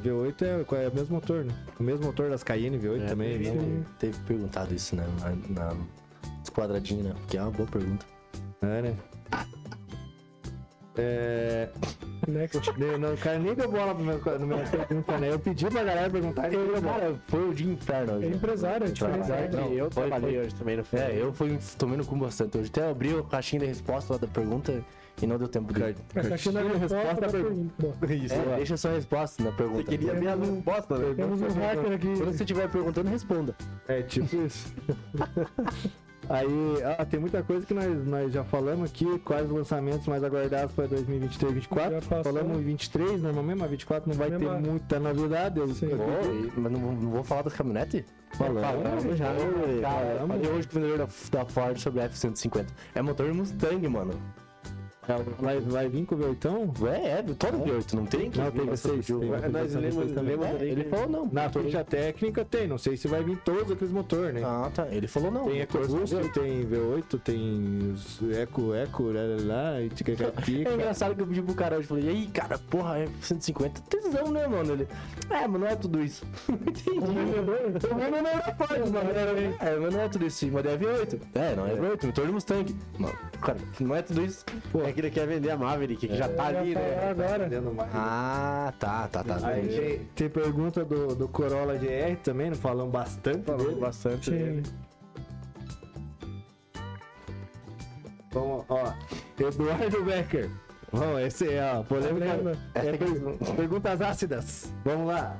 [SPEAKER 1] V8 é, é o mesmo motor, né? O mesmo motor das Cayenne V8
[SPEAKER 3] É,
[SPEAKER 1] também.
[SPEAKER 4] teve,
[SPEAKER 1] Né?
[SPEAKER 4] teve perguntado isso, né? Na, na nos quadradinhos, né? Porque é uma boa pergunta.
[SPEAKER 1] É, né? É.
[SPEAKER 3] Next.
[SPEAKER 1] eu Não, o cara nem deu bola pro meu, no meu pergunta, né? Eu pedi pra galera perguntar e ele deu bola.
[SPEAKER 4] Cara, foi o dia inferno
[SPEAKER 3] É
[SPEAKER 4] hoje. né?
[SPEAKER 3] empresário, é diferente.
[SPEAKER 4] Trabalho.
[SPEAKER 2] Não, eu
[SPEAKER 4] foi-
[SPEAKER 2] trabalhei
[SPEAKER 4] foi-
[SPEAKER 2] hoje também no final.
[SPEAKER 4] É, eu fui tomando com bastante hoje. Até eu abri a caixinha da resposta lá da pergunta e não deu tempo de.
[SPEAKER 3] Mas tá achando a resposta da pergunta. Bom,
[SPEAKER 1] Isso,
[SPEAKER 4] É,
[SPEAKER 2] né?
[SPEAKER 4] deixa sua resposta na pergunta.
[SPEAKER 2] ver a resposta, né?
[SPEAKER 3] Temos um hacker aqui.
[SPEAKER 4] Quando você estiver perguntando, responda.
[SPEAKER 1] É tipo isso. (laughs) Aí, ah, tem muita coisa que nós, nós já falamos aqui, quais os lançamentos mais aguardados para 2023
[SPEAKER 3] Já
[SPEAKER 1] 2024.
[SPEAKER 3] passou.
[SPEAKER 1] Falamos em 23, normalmente, mas 24 não vai
[SPEAKER 3] Mesma-
[SPEAKER 1] ter muita novidade. Eu,
[SPEAKER 3] Sim.
[SPEAKER 1] eu-
[SPEAKER 4] Pô, e- mas não, não vou falar da caminhonete?
[SPEAKER 1] falamos já.
[SPEAKER 4] Cara,
[SPEAKER 1] Falamos.
[SPEAKER 4] falei hoje com o vendedor da, da Ford sobre a F-150. É motor Mustang, mano.
[SPEAKER 1] Vai, vai vir com o Bertão?
[SPEAKER 4] É, é, todo V8, não tem que
[SPEAKER 1] Não, tem
[SPEAKER 4] vir com
[SPEAKER 1] vocês,
[SPEAKER 4] V8.
[SPEAKER 1] tem vocês,
[SPEAKER 4] Nós
[SPEAKER 1] vocês
[SPEAKER 4] lemos,
[SPEAKER 1] também.
[SPEAKER 4] lemos
[SPEAKER 1] É,
[SPEAKER 4] ele falou não.
[SPEAKER 1] Na ficha técnica tem, não sei se vai vir todos aqueles motores, né?
[SPEAKER 4] Ah, tá. Ele falou não.
[SPEAKER 1] Tem Eco Boost,
[SPEAKER 4] V8.
[SPEAKER 1] tem V8, tem os Eco, Eco, lá, lá, lá, e
[SPEAKER 4] É
[SPEAKER 1] tica-tica.
[SPEAKER 4] engraçado que eu pedi pro cara hoje, falei, e aí, cara, porra, é 150, tesão, né, mano? Ele, é, mas não é tudo isso. (laughs) Não entendi. O meu não era forte, mano. É, mas não é tudo isso, mas é V8. É, não é V8, motor de Mustang. Mano, cara, não é tudo isso.
[SPEAKER 2] Pô, é que ele quer vender a Maverick, que já tá ali, né?
[SPEAKER 3] agora.
[SPEAKER 1] Entendendo mais.
[SPEAKER 4] Ah, tá, tá, tá.
[SPEAKER 1] Aí
[SPEAKER 4] entendi.
[SPEAKER 1] tem, tem pergunta do, do Corolla GR também, não falamos bastante dele.
[SPEAKER 2] Bastante.
[SPEAKER 3] Sim.
[SPEAKER 1] Vamos, ó, Eduardo Becker. Vamos, esse é, ó, polêmica.
[SPEAKER 3] Problema.
[SPEAKER 1] É, per- perguntas ácidas. Vamos lá.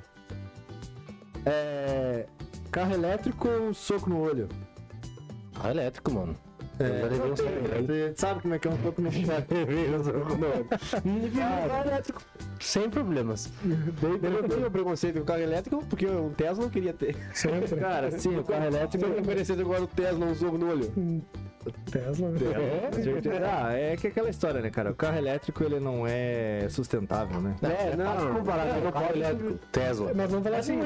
[SPEAKER 1] É, carro elétrico ou soco no olho?
[SPEAKER 4] Ah, elétrico, mano.
[SPEAKER 1] É.
[SPEAKER 4] Eu já levei um soco no olho.
[SPEAKER 1] Você sabe como é que é um soco no olho?
[SPEAKER 4] (laughs) Carro elétrico, sem problemas.
[SPEAKER 2] Eu não tenho preconceito com carro elétrico, porque um Tesla não queria ter.
[SPEAKER 3] Sempre.
[SPEAKER 1] Cara, sim, o carro
[SPEAKER 2] Se
[SPEAKER 1] elétrico.
[SPEAKER 2] eu oferecesse agora o Tesla um soco no olho.
[SPEAKER 3] Hum, Tesla, né?
[SPEAKER 1] É, com certeza. Ah, é que é aquela história, né, cara? O carro elétrico ele não é sustentável, né?
[SPEAKER 2] É, não, É
[SPEAKER 4] Fácil comparar, né? Carro elétrico, Tesla.
[SPEAKER 3] Mas vamos falar assim. Não,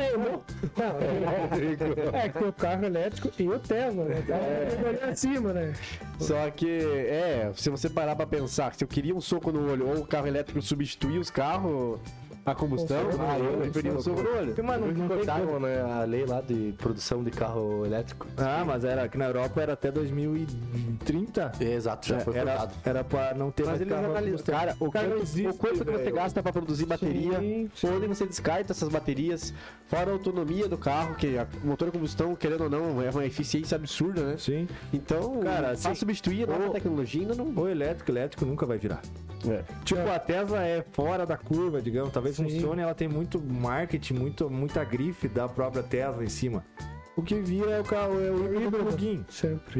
[SPEAKER 3] é que o carro elétrico e o Tesla, né? É. olhar acima, né?
[SPEAKER 2] Só que, é, se você parar pra pensar, se eu queria um soco no olho ou o carro elétrico substituir os carros a combustão,
[SPEAKER 3] soco
[SPEAKER 2] ah, eu
[SPEAKER 4] olho,
[SPEAKER 2] preferia um soco no olho.
[SPEAKER 1] Mas não, não tem como.
[SPEAKER 4] Cortaram, né, a lei lá de produção de carro elétrico.
[SPEAKER 1] Ah, mas era aqui na Europa era até 2030.
[SPEAKER 4] Exato, já foi
[SPEAKER 1] Era,
[SPEAKER 4] cortado.
[SPEAKER 1] era pra não ter
[SPEAKER 2] Mas
[SPEAKER 1] mais
[SPEAKER 2] eles
[SPEAKER 1] carro.
[SPEAKER 2] analisam, cara, o,
[SPEAKER 1] Cara, não
[SPEAKER 2] quanto-
[SPEAKER 1] existe,
[SPEAKER 2] o quanto que você
[SPEAKER 1] velho.
[SPEAKER 2] gasta pra produzir bateria, onde você descarta essas baterias, fora a autonomia do carro, que a- o motor a combustão, querendo ou não, é uma eficiência absurda, né?
[SPEAKER 1] Sim.
[SPEAKER 2] Então,
[SPEAKER 1] Cara,
[SPEAKER 2] pra
[SPEAKER 1] assim,
[SPEAKER 2] substituir a nova
[SPEAKER 1] o-
[SPEAKER 2] tecnologia ainda não...
[SPEAKER 1] O elétrico, elétrico nunca vai virar.
[SPEAKER 2] É.
[SPEAKER 1] Tipo, a Tesla é fora da curva, digamos. Talvez
[SPEAKER 3] Sim.
[SPEAKER 1] funcione, ela tem muito marketing, muito, muita grife da própria Tesla em cima. O que vira é o, carro, é o híbrido plug-in.
[SPEAKER 3] Sempre.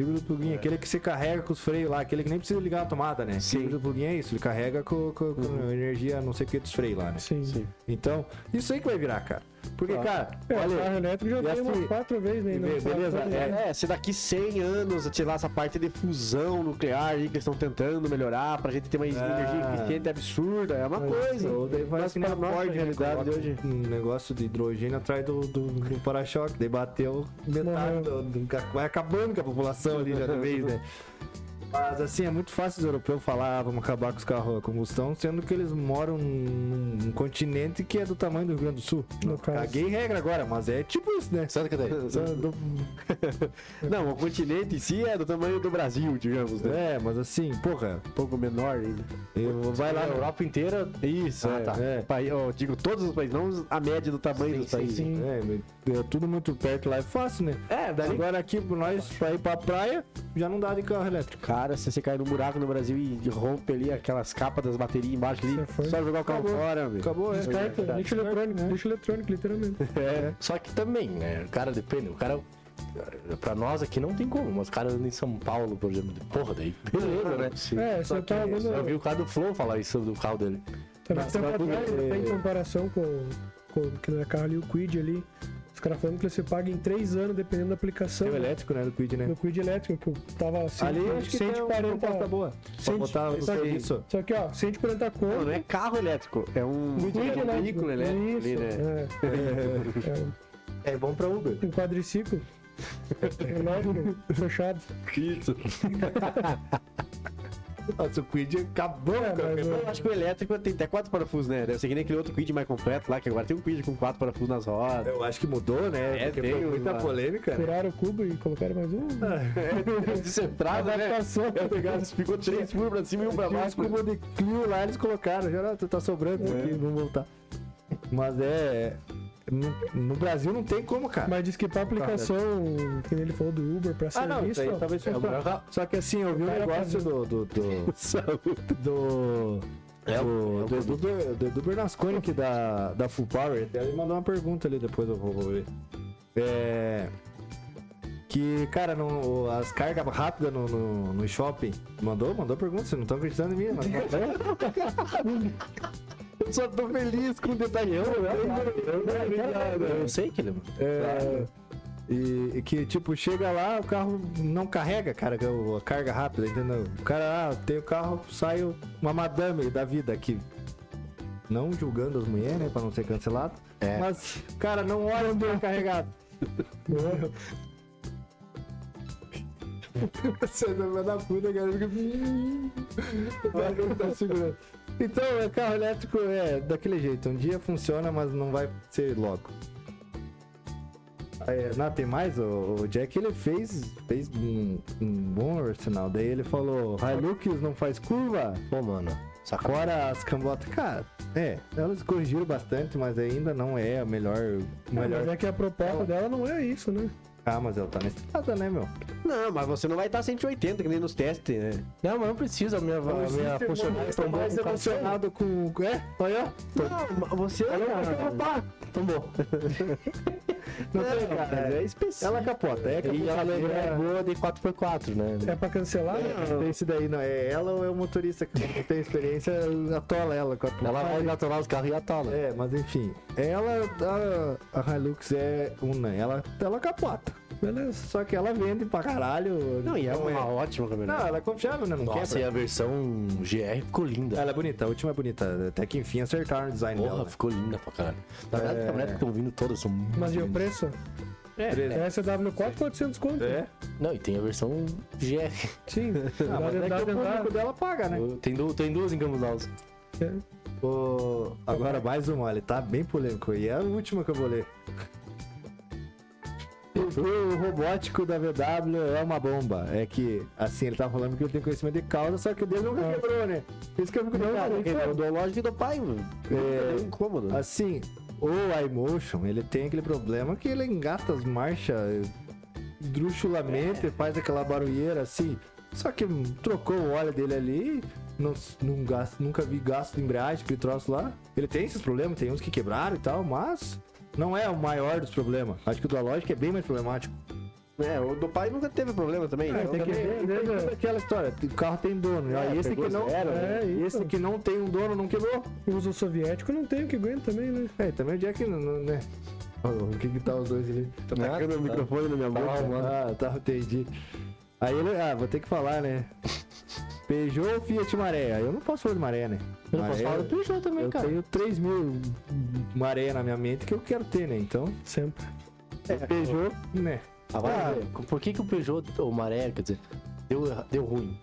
[SPEAKER 1] O Híbrido plug-in, aquele que você carrega com os freios lá, aquele que nem precisa ligar a tomada, né?
[SPEAKER 2] Sim.
[SPEAKER 1] O híbrido plug-in é isso, ele carrega com, com- com energia não sei o que dos freios lá, né?
[SPEAKER 3] Sim.
[SPEAKER 2] Sim.
[SPEAKER 1] Então, isso aí que vai virar, cara. Porque, cara,
[SPEAKER 3] É, o
[SPEAKER 1] olha,
[SPEAKER 3] carro elétrico já
[SPEAKER 1] e
[SPEAKER 3] tem
[SPEAKER 1] assim,
[SPEAKER 3] umas quatro vezes, né?
[SPEAKER 1] e
[SPEAKER 3] Não,
[SPEAKER 1] be- beleza,
[SPEAKER 3] quatro vezes.
[SPEAKER 2] É, se daqui 100 anos, sei lá, essa parte de fusão nuclear aí que eles estão tentando melhorar pra gente ter uma
[SPEAKER 1] Ah.
[SPEAKER 2] energia eficiente absurda, é uma coisa.
[SPEAKER 1] ou daí vai
[SPEAKER 2] Mas
[SPEAKER 1] que nem
[SPEAKER 2] pra
[SPEAKER 1] a nossa,
[SPEAKER 2] nós, de
[SPEAKER 1] né?
[SPEAKER 2] realidade de
[SPEAKER 1] Coloca
[SPEAKER 2] hoje.
[SPEAKER 1] Um negócio de hidrogênio atrás do, do, do para-choque, daí bateu metade do,
[SPEAKER 3] Morreu.
[SPEAKER 1] do- Vai acabando com a população ali já de vez, (laughs) né? Mas assim, é muito fácil os europeus falar, ah, vamos acabar com os carros a combustão, sendo que eles moram num, num continente que é do tamanho do Rio Grande do Sul.
[SPEAKER 3] No caso.
[SPEAKER 1] Caguei regra agora, mas é tipo isso, né?
[SPEAKER 4] Santa Catarina.
[SPEAKER 1] (laughs) Do-
[SPEAKER 2] (laughs) Não, o continente em si é do tamanho do Brasil, digamos, né?
[SPEAKER 1] É, mas assim, porra,
[SPEAKER 2] Um pouco menor ainda.
[SPEAKER 1] é, eu, vai lá
[SPEAKER 4] A Europa inteira.
[SPEAKER 2] Isso,
[SPEAKER 1] Ah,
[SPEAKER 2] é.
[SPEAKER 1] tá.
[SPEAKER 2] É. Pai- eu digo todos os países, não a média do tamanho dos países.
[SPEAKER 3] sim.
[SPEAKER 1] É, é tudo muito perto lá, é fácil, né?
[SPEAKER 2] É, dali.
[SPEAKER 1] Agora aqui pra nós, pra ir pra praia, já não dá de carro elétrico.
[SPEAKER 2] Cara, se você cair num buraco no Brasil e rompe ali aquelas capas das baterias embaixo ali,
[SPEAKER 3] Você foi?
[SPEAKER 2] só jogar o carro
[SPEAKER 1] Acabou.
[SPEAKER 2] fora, velho.
[SPEAKER 1] Acabou, é. né?
[SPEAKER 3] Descarta, lixo eletrônico, lixo eletrônico, literalmente.
[SPEAKER 2] É.
[SPEAKER 4] Né? Só que também, né? O cara depende. O cara. é, Pra nós aqui não tem como, mas o cara anda em São Paulo, por exemplo. de Porra, daí. Beleza, né?
[SPEAKER 3] É,
[SPEAKER 4] Só
[SPEAKER 3] você
[SPEAKER 4] que
[SPEAKER 3] tá
[SPEAKER 4] eu vi
[SPEAKER 3] vendo.
[SPEAKER 4] o cara do Flow falar isso do carro dele.
[SPEAKER 3] Também
[SPEAKER 1] Mas
[SPEAKER 3] tempo
[SPEAKER 1] pra
[SPEAKER 3] atrás,
[SPEAKER 1] poder-
[SPEAKER 3] até em comparação com, com que não é carro ali, o Quid ali. Os caras falando que você paga em três anos, dependendo da aplicação.
[SPEAKER 1] Tem o elétrico, né, do Quid, né?
[SPEAKER 3] No Quid elétrico, que eu tava assim,
[SPEAKER 1] Ali eu acho que tem uma
[SPEAKER 3] 140
[SPEAKER 1] proposta boa. Pra
[SPEAKER 3] 100,
[SPEAKER 1] botar no
[SPEAKER 3] isso aqui.
[SPEAKER 1] serviço.
[SPEAKER 3] Só que, ó, 140 conto.
[SPEAKER 2] Não, não é carro elétrico, é um veículo elétrico. ali,
[SPEAKER 3] Isso,
[SPEAKER 2] né?
[SPEAKER 3] é. É um-
[SPEAKER 1] É bom pra Uber.
[SPEAKER 3] um quadriciclo. elétrico, fechado.
[SPEAKER 1] Nossa, o Quid acabou,
[SPEAKER 3] É,
[SPEAKER 1] cara.
[SPEAKER 3] mas
[SPEAKER 2] Eu acho que o elétrico tem até quatro parafusos, né? Deve ser que nem aquele outro quid mais completo lá, que agora tem um quid com quatro parafusos nas rodas.
[SPEAKER 1] Eu acho que mudou, né?
[SPEAKER 2] É,
[SPEAKER 1] Porque
[SPEAKER 2] tem
[SPEAKER 1] foi
[SPEAKER 2] uma-
[SPEAKER 1] muita polêmica, né?
[SPEAKER 3] Furaram o cubo e colocaram mais um.
[SPEAKER 2] Descentrado, né? Eu pegava, ficou três furos pra cima e um pra
[SPEAKER 1] Tinha uns
[SPEAKER 2] baixo.
[SPEAKER 1] cubos de Clio lá, eles colocaram. Já "Ah, tá sobrando isso aqui, vamos voltar. Mas é... No, no Brasil não tem como, cara.
[SPEAKER 3] Mas diz que pra aplicação, que nem ele falou do Uber, pra
[SPEAKER 1] Ah, não, isso
[SPEAKER 3] serviço,
[SPEAKER 1] aí
[SPEAKER 3] ó,
[SPEAKER 1] talvez
[SPEAKER 4] É o melhor
[SPEAKER 1] seja.
[SPEAKER 4] carro.
[SPEAKER 1] Só que assim, eu vi um
[SPEAKER 3] Cara,
[SPEAKER 1] negócio do. do. do. do. um
[SPEAKER 4] É
[SPEAKER 1] Do,
[SPEAKER 4] o-
[SPEAKER 1] do,
[SPEAKER 4] é o
[SPEAKER 1] Edu Ber- do Edu Bernasconi aqui da, da Full Power, até ele mandou uma pergunta ali, depois eu vou, vou ver. É. Que, cara, não, o- as cargas rápidas no, no, no shopping. Mandou? Mandou pergunta, vocês não estão acreditando em mim, (laughs) mas.
[SPEAKER 2] Eu só tô feliz com o detalhão, né?
[SPEAKER 4] Eu sei que ele.
[SPEAKER 1] É, E, e que, tipo, chega lá, o carro não carrega, cara, que é o- a carga rápida, entendeu? O cara, ah, tem o carro, sai o- uma madame da vida aqui. Não julgando as mulheres, né, pra não ser cancelado.
[SPEAKER 4] É.
[SPEAKER 1] Mas, cara, não olha onde é carregado. Você não vai dar puta, cara. Fica... O bagulho tá segurando. Então, é carro elétrico é daquele jeito. Um dia funciona, mas não vai ser logo. É, não, tem mais? O, o Jack ele fez, fez um, um bom arsenal. Daí ele falou: Hilux não faz curva?
[SPEAKER 4] Pô, mano. Sacou?
[SPEAKER 1] Agora as cambotas, cara, é, elas corrigiram bastante, mas ainda não é a melhor. melhor...
[SPEAKER 3] Mas é que a proposta
[SPEAKER 1] Não.
[SPEAKER 3] dela não é isso, né?
[SPEAKER 1] Ah, mas ela tá na estrada, né, meu?
[SPEAKER 2] Não, mas você não vai estar 180, que nem nos testes, né?
[SPEAKER 4] Não, mas não precisa. A minha, a minha funcionária
[SPEAKER 1] Estou
[SPEAKER 4] tombou
[SPEAKER 1] é mais
[SPEAKER 4] com o carro.
[SPEAKER 1] emocionado com. É? Olha,
[SPEAKER 2] Não, você não,
[SPEAKER 4] Tombou.
[SPEAKER 1] não tem, cara.
[SPEAKER 2] é específico.
[SPEAKER 1] Ela capota, é capota.
[SPEAKER 4] E ela
[SPEAKER 1] ela
[SPEAKER 4] é boa de 4x4,
[SPEAKER 3] É
[SPEAKER 4] né?
[SPEAKER 3] pra cancelar?
[SPEAKER 1] é- Esse daí não é ela ou é o motorista que não tem experiência, (laughs) atola ela com a
[SPEAKER 4] Ela vai atolar os carros e atola.
[SPEAKER 1] É, mas enfim, ela, a, a Hilux é uma, ela, ela capota.
[SPEAKER 3] Beleza.
[SPEAKER 1] Só que ela vende pra caralho.
[SPEAKER 2] Não, e é
[SPEAKER 1] então
[SPEAKER 2] uma ótima
[SPEAKER 1] Não,
[SPEAKER 2] caminhonete.
[SPEAKER 1] ela é confiável, né? Não
[SPEAKER 4] Nossa, e
[SPEAKER 1] quebra.
[SPEAKER 4] a versão GR ficou linda.
[SPEAKER 1] Ela é bonita, a última é bonita. Até que enfim acertaram o design
[SPEAKER 4] Porra,
[SPEAKER 1] dela. né?
[SPEAKER 4] ficou linda pra caralho. Na verdade,
[SPEAKER 1] É.
[SPEAKER 4] as caminhonetes que estão vindo todas são muito
[SPEAKER 3] Mas e o
[SPEAKER 4] lindas.
[SPEAKER 3] preço?
[SPEAKER 4] é, né?
[SPEAKER 3] É,
[SPEAKER 1] Treze.
[SPEAKER 3] Essa W4, 400 conto.
[SPEAKER 1] É?
[SPEAKER 4] Não, e tem a versão GR.
[SPEAKER 3] Sim.
[SPEAKER 1] Ah, mas é
[SPEAKER 3] dá,
[SPEAKER 1] que o
[SPEAKER 3] dá, dá.
[SPEAKER 1] público dela paga, né?
[SPEAKER 4] Tem, du- tem duas em Campos Altos.
[SPEAKER 3] É.
[SPEAKER 1] Ô, agora mais uma, olha, tá bem polêmico. E é a última que eu vou ler. O robótico da VW é uma bomba. É que, assim, ele tá falando que ele tem conhecimento de causa, só que o dele nunca quebrou, né? Isso que eu fico
[SPEAKER 2] É. Não, cara,
[SPEAKER 1] preocupado.
[SPEAKER 2] quem mudou a lógica do pai, mano.
[SPEAKER 1] É.
[SPEAKER 2] É incômodo.
[SPEAKER 1] Assim, o iMotion, ele tem aquele problema que ele engata as marchas druxulamente,
[SPEAKER 2] É.
[SPEAKER 1] faz aquela barulheira assim. Só que trocou o óleo dele ali, não, não gasto, nunca vi gasto de embreagem, aquele troço lá. Ele tem esses problemas, tem uns que quebraram e tal, mas não é o maior dos problemas. Acho que o da lógica é bem mais problemático.
[SPEAKER 2] É, o do pai nunca teve problema também. né?
[SPEAKER 3] tem que
[SPEAKER 1] Ah, Também
[SPEAKER 3] ver, né,
[SPEAKER 1] tem toda
[SPEAKER 3] meu?
[SPEAKER 1] aquela história, o carro tem dono.
[SPEAKER 2] É,
[SPEAKER 1] aí esse
[SPEAKER 2] pegou
[SPEAKER 1] que não,
[SPEAKER 2] zero,
[SPEAKER 1] é,
[SPEAKER 3] né?
[SPEAKER 1] esse que não tem um dono não quebrou.
[SPEAKER 3] Uso soviético não tem o que aguenta também, né?
[SPEAKER 1] É, também o Jack, não- não- né? O que que tá os dois ali?
[SPEAKER 2] Tá tacando o microfone na minha boca, mano.
[SPEAKER 1] Ah, tá, entendi. Aí ele, ah, vou ter que falar, né? Peugeot ou Fiat Maré? Aí Eu não posso falar de Maré, né?
[SPEAKER 4] Eu não posso
[SPEAKER 1] Maré,
[SPEAKER 4] falar do Peugeot também,
[SPEAKER 1] Eu
[SPEAKER 4] cara.
[SPEAKER 1] tenho 3 mil Maré na minha mente que eu quero ter, né? Então,
[SPEAKER 3] Sempre.
[SPEAKER 1] Peugeot, né?
[SPEAKER 4] Ah, vai
[SPEAKER 1] Ah.
[SPEAKER 4] ver. por que, que o Peugeot, ou Maré, quer dizer, deu, erra- deu ruim?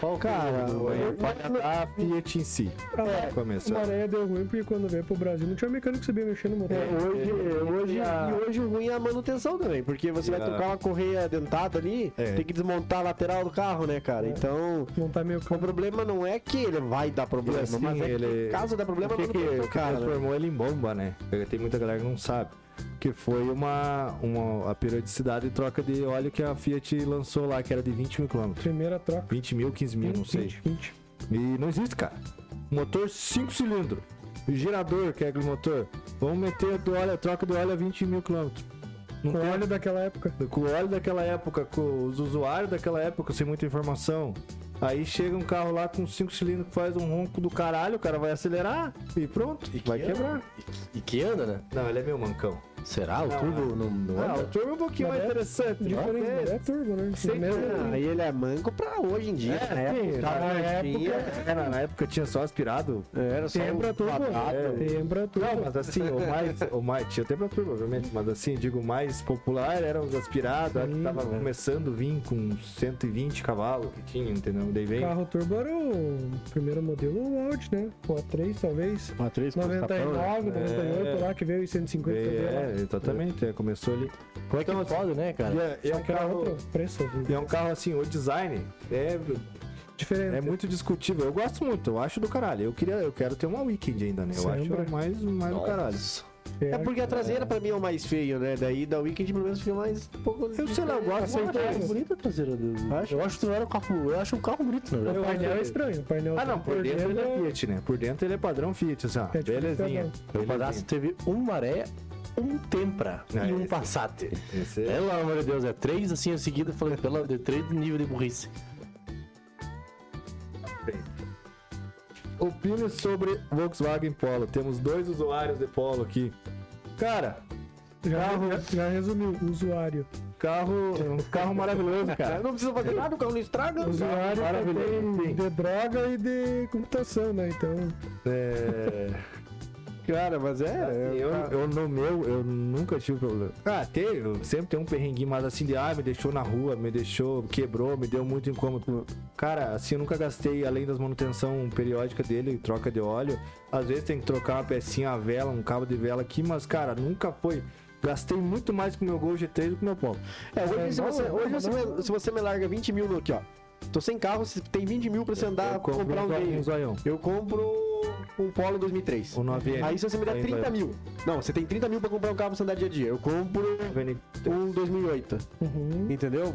[SPEAKER 1] Qual cara, eu- pode andar a Fiat em si.
[SPEAKER 3] Ah,
[SPEAKER 4] É,
[SPEAKER 3] lá,
[SPEAKER 1] Começou.
[SPEAKER 3] Maré deu ruim porque quando veio pro Brasil não tinha mecânico que sabia mexer no motor.
[SPEAKER 1] É,
[SPEAKER 2] Hoje,
[SPEAKER 4] É,
[SPEAKER 2] hoje,
[SPEAKER 1] a-
[SPEAKER 2] E hoje o ruim é a manutenção também, porque você
[SPEAKER 1] E
[SPEAKER 2] vai
[SPEAKER 1] a-
[SPEAKER 2] trocar uma correia dentada ali,
[SPEAKER 1] É.
[SPEAKER 2] tem que desmontar a lateral do carro, né,
[SPEAKER 4] É.
[SPEAKER 2] cara? Então,
[SPEAKER 3] Montar meio
[SPEAKER 2] o
[SPEAKER 3] campo.
[SPEAKER 2] problema não é que ele vai dar problema,
[SPEAKER 1] E assim,
[SPEAKER 2] mas é
[SPEAKER 1] ele-
[SPEAKER 2] que caso dá problema,
[SPEAKER 1] o que,
[SPEAKER 2] não
[SPEAKER 1] que,
[SPEAKER 4] é?
[SPEAKER 1] o que
[SPEAKER 2] cara. né?
[SPEAKER 1] transformou ele em bomba, né? Porque Tem muita galera que não sabe. Que foi uma, uma a periodicidade de troca de óleo que a Fiat lançou lá, que era de 20 mil quilômetros.
[SPEAKER 3] Primeira troca.
[SPEAKER 1] 20 mil, 15 mil, não sei.
[SPEAKER 3] 20, 20.
[SPEAKER 1] E não existe, cara. Motor 5 cilindros. Gerador, que é aquele motor. Vamos meter do óleo, a troca do óleo a 20 mil quilômetros. Não
[SPEAKER 3] Com
[SPEAKER 1] tem-
[SPEAKER 3] Um óleo daquela época.
[SPEAKER 1] com o óleo daquela época, com os usuários daquela época, sem muita informação. Aí chega um carro lá com 5 cilindros que faz um ronco do caralho, o cara vai acelerar e pronto,
[SPEAKER 4] E que
[SPEAKER 1] vai
[SPEAKER 4] anda,
[SPEAKER 1] quebrar.
[SPEAKER 4] né? E que- E, que anda, né?
[SPEAKER 1] Não, ele é meu mancão.
[SPEAKER 4] Será? O
[SPEAKER 1] Não,
[SPEAKER 4] turbo não, não
[SPEAKER 1] Ah,
[SPEAKER 4] anda?
[SPEAKER 1] o turbo é um pouquinho mais
[SPEAKER 3] Mas é
[SPEAKER 1] interessante.
[SPEAKER 3] Diferente,
[SPEAKER 1] né?
[SPEAKER 3] mas é turbo, né?
[SPEAKER 1] Sei
[SPEAKER 3] Mesmo-
[SPEAKER 2] Ah, ele é manco pra hoje em dia,
[SPEAKER 1] É,
[SPEAKER 2] né?
[SPEAKER 1] sim,
[SPEAKER 2] Tá
[SPEAKER 1] na
[SPEAKER 2] baixinho,
[SPEAKER 1] época- era, na época tinha só aspirado,
[SPEAKER 2] Era só um
[SPEAKER 3] Tembra turbo.
[SPEAKER 2] quadrado.
[SPEAKER 1] é.
[SPEAKER 3] Tembra
[SPEAKER 1] Não,
[SPEAKER 3] turbo.
[SPEAKER 1] mas assim, o mais, o mais, tinha tempo pra turma, obviamente, mas assim, digo, o mais popular eram os aspirados, a que
[SPEAKER 3] Sim,
[SPEAKER 1] tava
[SPEAKER 3] né?
[SPEAKER 1] começando a vir com 120 cavalos que tinha, entendeu? Daí
[SPEAKER 3] O
[SPEAKER 1] vem.
[SPEAKER 3] carro turbo era o primeiro modelo o Audi, né? O A3,
[SPEAKER 1] Tá
[SPEAKER 3] talvez.
[SPEAKER 2] Uma três com os tapão,
[SPEAKER 3] 99,
[SPEAKER 2] né?
[SPEAKER 3] 98 lá, que veio os 150
[SPEAKER 1] É,
[SPEAKER 3] é,
[SPEAKER 1] exatamente, é, começou ali.
[SPEAKER 4] Como é que
[SPEAKER 2] Então,
[SPEAKER 4] não pode, né, cara?
[SPEAKER 1] E é, e é um
[SPEAKER 3] Que era
[SPEAKER 1] carro.
[SPEAKER 3] outro preço.
[SPEAKER 1] E é um carro assim, o design é,
[SPEAKER 3] Diferente.
[SPEAKER 1] é muito discutível. Eu gosto muito, eu acho do caralho. Eu queria, eu quero ter uma weekend ainda, né? Eu
[SPEAKER 3] Sembra.
[SPEAKER 1] acho mais, mais do caralho.
[SPEAKER 2] É porque a traseira pra mim é o mais feio, né? Daí da Weekend pelo menos fica mais um pouco.
[SPEAKER 1] Eu sei lá, eu gosto sempre.
[SPEAKER 4] É bonita a traseira do.
[SPEAKER 2] Acho.
[SPEAKER 4] Eu acho que não era o carro. Eu acho o carro bonito, na verdade.
[SPEAKER 3] O painel é estranho. O painel
[SPEAKER 1] Ah, não, por dentro ele é
[SPEAKER 3] é...
[SPEAKER 1] Fiat, né? Por dentro ele é padrão Fiat, assim, ó.
[SPEAKER 3] É tipo
[SPEAKER 1] Belezinha.
[SPEAKER 3] esse
[SPEAKER 4] Meu
[SPEAKER 1] Belezinha.
[SPEAKER 4] padrasto teve um maré, um tempra
[SPEAKER 1] Ah,
[SPEAKER 4] e um
[SPEAKER 2] é.
[SPEAKER 1] esse-
[SPEAKER 4] Passat.
[SPEAKER 1] Esse é-
[SPEAKER 4] Pelo amor de Deus, é três assim em seguida, eu falei, pelo amor de três de nível de burrice.
[SPEAKER 1] Opine sobre Volkswagen Polo. Temos dois usuários de Polo aqui. Cara,
[SPEAKER 3] Já,
[SPEAKER 1] Carro. né?
[SPEAKER 3] já, já resumiu, usuário.
[SPEAKER 1] Carro, um carro maravilhoso, cara.
[SPEAKER 2] Ah, Não precisa fazer nada, o carro não estraga.
[SPEAKER 3] Usuário
[SPEAKER 1] maravilhoso,
[SPEAKER 3] também
[SPEAKER 1] sim.
[SPEAKER 3] de droga e de computação, né? Então,
[SPEAKER 1] É,
[SPEAKER 2] Cara, mas é.
[SPEAKER 1] eu, eu no meu, eu nunca tive problema. Ah, teve, eu sempre tem um perrenguinho, mas assim de ah, me deixou na rua, me deixou, quebrou, me deu muito incômodo. Cara, assim, eu nunca gastei, além das manutenção periódica dele, troca de óleo. Às vezes tem que trocar uma pecinha, a vela, um cabo de vela aqui, mas cara, nunca foi. Gastei muito mais com o meu Gol G3 do que o meu Polo.
[SPEAKER 2] É, hoje,
[SPEAKER 1] É,
[SPEAKER 2] se,
[SPEAKER 1] não,
[SPEAKER 2] você,
[SPEAKER 1] não,
[SPEAKER 2] hoje
[SPEAKER 1] não,
[SPEAKER 2] você me- se você me larga 20 mil no- aqui, ó. Tô sem carro, você tem 20 mil pra você andar,
[SPEAKER 1] Eu compro
[SPEAKER 2] comprar um
[SPEAKER 1] zoi-
[SPEAKER 2] veio.
[SPEAKER 1] zoião.
[SPEAKER 2] Eu compro um Polo 2003.
[SPEAKER 1] O 9M.
[SPEAKER 2] Aí se você me dá
[SPEAKER 1] Aí
[SPEAKER 2] 30
[SPEAKER 1] vai.
[SPEAKER 2] mil. Não, você tem 30 mil pra comprar um carro pra você andar dia a dia. Eu compro um 2008.
[SPEAKER 1] Uhum.
[SPEAKER 2] Entendeu?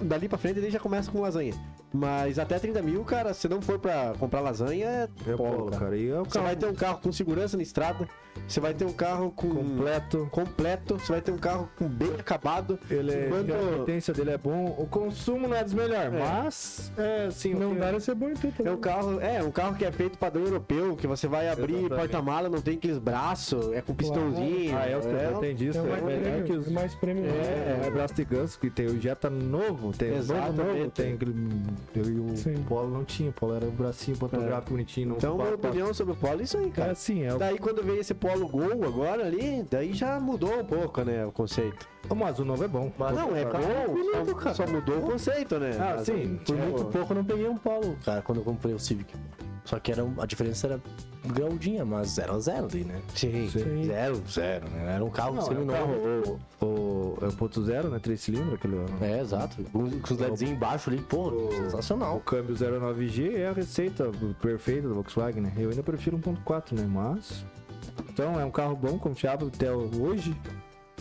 [SPEAKER 2] Dali pra frente ele já começa com lasanha. Mas até 30 mil, cara, se não for pra comprar lasanha, é
[SPEAKER 1] É
[SPEAKER 2] polo, cara.
[SPEAKER 1] E é o
[SPEAKER 2] Você
[SPEAKER 1] carro
[SPEAKER 2] vai ter um carro com segurança na estrada, você vai ter um carro com
[SPEAKER 1] completo.
[SPEAKER 2] completo, você vai ter um carro com bem acabado.
[SPEAKER 1] Ele é,
[SPEAKER 2] Enquanto-
[SPEAKER 1] A potência dele é bom. O consumo não é dos melhores,
[SPEAKER 2] É.
[SPEAKER 1] mas é assim. o
[SPEAKER 3] não
[SPEAKER 1] que-
[SPEAKER 3] dá pra ser bom em tudo.
[SPEAKER 2] É
[SPEAKER 3] também.
[SPEAKER 2] um carro, é, um carro que é feito padrão europeu, que você vai abrir
[SPEAKER 1] Exatamente.
[SPEAKER 2] porta-mala, não tem aqueles braços, é com pistãozinho.
[SPEAKER 1] Ah, é, os
[SPEAKER 2] é,
[SPEAKER 1] tem disso.
[SPEAKER 3] É
[SPEAKER 1] É
[SPEAKER 3] mais
[SPEAKER 1] melhor que
[SPEAKER 3] prêmio,
[SPEAKER 1] os.
[SPEAKER 3] é mais prêmio.
[SPEAKER 1] É, não é braço de ganso, que tem o Jetta novo, tem o novo,
[SPEAKER 2] Exatamente.
[SPEAKER 1] novo, tem aquele- e o
[SPEAKER 3] Sim.
[SPEAKER 1] Polo não tinha, o Polo era o bracinho fotográfico bonitinho. não
[SPEAKER 2] Então, Tá. minha
[SPEAKER 1] quatro,
[SPEAKER 2] opinião sobre o Polo é isso aí,
[SPEAKER 1] quatro. É
[SPEAKER 2] cara.
[SPEAKER 1] assim, é o...
[SPEAKER 2] Daí quando veio esse Polo Gol agora ali, daí já mudou um pouco, né, o conceito.
[SPEAKER 1] mas o novo é bom. Mas
[SPEAKER 2] não, é
[SPEAKER 1] Cara,
[SPEAKER 2] bom, só, só mudou o conceito, né?
[SPEAKER 1] Ah,
[SPEAKER 2] Mas,
[SPEAKER 1] sim,
[SPEAKER 2] tipo,
[SPEAKER 4] Por muito pouco eu não peguei um Polo, cara, quando eu comprei o Civic. Só que era, um- a diferença era graudinha, mas zero a zero ali, né?
[SPEAKER 2] Sim.
[SPEAKER 3] Sim.
[SPEAKER 4] Zero, zero, né? Era um carro
[SPEAKER 1] Não, é um
[SPEAKER 4] seminovo.
[SPEAKER 1] carro, o, o, é o ponto zero, né? Três cilindros, aquele...
[SPEAKER 4] É, exato. Com
[SPEAKER 2] um
[SPEAKER 4] com os LEDzinhos embaixo ali, pô,
[SPEAKER 1] O
[SPEAKER 4] sensacional.
[SPEAKER 1] câmbio 09G é a receita perfeita da Volkswagen, né? Eu ainda prefiro 1.4, né? Mas. Então é um carro bom, confiável até hoje.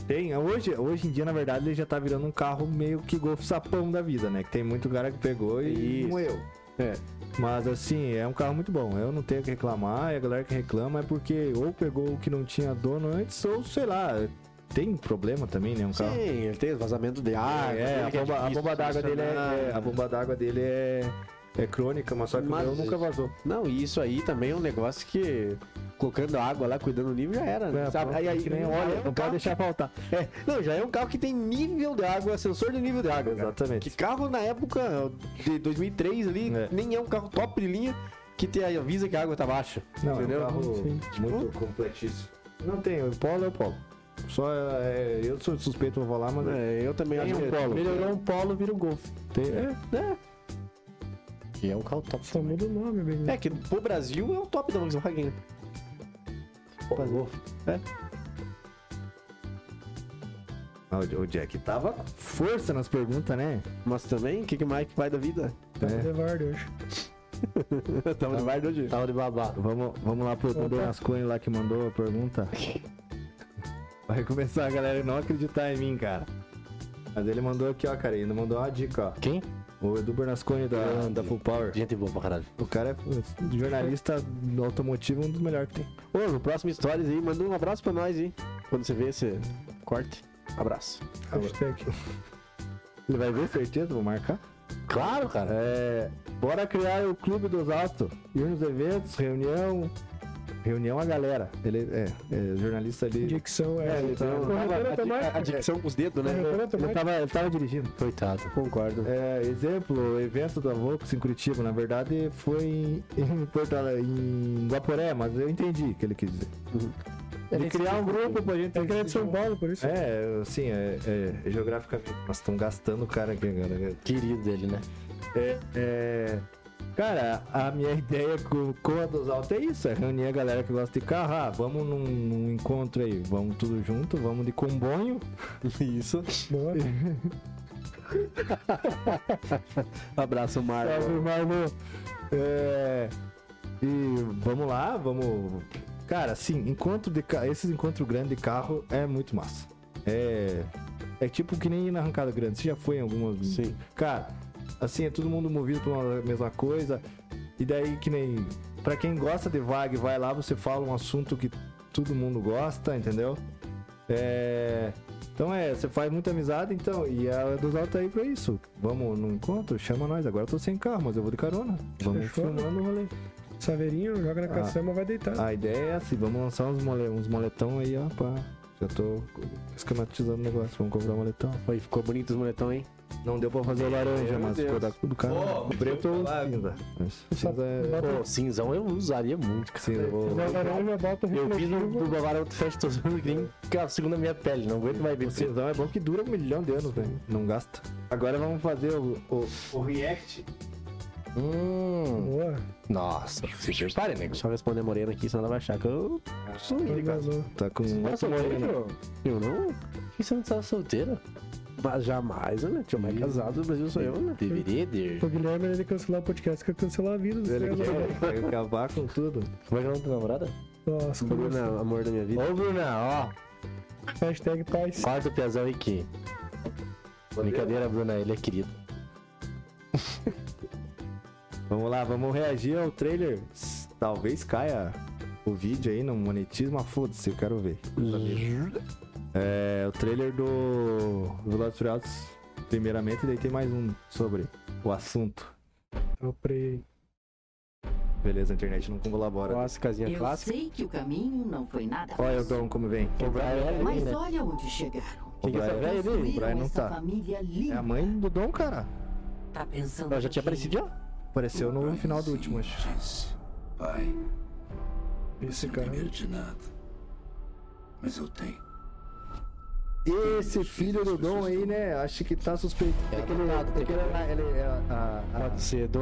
[SPEAKER 1] Tem, hoje, hoje em dia, na verdade, ele já tá virando um carro meio que golfo sapão da vida, né? Que tem muito cara que pegou e
[SPEAKER 2] Isso.
[SPEAKER 1] moeu.
[SPEAKER 2] É.
[SPEAKER 1] Mas assim, é um carro muito bom. Eu não tenho o que reclamar, e a galera que reclama é porque ou pegou o que não tinha dono antes, ou sei lá, tem problema também, né? Um carro.
[SPEAKER 2] Sim, ele tem vazamento de ar.
[SPEAKER 1] É,
[SPEAKER 2] ele
[SPEAKER 1] a
[SPEAKER 2] que
[SPEAKER 1] bomba, a
[SPEAKER 2] difícil
[SPEAKER 1] bomba
[SPEAKER 2] de
[SPEAKER 1] d'água dele é, é-
[SPEAKER 2] solucionar.
[SPEAKER 1] a bomba d'água dele é é crônica, mas só que
[SPEAKER 2] Mas-
[SPEAKER 1] o meu nunca vazou.
[SPEAKER 2] Não, e isso aí também é um negócio que colocando água lá, cuidando do nível, já era, né?
[SPEAKER 1] É,
[SPEAKER 2] sabe?
[SPEAKER 1] pronto,
[SPEAKER 2] Aí, aí,
[SPEAKER 1] que nem
[SPEAKER 2] já
[SPEAKER 1] óleo,
[SPEAKER 2] é um
[SPEAKER 1] não pode
[SPEAKER 2] carro
[SPEAKER 1] deixar faltar.
[SPEAKER 2] que- é, (laughs) não, já é um carro que tem nível de água, sensor de nível de água. cara.
[SPEAKER 1] Exatamente.
[SPEAKER 2] Que carro na época de 2003 ali,
[SPEAKER 1] É.
[SPEAKER 2] nem é um carro top de linha que te avisa que a água tá baixa.
[SPEAKER 1] Não,
[SPEAKER 2] entendeu?
[SPEAKER 1] é um carro
[SPEAKER 3] Sim.
[SPEAKER 1] muito completíssimo. Não tem, o Polo é o Polo. Só é, eu sou suspeito pra falar, mas
[SPEAKER 2] É, eu também acho que
[SPEAKER 4] Melhorou um Polo, vira um Golf.
[SPEAKER 1] tem, é,
[SPEAKER 2] É,
[SPEAKER 4] Que é um carro top.
[SPEAKER 3] Só muda o nome, bem.
[SPEAKER 2] é que pro Brasil é o top da Volkswagen, né?
[SPEAKER 4] Polo.
[SPEAKER 1] Ah, o o Jack tava com força nas perguntas, né?
[SPEAKER 2] Mas também, o que, que mais que vai da vida?
[SPEAKER 3] Tá
[SPEAKER 1] É.
[SPEAKER 3] Levardo hoje.
[SPEAKER 2] Tava no bar do dia.
[SPEAKER 4] Tava de babado.
[SPEAKER 1] Vamos, vamos lá pro Dudu Nascone lá que mandou a
[SPEAKER 4] (laughs)
[SPEAKER 1] pergunta. Vai começar a galera não acreditar em mim, cara. Mas ele mandou aqui, ó, cara, ele mandou uma dica, ó.
[SPEAKER 4] Quem?
[SPEAKER 1] O Edu Bernasconi da,
[SPEAKER 4] Grande.
[SPEAKER 1] da Full Power.
[SPEAKER 4] Ah, Gente boa pra caralho.
[SPEAKER 1] O cara é jornalista automotivo, um dos melhores que tem.
[SPEAKER 2] Ô, no próximo Stories aí, manda um abraço pra nós aí. Quando você vê esse corte, abraço.
[SPEAKER 3] Hashtag.
[SPEAKER 1] Ele vai ver, certeza, vou marcar.
[SPEAKER 4] Claro, cara.
[SPEAKER 1] É, bora criar o Clube dos Autos. Ir nos eventos, reunião. Reunião a galera. Ele é, é jornalista ali.
[SPEAKER 3] Dicção é.
[SPEAKER 1] ele deu-
[SPEAKER 2] a,
[SPEAKER 3] Corretora
[SPEAKER 2] a- a
[SPEAKER 3] automática.
[SPEAKER 2] dicção com os
[SPEAKER 1] (laughs)
[SPEAKER 2] dedos, né?
[SPEAKER 3] Corretora
[SPEAKER 1] Ele
[SPEAKER 3] automática.
[SPEAKER 1] tava, ele tava dirigindo.
[SPEAKER 4] Coitado.
[SPEAKER 2] Concordo.
[SPEAKER 1] É, exemplo, o evento da Vox em Curitiba, na verdade foi em, em Porto Ale- em Guaporé, mas eu entendi o que ele quis dizer. Ele criar um grupo pra gente. um-
[SPEAKER 3] É que ele é de São Paulo, por isso.
[SPEAKER 1] É, assim, é, é, geograficamente. Nós estamos gastando o cara aqui agora.
[SPEAKER 4] Querido dele, né?
[SPEAKER 1] É, é, Cara, a minha (laughs) ideia com, com a dos altos é isso, é reunir a galera que gosta de carro. Ah, vamos num, num encontro aí, vamos tudo junto, vamos de comboio.
[SPEAKER 2] Isso.
[SPEAKER 3] Boa.
[SPEAKER 2] Abraço,
[SPEAKER 1] Salve,
[SPEAKER 2] Marlon.
[SPEAKER 1] Marlon. É, E vamos lá, vamos. Cara, assim, encontro de ca... esses encontros grandes de carro é muito massa. É. É tipo que nem ir na arrancada grande. Você já foi em algumas.
[SPEAKER 2] Sim.
[SPEAKER 1] Cara, assim, é todo mundo movido por uma mesma coisa. E daí que nem. Pra quem gosta de vague, vai lá, você fala um assunto que todo mundo gosta, entendeu? É. Então é, você faz muita amizade, então, e a dos altos tá aí pra isso. Vamos no encontro, chama nós. Agora eu tô sem carro, mas eu vou de carona. Vamos
[SPEAKER 3] Fechou.
[SPEAKER 1] filmando o rolê.
[SPEAKER 3] Saveirinho, joga na caçamba, vai deitar.
[SPEAKER 1] A ideia é assim, vamos lançar uns, mole, uns moletão aí, ó, pra Já tô esquematizando o negócio. Vamos comprar um moletom.
[SPEAKER 4] Foi, ficou bonito os moletão, hein?
[SPEAKER 1] Não deu pra fazer o laranja,
[SPEAKER 4] Meu
[SPEAKER 1] mas
[SPEAKER 4] Deus.
[SPEAKER 1] ficou da do cara.
[SPEAKER 2] Ô,
[SPEAKER 1] O preto ou
[SPEAKER 2] lá,
[SPEAKER 1] cinza. Mas Cinza é.
[SPEAKER 2] Pô, cinzão eu usaria muito, cara.
[SPEAKER 1] Cinza, vou.
[SPEAKER 3] Mas a laranja bota o
[SPEAKER 2] Eu fiz no
[SPEAKER 3] refletivo.
[SPEAKER 2] do Bavarão do Fest Tosu Green, cara, é segunda minha pele, não aguento mais
[SPEAKER 1] O
[SPEAKER 2] ver preto.
[SPEAKER 1] cinzão é bom que dura um milhão de anos, velho. Não gasta. Agora vamos fazer o, o, o react.
[SPEAKER 2] Hum,
[SPEAKER 3] Boa,
[SPEAKER 2] nossa, se prepare, né? nego.
[SPEAKER 4] Deixa eu responder Morena aqui, senão ela vai achar que eu sou ele, cara.
[SPEAKER 3] arrasou.
[SPEAKER 1] Tá com
[SPEAKER 2] Tá
[SPEAKER 1] muito
[SPEAKER 4] né?
[SPEAKER 2] solteiro?
[SPEAKER 4] Eu não.
[SPEAKER 2] E você não tá solteiro?
[SPEAKER 4] Mas jamais, né? Tio mais casado do Brasil sou eu, né?
[SPEAKER 2] Deveria ter.
[SPEAKER 3] O Guilherme, ele cancelar o podcast, quer cancelar a vida do
[SPEAKER 1] Ele
[SPEAKER 3] César.
[SPEAKER 1] quer, quer né? acabar com tudo.
[SPEAKER 2] Como é que é o nome da namorada?
[SPEAKER 3] Nossa,
[SPEAKER 4] Bruna, amor da minha vida.
[SPEAKER 2] Ô, Bruna,
[SPEAKER 3] hashtag
[SPEAKER 2] ó,
[SPEAKER 3] paz.
[SPEAKER 2] corta o piazão aí que. Brincadeira, Bruna, ele é querido.
[SPEAKER 1] Vamos lá, vamos reagir ao trailer. S- Talvez caia o vídeo aí, não monetiza, mas foda-se, eu quero ver. É o trailer do Velozes e Furiosos, primeiramente, e daí tem mais um sobre o assunto.
[SPEAKER 3] Eu prei.
[SPEAKER 1] Beleza, a internet não colabora.
[SPEAKER 4] Nossa, casinha
[SPEAKER 5] Eu
[SPEAKER 4] clássica.
[SPEAKER 5] sei que o caminho não foi nada
[SPEAKER 1] Olha é o
[SPEAKER 5] fácil,
[SPEAKER 1] Dom como vem.
[SPEAKER 2] O Brian,
[SPEAKER 5] mas
[SPEAKER 2] né?
[SPEAKER 5] olha onde chegaram.
[SPEAKER 1] O
[SPEAKER 4] Quem que é essa
[SPEAKER 1] Brian-
[SPEAKER 4] velha
[SPEAKER 1] o
[SPEAKER 4] ali?
[SPEAKER 1] Brian
[SPEAKER 5] Construíram
[SPEAKER 1] não
[SPEAKER 5] essa
[SPEAKER 1] tá.
[SPEAKER 5] família
[SPEAKER 1] É
[SPEAKER 5] linda.
[SPEAKER 1] a mãe do Dom, cara.
[SPEAKER 5] Tá pensando
[SPEAKER 4] Ela já tinha
[SPEAKER 5] que-
[SPEAKER 4] aparecido já?
[SPEAKER 1] Apareceu no final do último, acho.
[SPEAKER 6] Diz, Pai,
[SPEAKER 3] Esse
[SPEAKER 6] sem
[SPEAKER 3] cara.
[SPEAKER 6] primeiro de nada. Mas eu tenho.
[SPEAKER 1] Esse filho do Dom aí, né? Acho que tá suspeito. É que ele, é que ele, ele- é a- a- né?
[SPEAKER 4] Pode ser do.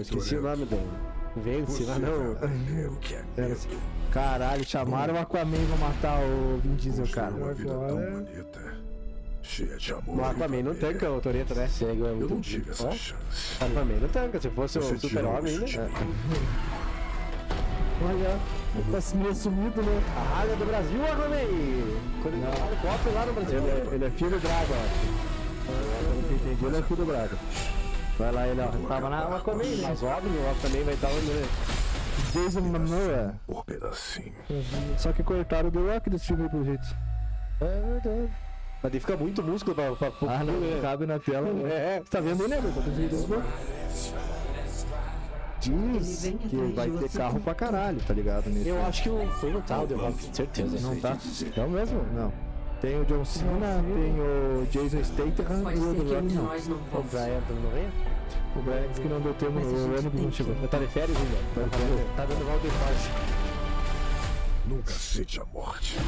[SPEAKER 4] Esqueci o nome dele. Vence lá não.
[SPEAKER 6] Eu quero.
[SPEAKER 1] a- Caralho, chamaram o Aquaman pra matar o Vin Diesel,
[SPEAKER 4] é
[SPEAKER 1] cara.
[SPEAKER 6] Uma vida tão
[SPEAKER 3] Agora-
[SPEAKER 6] bonita. Cheia de amor.
[SPEAKER 4] O
[SPEAKER 6] e
[SPEAKER 4] Aquaman não
[SPEAKER 6] família.
[SPEAKER 4] tanca o Toreto, né?
[SPEAKER 2] Cego é
[SPEAKER 6] Eu
[SPEAKER 2] muito.
[SPEAKER 6] não tive essa chance.
[SPEAKER 4] O Aquaman não tanca. Se fosse o
[SPEAKER 6] Você tirou
[SPEAKER 4] super-homem,
[SPEAKER 6] isso de
[SPEAKER 4] né?
[SPEAKER 6] mim.
[SPEAKER 1] Olha, tá meio sumido, né?
[SPEAKER 4] A água do Brasil, o Aquaman! Quando ele fala copo lá no Brasil.
[SPEAKER 1] Ele é, ele é filho do Drago, ó. Pelo que eu entendi, ele é filho do Drago. Vai lá, ele, é um ó. Tava na água com ele, né?
[SPEAKER 4] Mas óbvio, o Aquaman vai estar onde, né?
[SPEAKER 1] Jason Momoa.
[SPEAKER 6] Por um pedacinho.
[SPEAKER 1] Só que cortaram o The Rock desse filme, pelo jeito.
[SPEAKER 4] Mas tem que ficar muito músculo pra. pra, pra
[SPEAKER 1] Ah, não,
[SPEAKER 4] né?
[SPEAKER 1] cabe na tela.
[SPEAKER 4] É, é. Tá vendo, né?
[SPEAKER 1] Diz
[SPEAKER 5] Ele vem
[SPEAKER 1] que
[SPEAKER 5] atrás
[SPEAKER 1] vai
[SPEAKER 5] de
[SPEAKER 1] ter
[SPEAKER 5] você.
[SPEAKER 1] carro pra caralho, tá ligado? Nesse
[SPEAKER 4] Eu acho que o foi no tal, The Rock. Certeza.
[SPEAKER 1] Não tá?
[SPEAKER 4] É o mesmo?
[SPEAKER 1] Não. Tem o John Cena, tem o Jason Statham
[SPEAKER 5] Pode
[SPEAKER 1] e o
[SPEAKER 5] ser que
[SPEAKER 1] The
[SPEAKER 5] um
[SPEAKER 1] Rock
[SPEAKER 5] de
[SPEAKER 1] não.
[SPEAKER 5] nós não
[SPEAKER 4] O
[SPEAKER 5] vamos.
[SPEAKER 4] Brian tá no meio?
[SPEAKER 1] O Brian disse que não deu tempo,
[SPEAKER 5] Mas a
[SPEAKER 1] o
[SPEAKER 5] gente
[SPEAKER 1] ônibus
[SPEAKER 5] tem
[SPEAKER 1] não
[SPEAKER 5] que-
[SPEAKER 1] chegou.
[SPEAKER 4] Eu tá de férias ainda.
[SPEAKER 1] Tá de férias.
[SPEAKER 4] Tá dando Valdefaz.
[SPEAKER 6] Nunca sente a morte.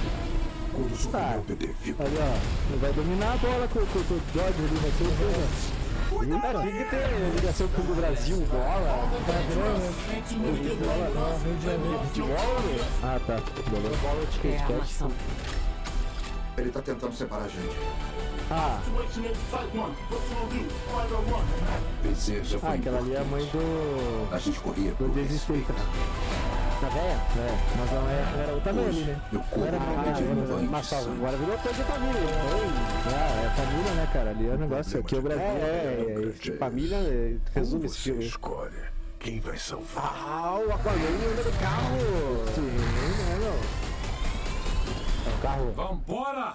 [SPEAKER 6] Quando
[SPEAKER 1] Tá.
[SPEAKER 6] sofreu o devido.
[SPEAKER 1] Ali, ó. Ele vai dominar a bola com, com, com o George ali, vai ser o Cena.
[SPEAKER 4] Cara, tem que ter ligação com o Brasil, bola. Futebol, né?
[SPEAKER 1] Ah, tá. Beleza.
[SPEAKER 4] Bola de
[SPEAKER 5] É a
[SPEAKER 4] skate.
[SPEAKER 5] maçã.
[SPEAKER 6] Ele tá tentando separar a gente.
[SPEAKER 1] Ah,
[SPEAKER 6] Vencer já foi.
[SPEAKER 1] ah, aquela ali é a mãe do...
[SPEAKER 6] A gente corria
[SPEAKER 1] do
[SPEAKER 6] por
[SPEAKER 1] Jason
[SPEAKER 6] respeito.
[SPEAKER 1] Statham.
[SPEAKER 4] Tá velha?
[SPEAKER 1] É, mas ela é- ela era outra mãe ali, né?
[SPEAKER 6] Meu corpo tá pedindo banho de
[SPEAKER 4] Mas só,
[SPEAKER 6] sangue.
[SPEAKER 1] é
[SPEAKER 4] agora virou coisa de família. Oi.
[SPEAKER 1] Ah, é família, né, cara? Ali é o negócio, aqui é o
[SPEAKER 4] É,
[SPEAKER 1] Brasil.
[SPEAKER 4] é, é, isso. família é, resume esse
[SPEAKER 6] Você
[SPEAKER 4] filme.
[SPEAKER 6] escolhe quem vai salvar.
[SPEAKER 4] Ah, o Aquaman anda no carro. Sim, né, não? É um carro.
[SPEAKER 7] Vambora!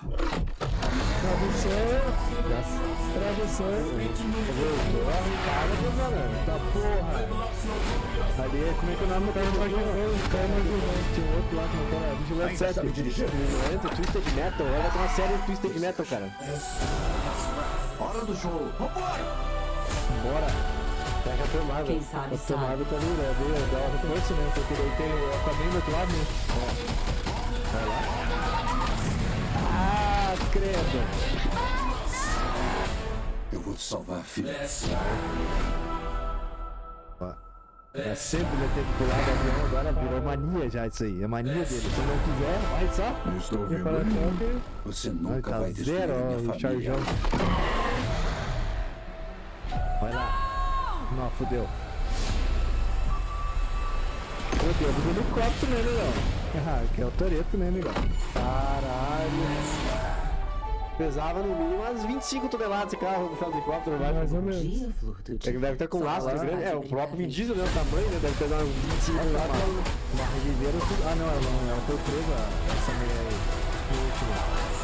[SPEAKER 1] Ali é como é que é o nome do cara do Jorge Vem? Cara, mas o- Tinha um outro lá que não era Vigilante 7.
[SPEAKER 4] Entra, Twisted Metal. Ela tem uma série de Twisted Metal, um cara.
[SPEAKER 6] Hora do jogo.
[SPEAKER 4] Bora. Pega a tomada.
[SPEAKER 5] Quem sabe
[SPEAKER 1] Essa
[SPEAKER 5] sabe.
[SPEAKER 1] Marvel também, né? Deu- Dá um reforço, né? Porque daí tem o Aquaman do outro lado, né?
[SPEAKER 4] Ah, credo.
[SPEAKER 6] Eu vou te salvar, filho.
[SPEAKER 1] É sempre ele tem que pular do avião, agora virou mania já isso aí. É mania dele. Se não quiser, vai só.
[SPEAKER 6] Eu estou vendo. Você
[SPEAKER 1] Ai,
[SPEAKER 6] nunca
[SPEAKER 1] tá
[SPEAKER 6] vai destruir
[SPEAKER 1] zero, ó,
[SPEAKER 6] minha
[SPEAKER 1] o Charjão.
[SPEAKER 6] família.
[SPEAKER 1] Vai lá. Não, fudeu. Meu Deus, do helicóptero, né, Negão? Ah, que é o Toreto, né, Negão?
[SPEAKER 4] Caralho. Pesava no mínimo umas 25 toneladas esse carro do carro de helicóptero, eu
[SPEAKER 3] Mais
[SPEAKER 4] acho.
[SPEAKER 3] ou menos.
[SPEAKER 5] Dia, flor do
[SPEAKER 4] É que
[SPEAKER 5] dia.
[SPEAKER 4] deve estar
[SPEAKER 1] um
[SPEAKER 4] com lastro
[SPEAKER 5] Sala,
[SPEAKER 4] grande. É, o
[SPEAKER 5] de
[SPEAKER 4] próprio Vin Diesel,
[SPEAKER 5] brincadeira.
[SPEAKER 4] né? O tamanho, né? Deve pesar uns 25 toneladas.
[SPEAKER 1] Viveram tudo. Ah, não, ela, não, ela foi presa, essa mulher aí. No último.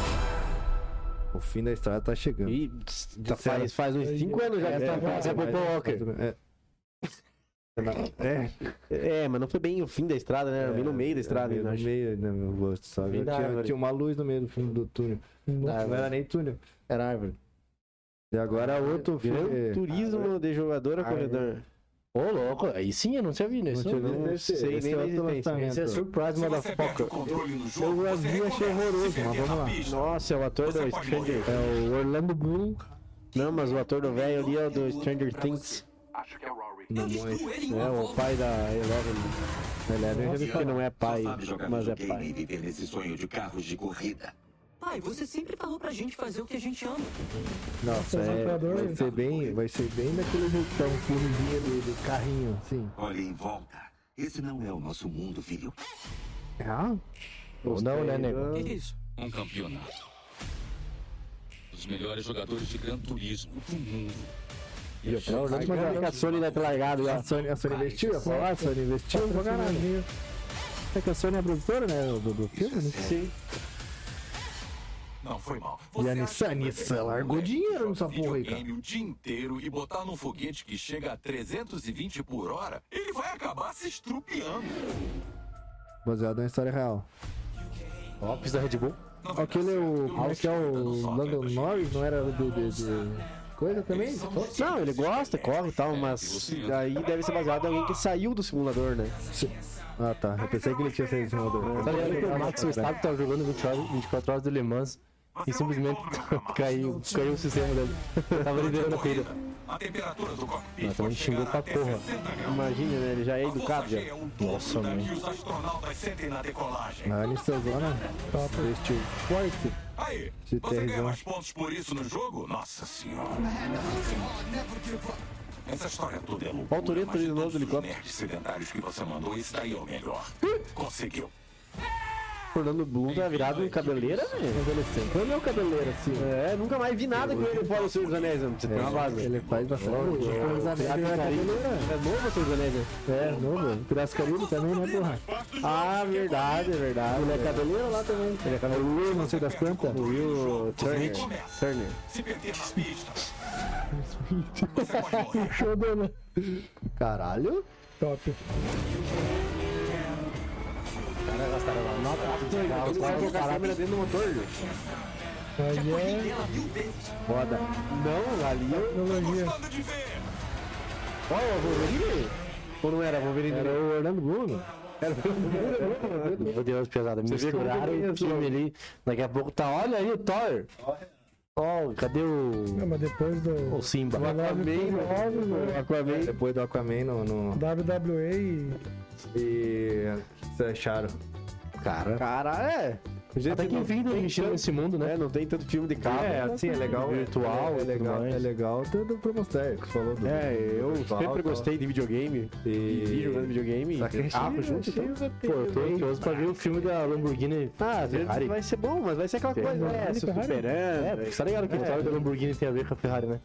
[SPEAKER 1] O fim da estrada tá chegando.
[SPEAKER 4] E tá, faz, faz uns 5 anos já que
[SPEAKER 1] É,
[SPEAKER 4] tá
[SPEAKER 1] é,
[SPEAKER 4] fazendo
[SPEAKER 1] é,
[SPEAKER 4] Paul Walker.
[SPEAKER 1] é. É,
[SPEAKER 4] É, mas não foi bem o fim da estrada, né? Era bem no meio da estrada,
[SPEAKER 1] meio
[SPEAKER 4] eu
[SPEAKER 1] no
[SPEAKER 4] acho.
[SPEAKER 1] meio, né, meu rosto, sabe?
[SPEAKER 4] Bem da
[SPEAKER 1] Tinha,
[SPEAKER 4] árvore.
[SPEAKER 1] tinha uma luz no meio do fundo do túnel. Não,
[SPEAKER 4] árvore.
[SPEAKER 1] era nem túnel.
[SPEAKER 4] Era árvore.
[SPEAKER 1] E agora é outro filme.
[SPEAKER 4] Gran Turismo de jogador a
[SPEAKER 1] Árvore.
[SPEAKER 4] corredor.
[SPEAKER 2] Ô, louco, aí sim eu não tinha visto isso.
[SPEAKER 1] Não tinha visto.
[SPEAKER 4] Não
[SPEAKER 1] Esse-
[SPEAKER 4] sei
[SPEAKER 1] esse
[SPEAKER 4] nem
[SPEAKER 1] é
[SPEAKER 4] da
[SPEAKER 1] outro
[SPEAKER 4] existência.
[SPEAKER 1] lançamento.
[SPEAKER 4] Esse é surprise,
[SPEAKER 6] Se você perde
[SPEAKER 4] motherfucker.
[SPEAKER 6] o controle no jogo,
[SPEAKER 1] Eu
[SPEAKER 6] você
[SPEAKER 1] vi, achei
[SPEAKER 6] recomeça a
[SPEAKER 1] horroroso,
[SPEAKER 6] se
[SPEAKER 1] mas
[SPEAKER 6] perder
[SPEAKER 1] vamos
[SPEAKER 6] na
[SPEAKER 1] lá.
[SPEAKER 6] pista.
[SPEAKER 4] Nossa, é o ator
[SPEAKER 6] Você
[SPEAKER 4] do
[SPEAKER 6] pode
[SPEAKER 4] Stranger.
[SPEAKER 6] morrer.
[SPEAKER 4] É o Orlando Bloom. Não, mas o ator do velho ali é o do Stranger Things.
[SPEAKER 6] Eu destruo ele em
[SPEAKER 4] É
[SPEAKER 6] uma
[SPEAKER 4] o
[SPEAKER 6] volta.
[SPEAKER 4] pai da Eleven. Eleven eu já vi que não é pai,
[SPEAKER 6] Só sabe jogar
[SPEAKER 4] mas é
[SPEAKER 6] videogame
[SPEAKER 4] pai.
[SPEAKER 6] e viver nesse sonho de carros de corrida.
[SPEAKER 8] Pai, você sempre falou pra gente fazer o que a gente ama.
[SPEAKER 1] Nossa, é,
[SPEAKER 3] Jogador,
[SPEAKER 1] vai
[SPEAKER 3] né?
[SPEAKER 1] ser bem, vai ser bem daquele jeitão, formiguinha do, do carrinho, assim.
[SPEAKER 6] Olhe em volta. Esse não é o nosso mundo, filho.
[SPEAKER 1] Ah,
[SPEAKER 2] Ou não, né, nego?
[SPEAKER 8] O que, que é isso?
[SPEAKER 9] Um campeonato. Os melhores jogadores de Gran Turismo do mundo. E a
[SPEAKER 4] É o Orlando, mas eu acho que a Sony deve ter largado já.
[SPEAKER 1] a Sony, a Sony investiu,
[SPEAKER 2] é
[SPEAKER 1] ia falar, a Sony investiu,
[SPEAKER 3] Pra
[SPEAKER 1] pra caralho.
[SPEAKER 3] caralho.
[SPEAKER 1] É que a Sony é a produtora, né, do, do filme, né?
[SPEAKER 4] Sim.
[SPEAKER 6] Não foi mal.
[SPEAKER 1] E a Nissan, Nissan
[SPEAKER 6] um
[SPEAKER 1] largou dinheiro nessa porra aí, cara.
[SPEAKER 9] videogame o dia inteiro e botar num foguete que chega a 320 por hora, ele vai acabar se estrupiando.
[SPEAKER 1] Baseado na história real.
[SPEAKER 4] Ops da Red Bull.
[SPEAKER 9] Não vai
[SPEAKER 1] Aquele é
[SPEAKER 9] dar certo,
[SPEAKER 1] o.
[SPEAKER 9] pelo
[SPEAKER 1] Como é
[SPEAKER 9] menos
[SPEAKER 1] que é
[SPEAKER 9] dando
[SPEAKER 1] o
[SPEAKER 9] sobra
[SPEAKER 1] Landon
[SPEAKER 9] pra
[SPEAKER 1] Norris?
[SPEAKER 9] gente.
[SPEAKER 1] Não era de. de- de coisa também?
[SPEAKER 4] Não, ele gosta, corre e tal, mas aí deve ser baseado em alguém que saiu do simulador, né?
[SPEAKER 1] Ah tá, eu pensei que ele tinha saído de simulador.
[SPEAKER 4] Tá ligado que o Max Verstappen
[SPEAKER 1] tá.
[SPEAKER 4] tava jogando 24 horas, 24 horas do Le Mans
[SPEAKER 6] é
[SPEAKER 4] e
[SPEAKER 6] um
[SPEAKER 4] simplesmente (laughs) caiu, caiu o sistema dele. tava liderando a corrida.
[SPEAKER 9] A temperatura do cockpit
[SPEAKER 4] Nossa, me xingou pra porra. Imagina, né? Ele já é educado já.
[SPEAKER 9] um Nossa, mãe. os astronautas sentem na decolagem.
[SPEAKER 1] A Nissanzona né? investiu forte.
[SPEAKER 9] Aí,
[SPEAKER 1] Se
[SPEAKER 9] você
[SPEAKER 1] tem,
[SPEAKER 9] ganha
[SPEAKER 1] né?
[SPEAKER 9] mais pontos por isso no jogo? Nossa senhora. Essa história toda é loucura.
[SPEAKER 4] Olha o Toretto
[SPEAKER 9] mas
[SPEAKER 4] ali do lado
[SPEAKER 9] todos
[SPEAKER 4] do
[SPEAKER 9] os
[SPEAKER 4] helicóptero.
[SPEAKER 9] nerds sedentários que você mandou, esse daí é o melhor.
[SPEAKER 4] Hum?
[SPEAKER 9] Conseguiu.
[SPEAKER 4] O Orlando Bloom tá virado em cabeleira, velho. Adolescente. Foi meu cabeleiro, assim. É, nunca mais vi nada com ele fora o Senhor dos Anéis, mano. Você tem uma base. é
[SPEAKER 1] Ele faz bastante. Os anéis
[SPEAKER 4] Pirata
[SPEAKER 1] na
[SPEAKER 4] do Caribe.
[SPEAKER 1] cabeleira.
[SPEAKER 4] É novo o Senhor dos Anéis, né?
[SPEAKER 1] É, novo. Piratas do Caribe também, né, porra?
[SPEAKER 4] Ah, verdade, é verdade. Ele é cabeleiro lá também. Ele é cabeleiro.
[SPEAKER 1] O Will, não sei das quantas.
[SPEAKER 4] O Will Turner.
[SPEAKER 9] Recomeça.
[SPEAKER 4] Turner.
[SPEAKER 9] Se perder nas pistas, você pode morrer.
[SPEAKER 1] Caralho.
[SPEAKER 3] Top.
[SPEAKER 4] Ele sabe colocar a câmera dentro do motor, viu?
[SPEAKER 3] Aí é
[SPEAKER 1] Foda.
[SPEAKER 4] Não, ali eu...
[SPEAKER 3] tecnologia.
[SPEAKER 9] Gostando de ver.
[SPEAKER 4] Ó, o Wolverine? Ou não era Wolverine?
[SPEAKER 1] Era o Orlando Bruno.
[SPEAKER 4] Meu Deus, pesada. Misturaram o time ali. Daqui a pouco tá. Olha aí o Thor. Ó, cadê o.
[SPEAKER 3] Ah, mas depois do
[SPEAKER 4] O Simba?
[SPEAKER 3] Vai lá,
[SPEAKER 4] O Aquaman.
[SPEAKER 1] É, Depois do Aquaman no. no-
[SPEAKER 3] WWE e
[SPEAKER 1] E. O que vocês acharam? Cara.
[SPEAKER 4] Cara, é. Até que enfim, né? Mexendo nesse mundo, né? não tem tanto filme de carro.
[SPEAKER 1] É, assim, é legal.
[SPEAKER 4] Virtual,
[SPEAKER 1] é
[SPEAKER 4] tudo
[SPEAKER 1] legal.
[SPEAKER 4] mais.
[SPEAKER 1] É legal tudo pra mostrar. que Você falou do.
[SPEAKER 4] É, eu
[SPEAKER 1] virtual,
[SPEAKER 4] sempre
[SPEAKER 1] tal.
[SPEAKER 4] gostei de videogame.
[SPEAKER 1] E-
[SPEAKER 4] E vi jogando videogame.
[SPEAKER 1] Só que é
[SPEAKER 4] E carro
[SPEAKER 1] achei-
[SPEAKER 4] junto.
[SPEAKER 1] achei
[SPEAKER 4] então,
[SPEAKER 1] o
[SPEAKER 4] Pô, eu tô ansioso pra ver o filme da Lamborghini. Ah, às vezes
[SPEAKER 1] Ferrari.
[SPEAKER 4] vai ser bom, mas vai ser aquela coisa, né?
[SPEAKER 3] Lamborghini, Ferrari.
[SPEAKER 4] Superando. É, porque tá ligado que a história da Lamborghini tem a ver com a Ferrari, né?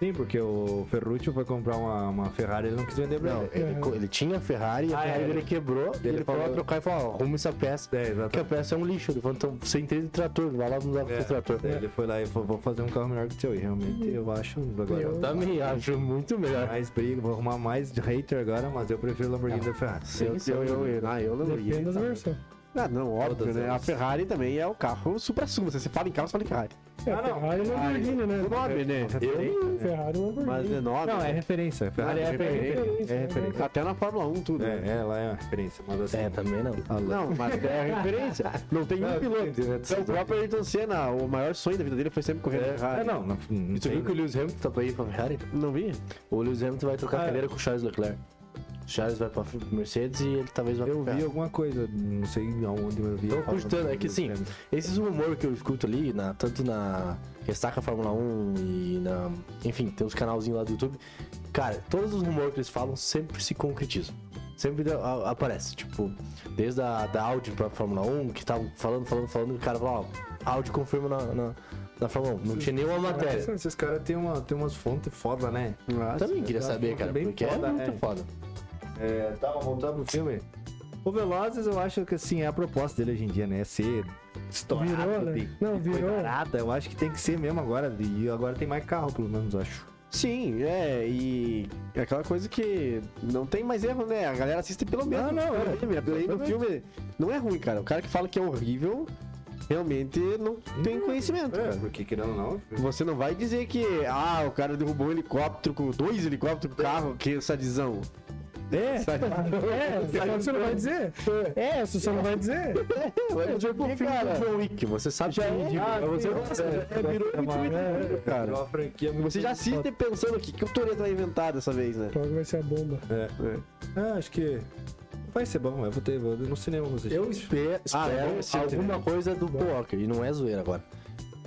[SPEAKER 1] Sim, porque o Ferruccio foi comprar uma, uma Ferrari ele não quis vender pra
[SPEAKER 4] Não,
[SPEAKER 1] ele.
[SPEAKER 4] ele, co- ele tinha a Ferrari e a
[SPEAKER 1] Ah,
[SPEAKER 4] Ferrari
[SPEAKER 1] é.
[SPEAKER 4] dele quebrou. e
[SPEAKER 1] Ele
[SPEAKER 4] ele falou
[SPEAKER 1] falou-
[SPEAKER 4] trocar e falou: ó, arruma essa peça.
[SPEAKER 1] É,
[SPEAKER 4] Porque a
[SPEAKER 1] exatamente.
[SPEAKER 4] peça é um lixo. Ele falou: então você entende de trator, vai lá mudar
[SPEAKER 1] É,
[SPEAKER 4] o trator.
[SPEAKER 1] daí Ele foi lá e falou, vou fazer um carro melhor que o seu. E realmente eu acho agora.
[SPEAKER 4] Eu também acho muito melhor.
[SPEAKER 1] Mais briga, vou arrumar mais de hater agora, mas eu prefiro Lamborghini da Ferrari.
[SPEAKER 4] Eu, eu, eu, eu, ah, eu
[SPEAKER 3] depende
[SPEAKER 4] Lamborghini.
[SPEAKER 3] das versões.
[SPEAKER 4] Ah, não, óbvio,
[SPEAKER 1] Todas
[SPEAKER 4] né? A
[SPEAKER 1] elas.
[SPEAKER 4] Ferrari também é o carro supra-sumo. Você fala em carro, você fala em Ferrari.
[SPEAKER 3] É, Ferrari e Lamborghini, né?
[SPEAKER 4] O nome, né? Eu,
[SPEAKER 3] Ferrari e
[SPEAKER 4] mas
[SPEAKER 3] Lamborghini.
[SPEAKER 4] é nome.
[SPEAKER 1] Não, é referência. a Ferrari é referência.
[SPEAKER 4] Tá, referência. É referência. Até na Fórmula 1, tudo. né?
[SPEAKER 1] É, ela é uma referência, mas assim.
[SPEAKER 2] É, também não.
[SPEAKER 1] a Lam-
[SPEAKER 4] Não, mas é a referência. Não tem um
[SPEAKER 1] Não,
[SPEAKER 4] piloto.
[SPEAKER 1] entendi, né?
[SPEAKER 4] É o próprio Ayrton Senna. O maior sonho da vida dele foi sempre correr na Ferrari.
[SPEAKER 1] É, não, não. não
[SPEAKER 2] Tu viu
[SPEAKER 1] tem-
[SPEAKER 2] que o Lewis Hamilton tá pra ir pra Ferrari?
[SPEAKER 4] Não vi?
[SPEAKER 2] O Lewis Hamilton vai trocar
[SPEAKER 1] Ah, é.
[SPEAKER 2] a carreira com o Charles Leclerc. Charles vai pra Mercedes e ele talvez vá
[SPEAKER 1] Eu
[SPEAKER 2] pra
[SPEAKER 1] vi
[SPEAKER 2] Ferrari.
[SPEAKER 1] alguma coisa, não sei aonde eu vi.
[SPEAKER 2] Estão
[SPEAKER 1] falando
[SPEAKER 2] custando, é que
[SPEAKER 1] do
[SPEAKER 2] assim,
[SPEAKER 1] Lewis Hamilton.
[SPEAKER 2] esses rumores que eu escuto ali, na- tanto na Ressaca Fórmula 1 e na. Enfim, tem uns canalzinhos lá do YouTube. Cara, todos os rumores que eles falam sempre se concretizam. Sempre dá- a- aparece, tipo, desde a da Audi pra Fórmula 1, que estavam falando, falando, falando, e o cara fala, ó, Audi confirma na, na, na Fórmula 1. Não tinha nenhuma é matéria.
[SPEAKER 1] Esses- Esses caras têm uma, têm umas fontes foda, né?
[SPEAKER 2] Também queria
[SPEAKER 1] eu
[SPEAKER 2] saber,
[SPEAKER 1] acho
[SPEAKER 2] cara,
[SPEAKER 1] bem
[SPEAKER 2] porque
[SPEAKER 1] foda,
[SPEAKER 2] é muito
[SPEAKER 1] é.
[SPEAKER 2] foda.
[SPEAKER 1] É, tava voltando pro filme. O Velozes, eu acho que assim, é a proposta dele hoje em dia, né? É ser estourado.
[SPEAKER 3] Virou, né?
[SPEAKER 1] de-
[SPEAKER 3] Não,
[SPEAKER 1] de
[SPEAKER 3] virou.
[SPEAKER 1] coisa arada. Eu acho que tem que ser mesmo agora. E agora tem mais carro, pelo menos, eu acho.
[SPEAKER 4] Sim, é, e é aquela coisa que não tem mais erro, né? A galera assiste pelo
[SPEAKER 1] Não,
[SPEAKER 4] menos.
[SPEAKER 1] não, é.
[SPEAKER 4] A Play do
[SPEAKER 1] Exatamente.
[SPEAKER 4] filme não é ruim, cara. O cara que fala que é horrível realmente não tem conhecimento,
[SPEAKER 1] É,
[SPEAKER 4] cara.
[SPEAKER 1] porque querendo ou não,
[SPEAKER 4] Você não vai dizer que, ah, o cara derrubou um helicóptero com dois helicópteros com carro, que sadizão.
[SPEAKER 3] É,
[SPEAKER 4] Sadizão.
[SPEAKER 3] é, só que você não vai dizer. É, se você não vai dizer.
[SPEAKER 4] É, tipo o filme do John Wick, você sabe que é ridículo.
[SPEAKER 1] ah,
[SPEAKER 4] você
[SPEAKER 1] sim,
[SPEAKER 4] gosta,
[SPEAKER 1] é,
[SPEAKER 2] né?
[SPEAKER 4] é, virou muito ridículo,
[SPEAKER 1] é
[SPEAKER 4] cara.
[SPEAKER 1] uma franquia muito
[SPEAKER 4] Você já assiste pensando o que, que o Toreto vai inventar dessa vez, né?
[SPEAKER 3] Logo vai ser a bomba.
[SPEAKER 1] Ah, acho que vai ser bom. Eu vou ter vou no cinema com vocês.
[SPEAKER 2] Eu espero,
[SPEAKER 4] Ah,
[SPEAKER 2] espero
[SPEAKER 4] bom, sim,
[SPEAKER 2] alguma
[SPEAKER 4] também.
[SPEAKER 2] coisa do Paul Walker, e não é zoeira agora.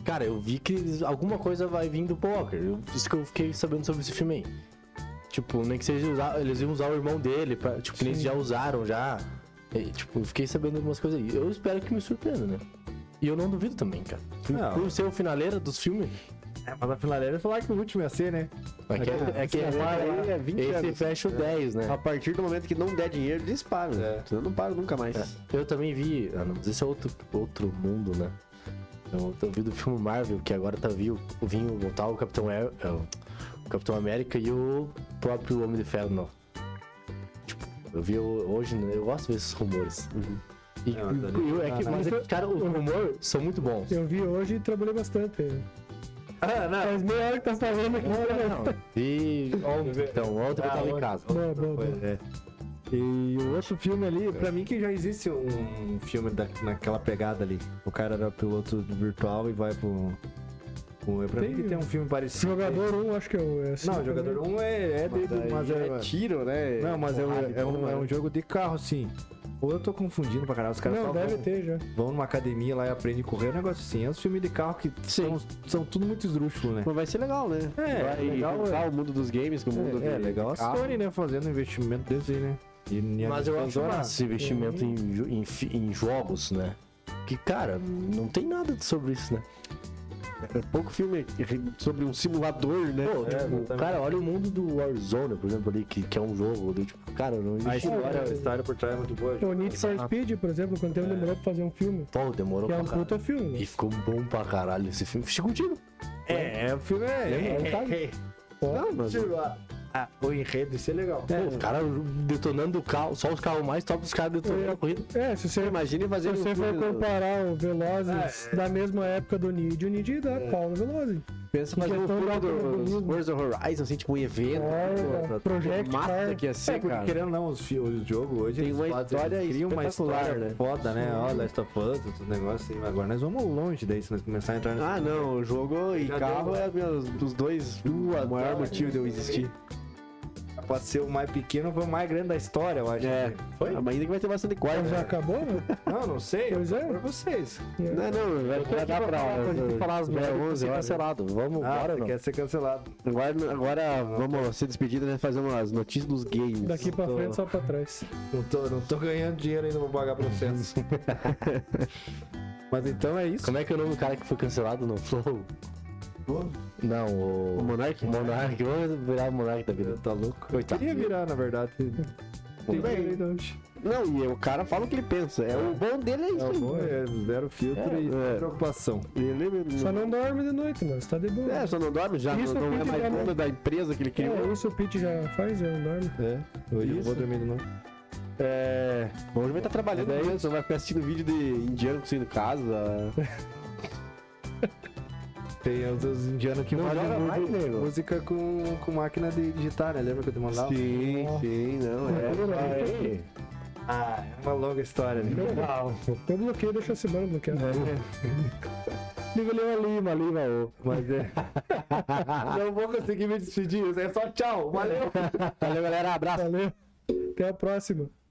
[SPEAKER 2] Cara, eu vi que eles- alguma coisa vai vir do Paul Walker. eu- Isso que eu fiquei sabendo sobre esse filme aí. Tipo, nem que seja usar, eles iam usar o irmão dele, pra, tipo, que nem eles já usaram já. E, tipo, eu fiquei sabendo algumas coisas aí. Eu espero que me surpreenda, né? E eu não duvido também, cara.
[SPEAKER 1] Não.
[SPEAKER 2] Por ser o finaleiro dos filmes,
[SPEAKER 1] É, mas a finaleira falar que o último ia ser, né?
[SPEAKER 2] é que é, é, que é,
[SPEAKER 4] Aí é 20
[SPEAKER 2] esse
[SPEAKER 4] anos.
[SPEAKER 2] fecha o 10, né?
[SPEAKER 4] A partir do momento que não der dinheiro, dispara.
[SPEAKER 1] É.
[SPEAKER 4] Você não para nunca mais.
[SPEAKER 2] Eu também vi. Ah, não, mas esse é outro, outro mundo, né? Eu, eu vi do filme Marvel, que agora tá vindo vinho voltar o Capitão Air, é, o o Capitão América e o próprio Homem de Ferro, não. Tipo, eu vi o- hoje, né? Eu gosto de ver esses rumores.
[SPEAKER 3] Uhum.
[SPEAKER 2] E,
[SPEAKER 3] Ah,
[SPEAKER 1] É, mas
[SPEAKER 2] e- eu- é que, mas é que, cara, os rumores são muito bons.
[SPEAKER 3] Eu vi hoje e trabalhei bastante.
[SPEAKER 2] Ah, não.
[SPEAKER 3] Faz meia hora que tá falando aqui.
[SPEAKER 2] E ontem, então, ontem eu
[SPEAKER 3] Ah,
[SPEAKER 2] tava em casa.
[SPEAKER 3] Boa, boa, boa.
[SPEAKER 1] É. E o outro filme ali, pra mim que já existe um filme da- naquela pegada ali. O cara era piloto virtual e vai pro. pro pra mim que tem um filme parecido.
[SPEAKER 3] Jogador 1, acho que é o. É assim
[SPEAKER 1] Não, jogador 1 é, é dedo, mas é.
[SPEAKER 4] É tiro, né?
[SPEAKER 1] Não, mas é, um-
[SPEAKER 4] Porrada,
[SPEAKER 1] é um,
[SPEAKER 4] porra,
[SPEAKER 1] é um
[SPEAKER 4] né?
[SPEAKER 1] jogo de carro, sim. Ou eu tô confundindo pra caralho, os caras
[SPEAKER 3] Não,
[SPEAKER 1] é só
[SPEAKER 3] deve
[SPEAKER 1] vão,
[SPEAKER 3] ter já.
[SPEAKER 1] vão numa academia lá e aprendem a correr, é um negócio assim. É uns filmes de carro que são, são tudo muito esdrúxulo, né?
[SPEAKER 4] Mas vai ser legal, né?
[SPEAKER 1] É,
[SPEAKER 4] vai
[SPEAKER 1] legal,
[SPEAKER 4] juntar o mundo dos games com o mundo
[SPEAKER 1] É, é
[SPEAKER 4] de-
[SPEAKER 1] legal
[SPEAKER 4] de
[SPEAKER 1] a
[SPEAKER 4] carro.
[SPEAKER 1] Sony, né, fazendo um investimento desse, aí, né? E, e a
[SPEAKER 2] Mas eu acho
[SPEAKER 1] Nintendo,
[SPEAKER 2] massa esse investimento em, jo- em, fi- em jogos, né? Que, cara, não tem nada sobre isso, né?
[SPEAKER 4] É pouco filme sobre um simulador,
[SPEAKER 3] é,
[SPEAKER 4] né?
[SPEAKER 2] Pô, tipo,
[SPEAKER 1] exatamente.
[SPEAKER 2] cara, olha o mundo do Warzone, por exemplo, ali, que, que é um jogo do tipo, cara, não
[SPEAKER 1] A
[SPEAKER 2] existe.
[SPEAKER 1] história, a história por trás é muito boa.
[SPEAKER 3] O Então, Need for Speed, por exemplo, quanto tempo demorou pra fazer um filme?
[SPEAKER 2] Pô, demorou
[SPEAKER 3] Que é
[SPEAKER 2] pra
[SPEAKER 3] um
[SPEAKER 2] caralho.
[SPEAKER 3] puta filme.
[SPEAKER 2] E ficou bom pra caralho esse filme. Fiz contigo.
[SPEAKER 1] É, é, o filme é. é,
[SPEAKER 2] (laughs)
[SPEAKER 4] Não, mas
[SPEAKER 1] Ah, o enredo, isso é legal.
[SPEAKER 2] Pô, os caras detonando o carro, só os carros mais top, os caras detonando a corrida.
[SPEAKER 3] É, se você,
[SPEAKER 4] imagine
[SPEAKER 3] se
[SPEAKER 4] fazer um
[SPEAKER 3] você for
[SPEAKER 4] filme do-
[SPEAKER 3] comparar o Velozes
[SPEAKER 4] É,
[SPEAKER 3] da mesma época do Need, o Need dá pau no Velozes.
[SPEAKER 4] Pensa fazer um
[SPEAKER 3] questão
[SPEAKER 4] filme
[SPEAKER 3] do
[SPEAKER 4] do- dos
[SPEAKER 3] automobilismo.
[SPEAKER 4] Forza Horizon, assim, tipo um evento.
[SPEAKER 3] Olha,
[SPEAKER 4] pô,
[SPEAKER 2] tá-
[SPEAKER 3] Project
[SPEAKER 4] massa
[SPEAKER 3] Car.
[SPEAKER 4] que
[SPEAKER 1] É,
[SPEAKER 4] ia
[SPEAKER 2] assim,
[SPEAKER 4] ser,
[SPEAKER 1] porque
[SPEAKER 4] cara.
[SPEAKER 1] querendo ou não, os filmes, o jogo hoje
[SPEAKER 4] Tem
[SPEAKER 1] eles
[SPEAKER 4] uma
[SPEAKER 1] fazem-
[SPEAKER 4] história
[SPEAKER 1] eles criam uma
[SPEAKER 4] espetacular,
[SPEAKER 1] história
[SPEAKER 4] né?
[SPEAKER 1] foda, né? Ó, Last of Us, os negócios assim. mas Agora nós vamos longe daí, se nós começar a entrar nesse-
[SPEAKER 4] Ah, não, o jogo e
[SPEAKER 1] Já
[SPEAKER 4] carro
[SPEAKER 1] deu-
[SPEAKER 4] é meus, dos dois o maior motivo de eu existir.
[SPEAKER 1] Pode ser o mais pequeno ou o mais grande da história, eu acho.
[SPEAKER 4] É,
[SPEAKER 1] Foi?
[SPEAKER 4] mas ainda que vai ter bastante quarto.
[SPEAKER 3] Já acabou, né?
[SPEAKER 4] (laughs)
[SPEAKER 3] É.
[SPEAKER 1] Não, não sei.
[SPEAKER 3] Pois
[SPEAKER 1] eu
[SPEAKER 3] é.
[SPEAKER 1] falo Pra vocês.
[SPEAKER 4] Não, não, vai, vai dar pra né?
[SPEAKER 2] Vou falar as merdas, vamos ser
[SPEAKER 4] horas.
[SPEAKER 2] cancelado. Vamos, Ah,
[SPEAKER 1] Ah,
[SPEAKER 2] bora,
[SPEAKER 1] você
[SPEAKER 2] não.
[SPEAKER 1] quer ser cancelado.
[SPEAKER 4] Agora, agora vamos ser despedidos né? Fazer umas notícias dos games.
[SPEAKER 3] Daqui pra
[SPEAKER 1] Tô-
[SPEAKER 3] frente, só pra trás.
[SPEAKER 1] Não tô, não tô ganhando dinheiro ainda, vou pagar
[SPEAKER 4] (laughs)
[SPEAKER 1] processo. Mas então é isso.
[SPEAKER 2] Como é que é o nome do cara que foi cancelado no Flow? Não, o.
[SPEAKER 4] O Monark?
[SPEAKER 2] Monark, vamos virar o Monark da vida.
[SPEAKER 1] Tá louco?
[SPEAKER 2] Coitado.
[SPEAKER 1] Queria virar, na verdade. Tem
[SPEAKER 4] bem.
[SPEAKER 1] direito
[SPEAKER 3] né?
[SPEAKER 1] hoje.
[SPEAKER 4] Não, e o cara fala o que ele pensa. É,
[SPEAKER 2] Ah.
[SPEAKER 4] o bom dele é
[SPEAKER 2] Tá
[SPEAKER 4] isso.
[SPEAKER 1] É
[SPEAKER 4] aí.
[SPEAKER 1] bom, é zero filtro
[SPEAKER 4] É,
[SPEAKER 1] e sem
[SPEAKER 4] é.
[SPEAKER 1] preocupação.
[SPEAKER 4] Ele
[SPEAKER 3] Só não dorme de noite, mas tá de boa.
[SPEAKER 4] É, só não dorme já.
[SPEAKER 3] Isso
[SPEAKER 4] não
[SPEAKER 3] eu
[SPEAKER 4] não é
[SPEAKER 3] pedi
[SPEAKER 4] mais
[SPEAKER 3] pra
[SPEAKER 4] dono
[SPEAKER 3] mim.
[SPEAKER 4] da empresa que ele criou.
[SPEAKER 3] É, isso o Pete já faz, já não dorme.
[SPEAKER 1] É, hoje eu não vou
[SPEAKER 4] Isso.
[SPEAKER 1] dormir de novo.
[SPEAKER 4] É. Bom, hoje vai estar trabalhando
[SPEAKER 1] Mas é
[SPEAKER 4] aí, só vai ficar assistindo vídeo de indiano saindo de casa.
[SPEAKER 1] Tem os, os indianos que né?
[SPEAKER 4] Não
[SPEAKER 1] fazem
[SPEAKER 4] joga
[SPEAKER 1] mu-
[SPEAKER 4] mais, nego.
[SPEAKER 1] música com, com máquina de digitar, né? Lembra que eu te mandava?
[SPEAKER 4] Sim, sim, não. É.
[SPEAKER 1] Ah, é uma longa história, né?
[SPEAKER 4] É.
[SPEAKER 3] Eu bloqueei, deixa a semana bloqueada.
[SPEAKER 1] Liga Lima, Lima, ô. Mas é. Não vou conseguir me despedir, é só tchau, valeu!
[SPEAKER 4] Valeu, galera. Abraço.
[SPEAKER 3] Valeu. Até a próxima.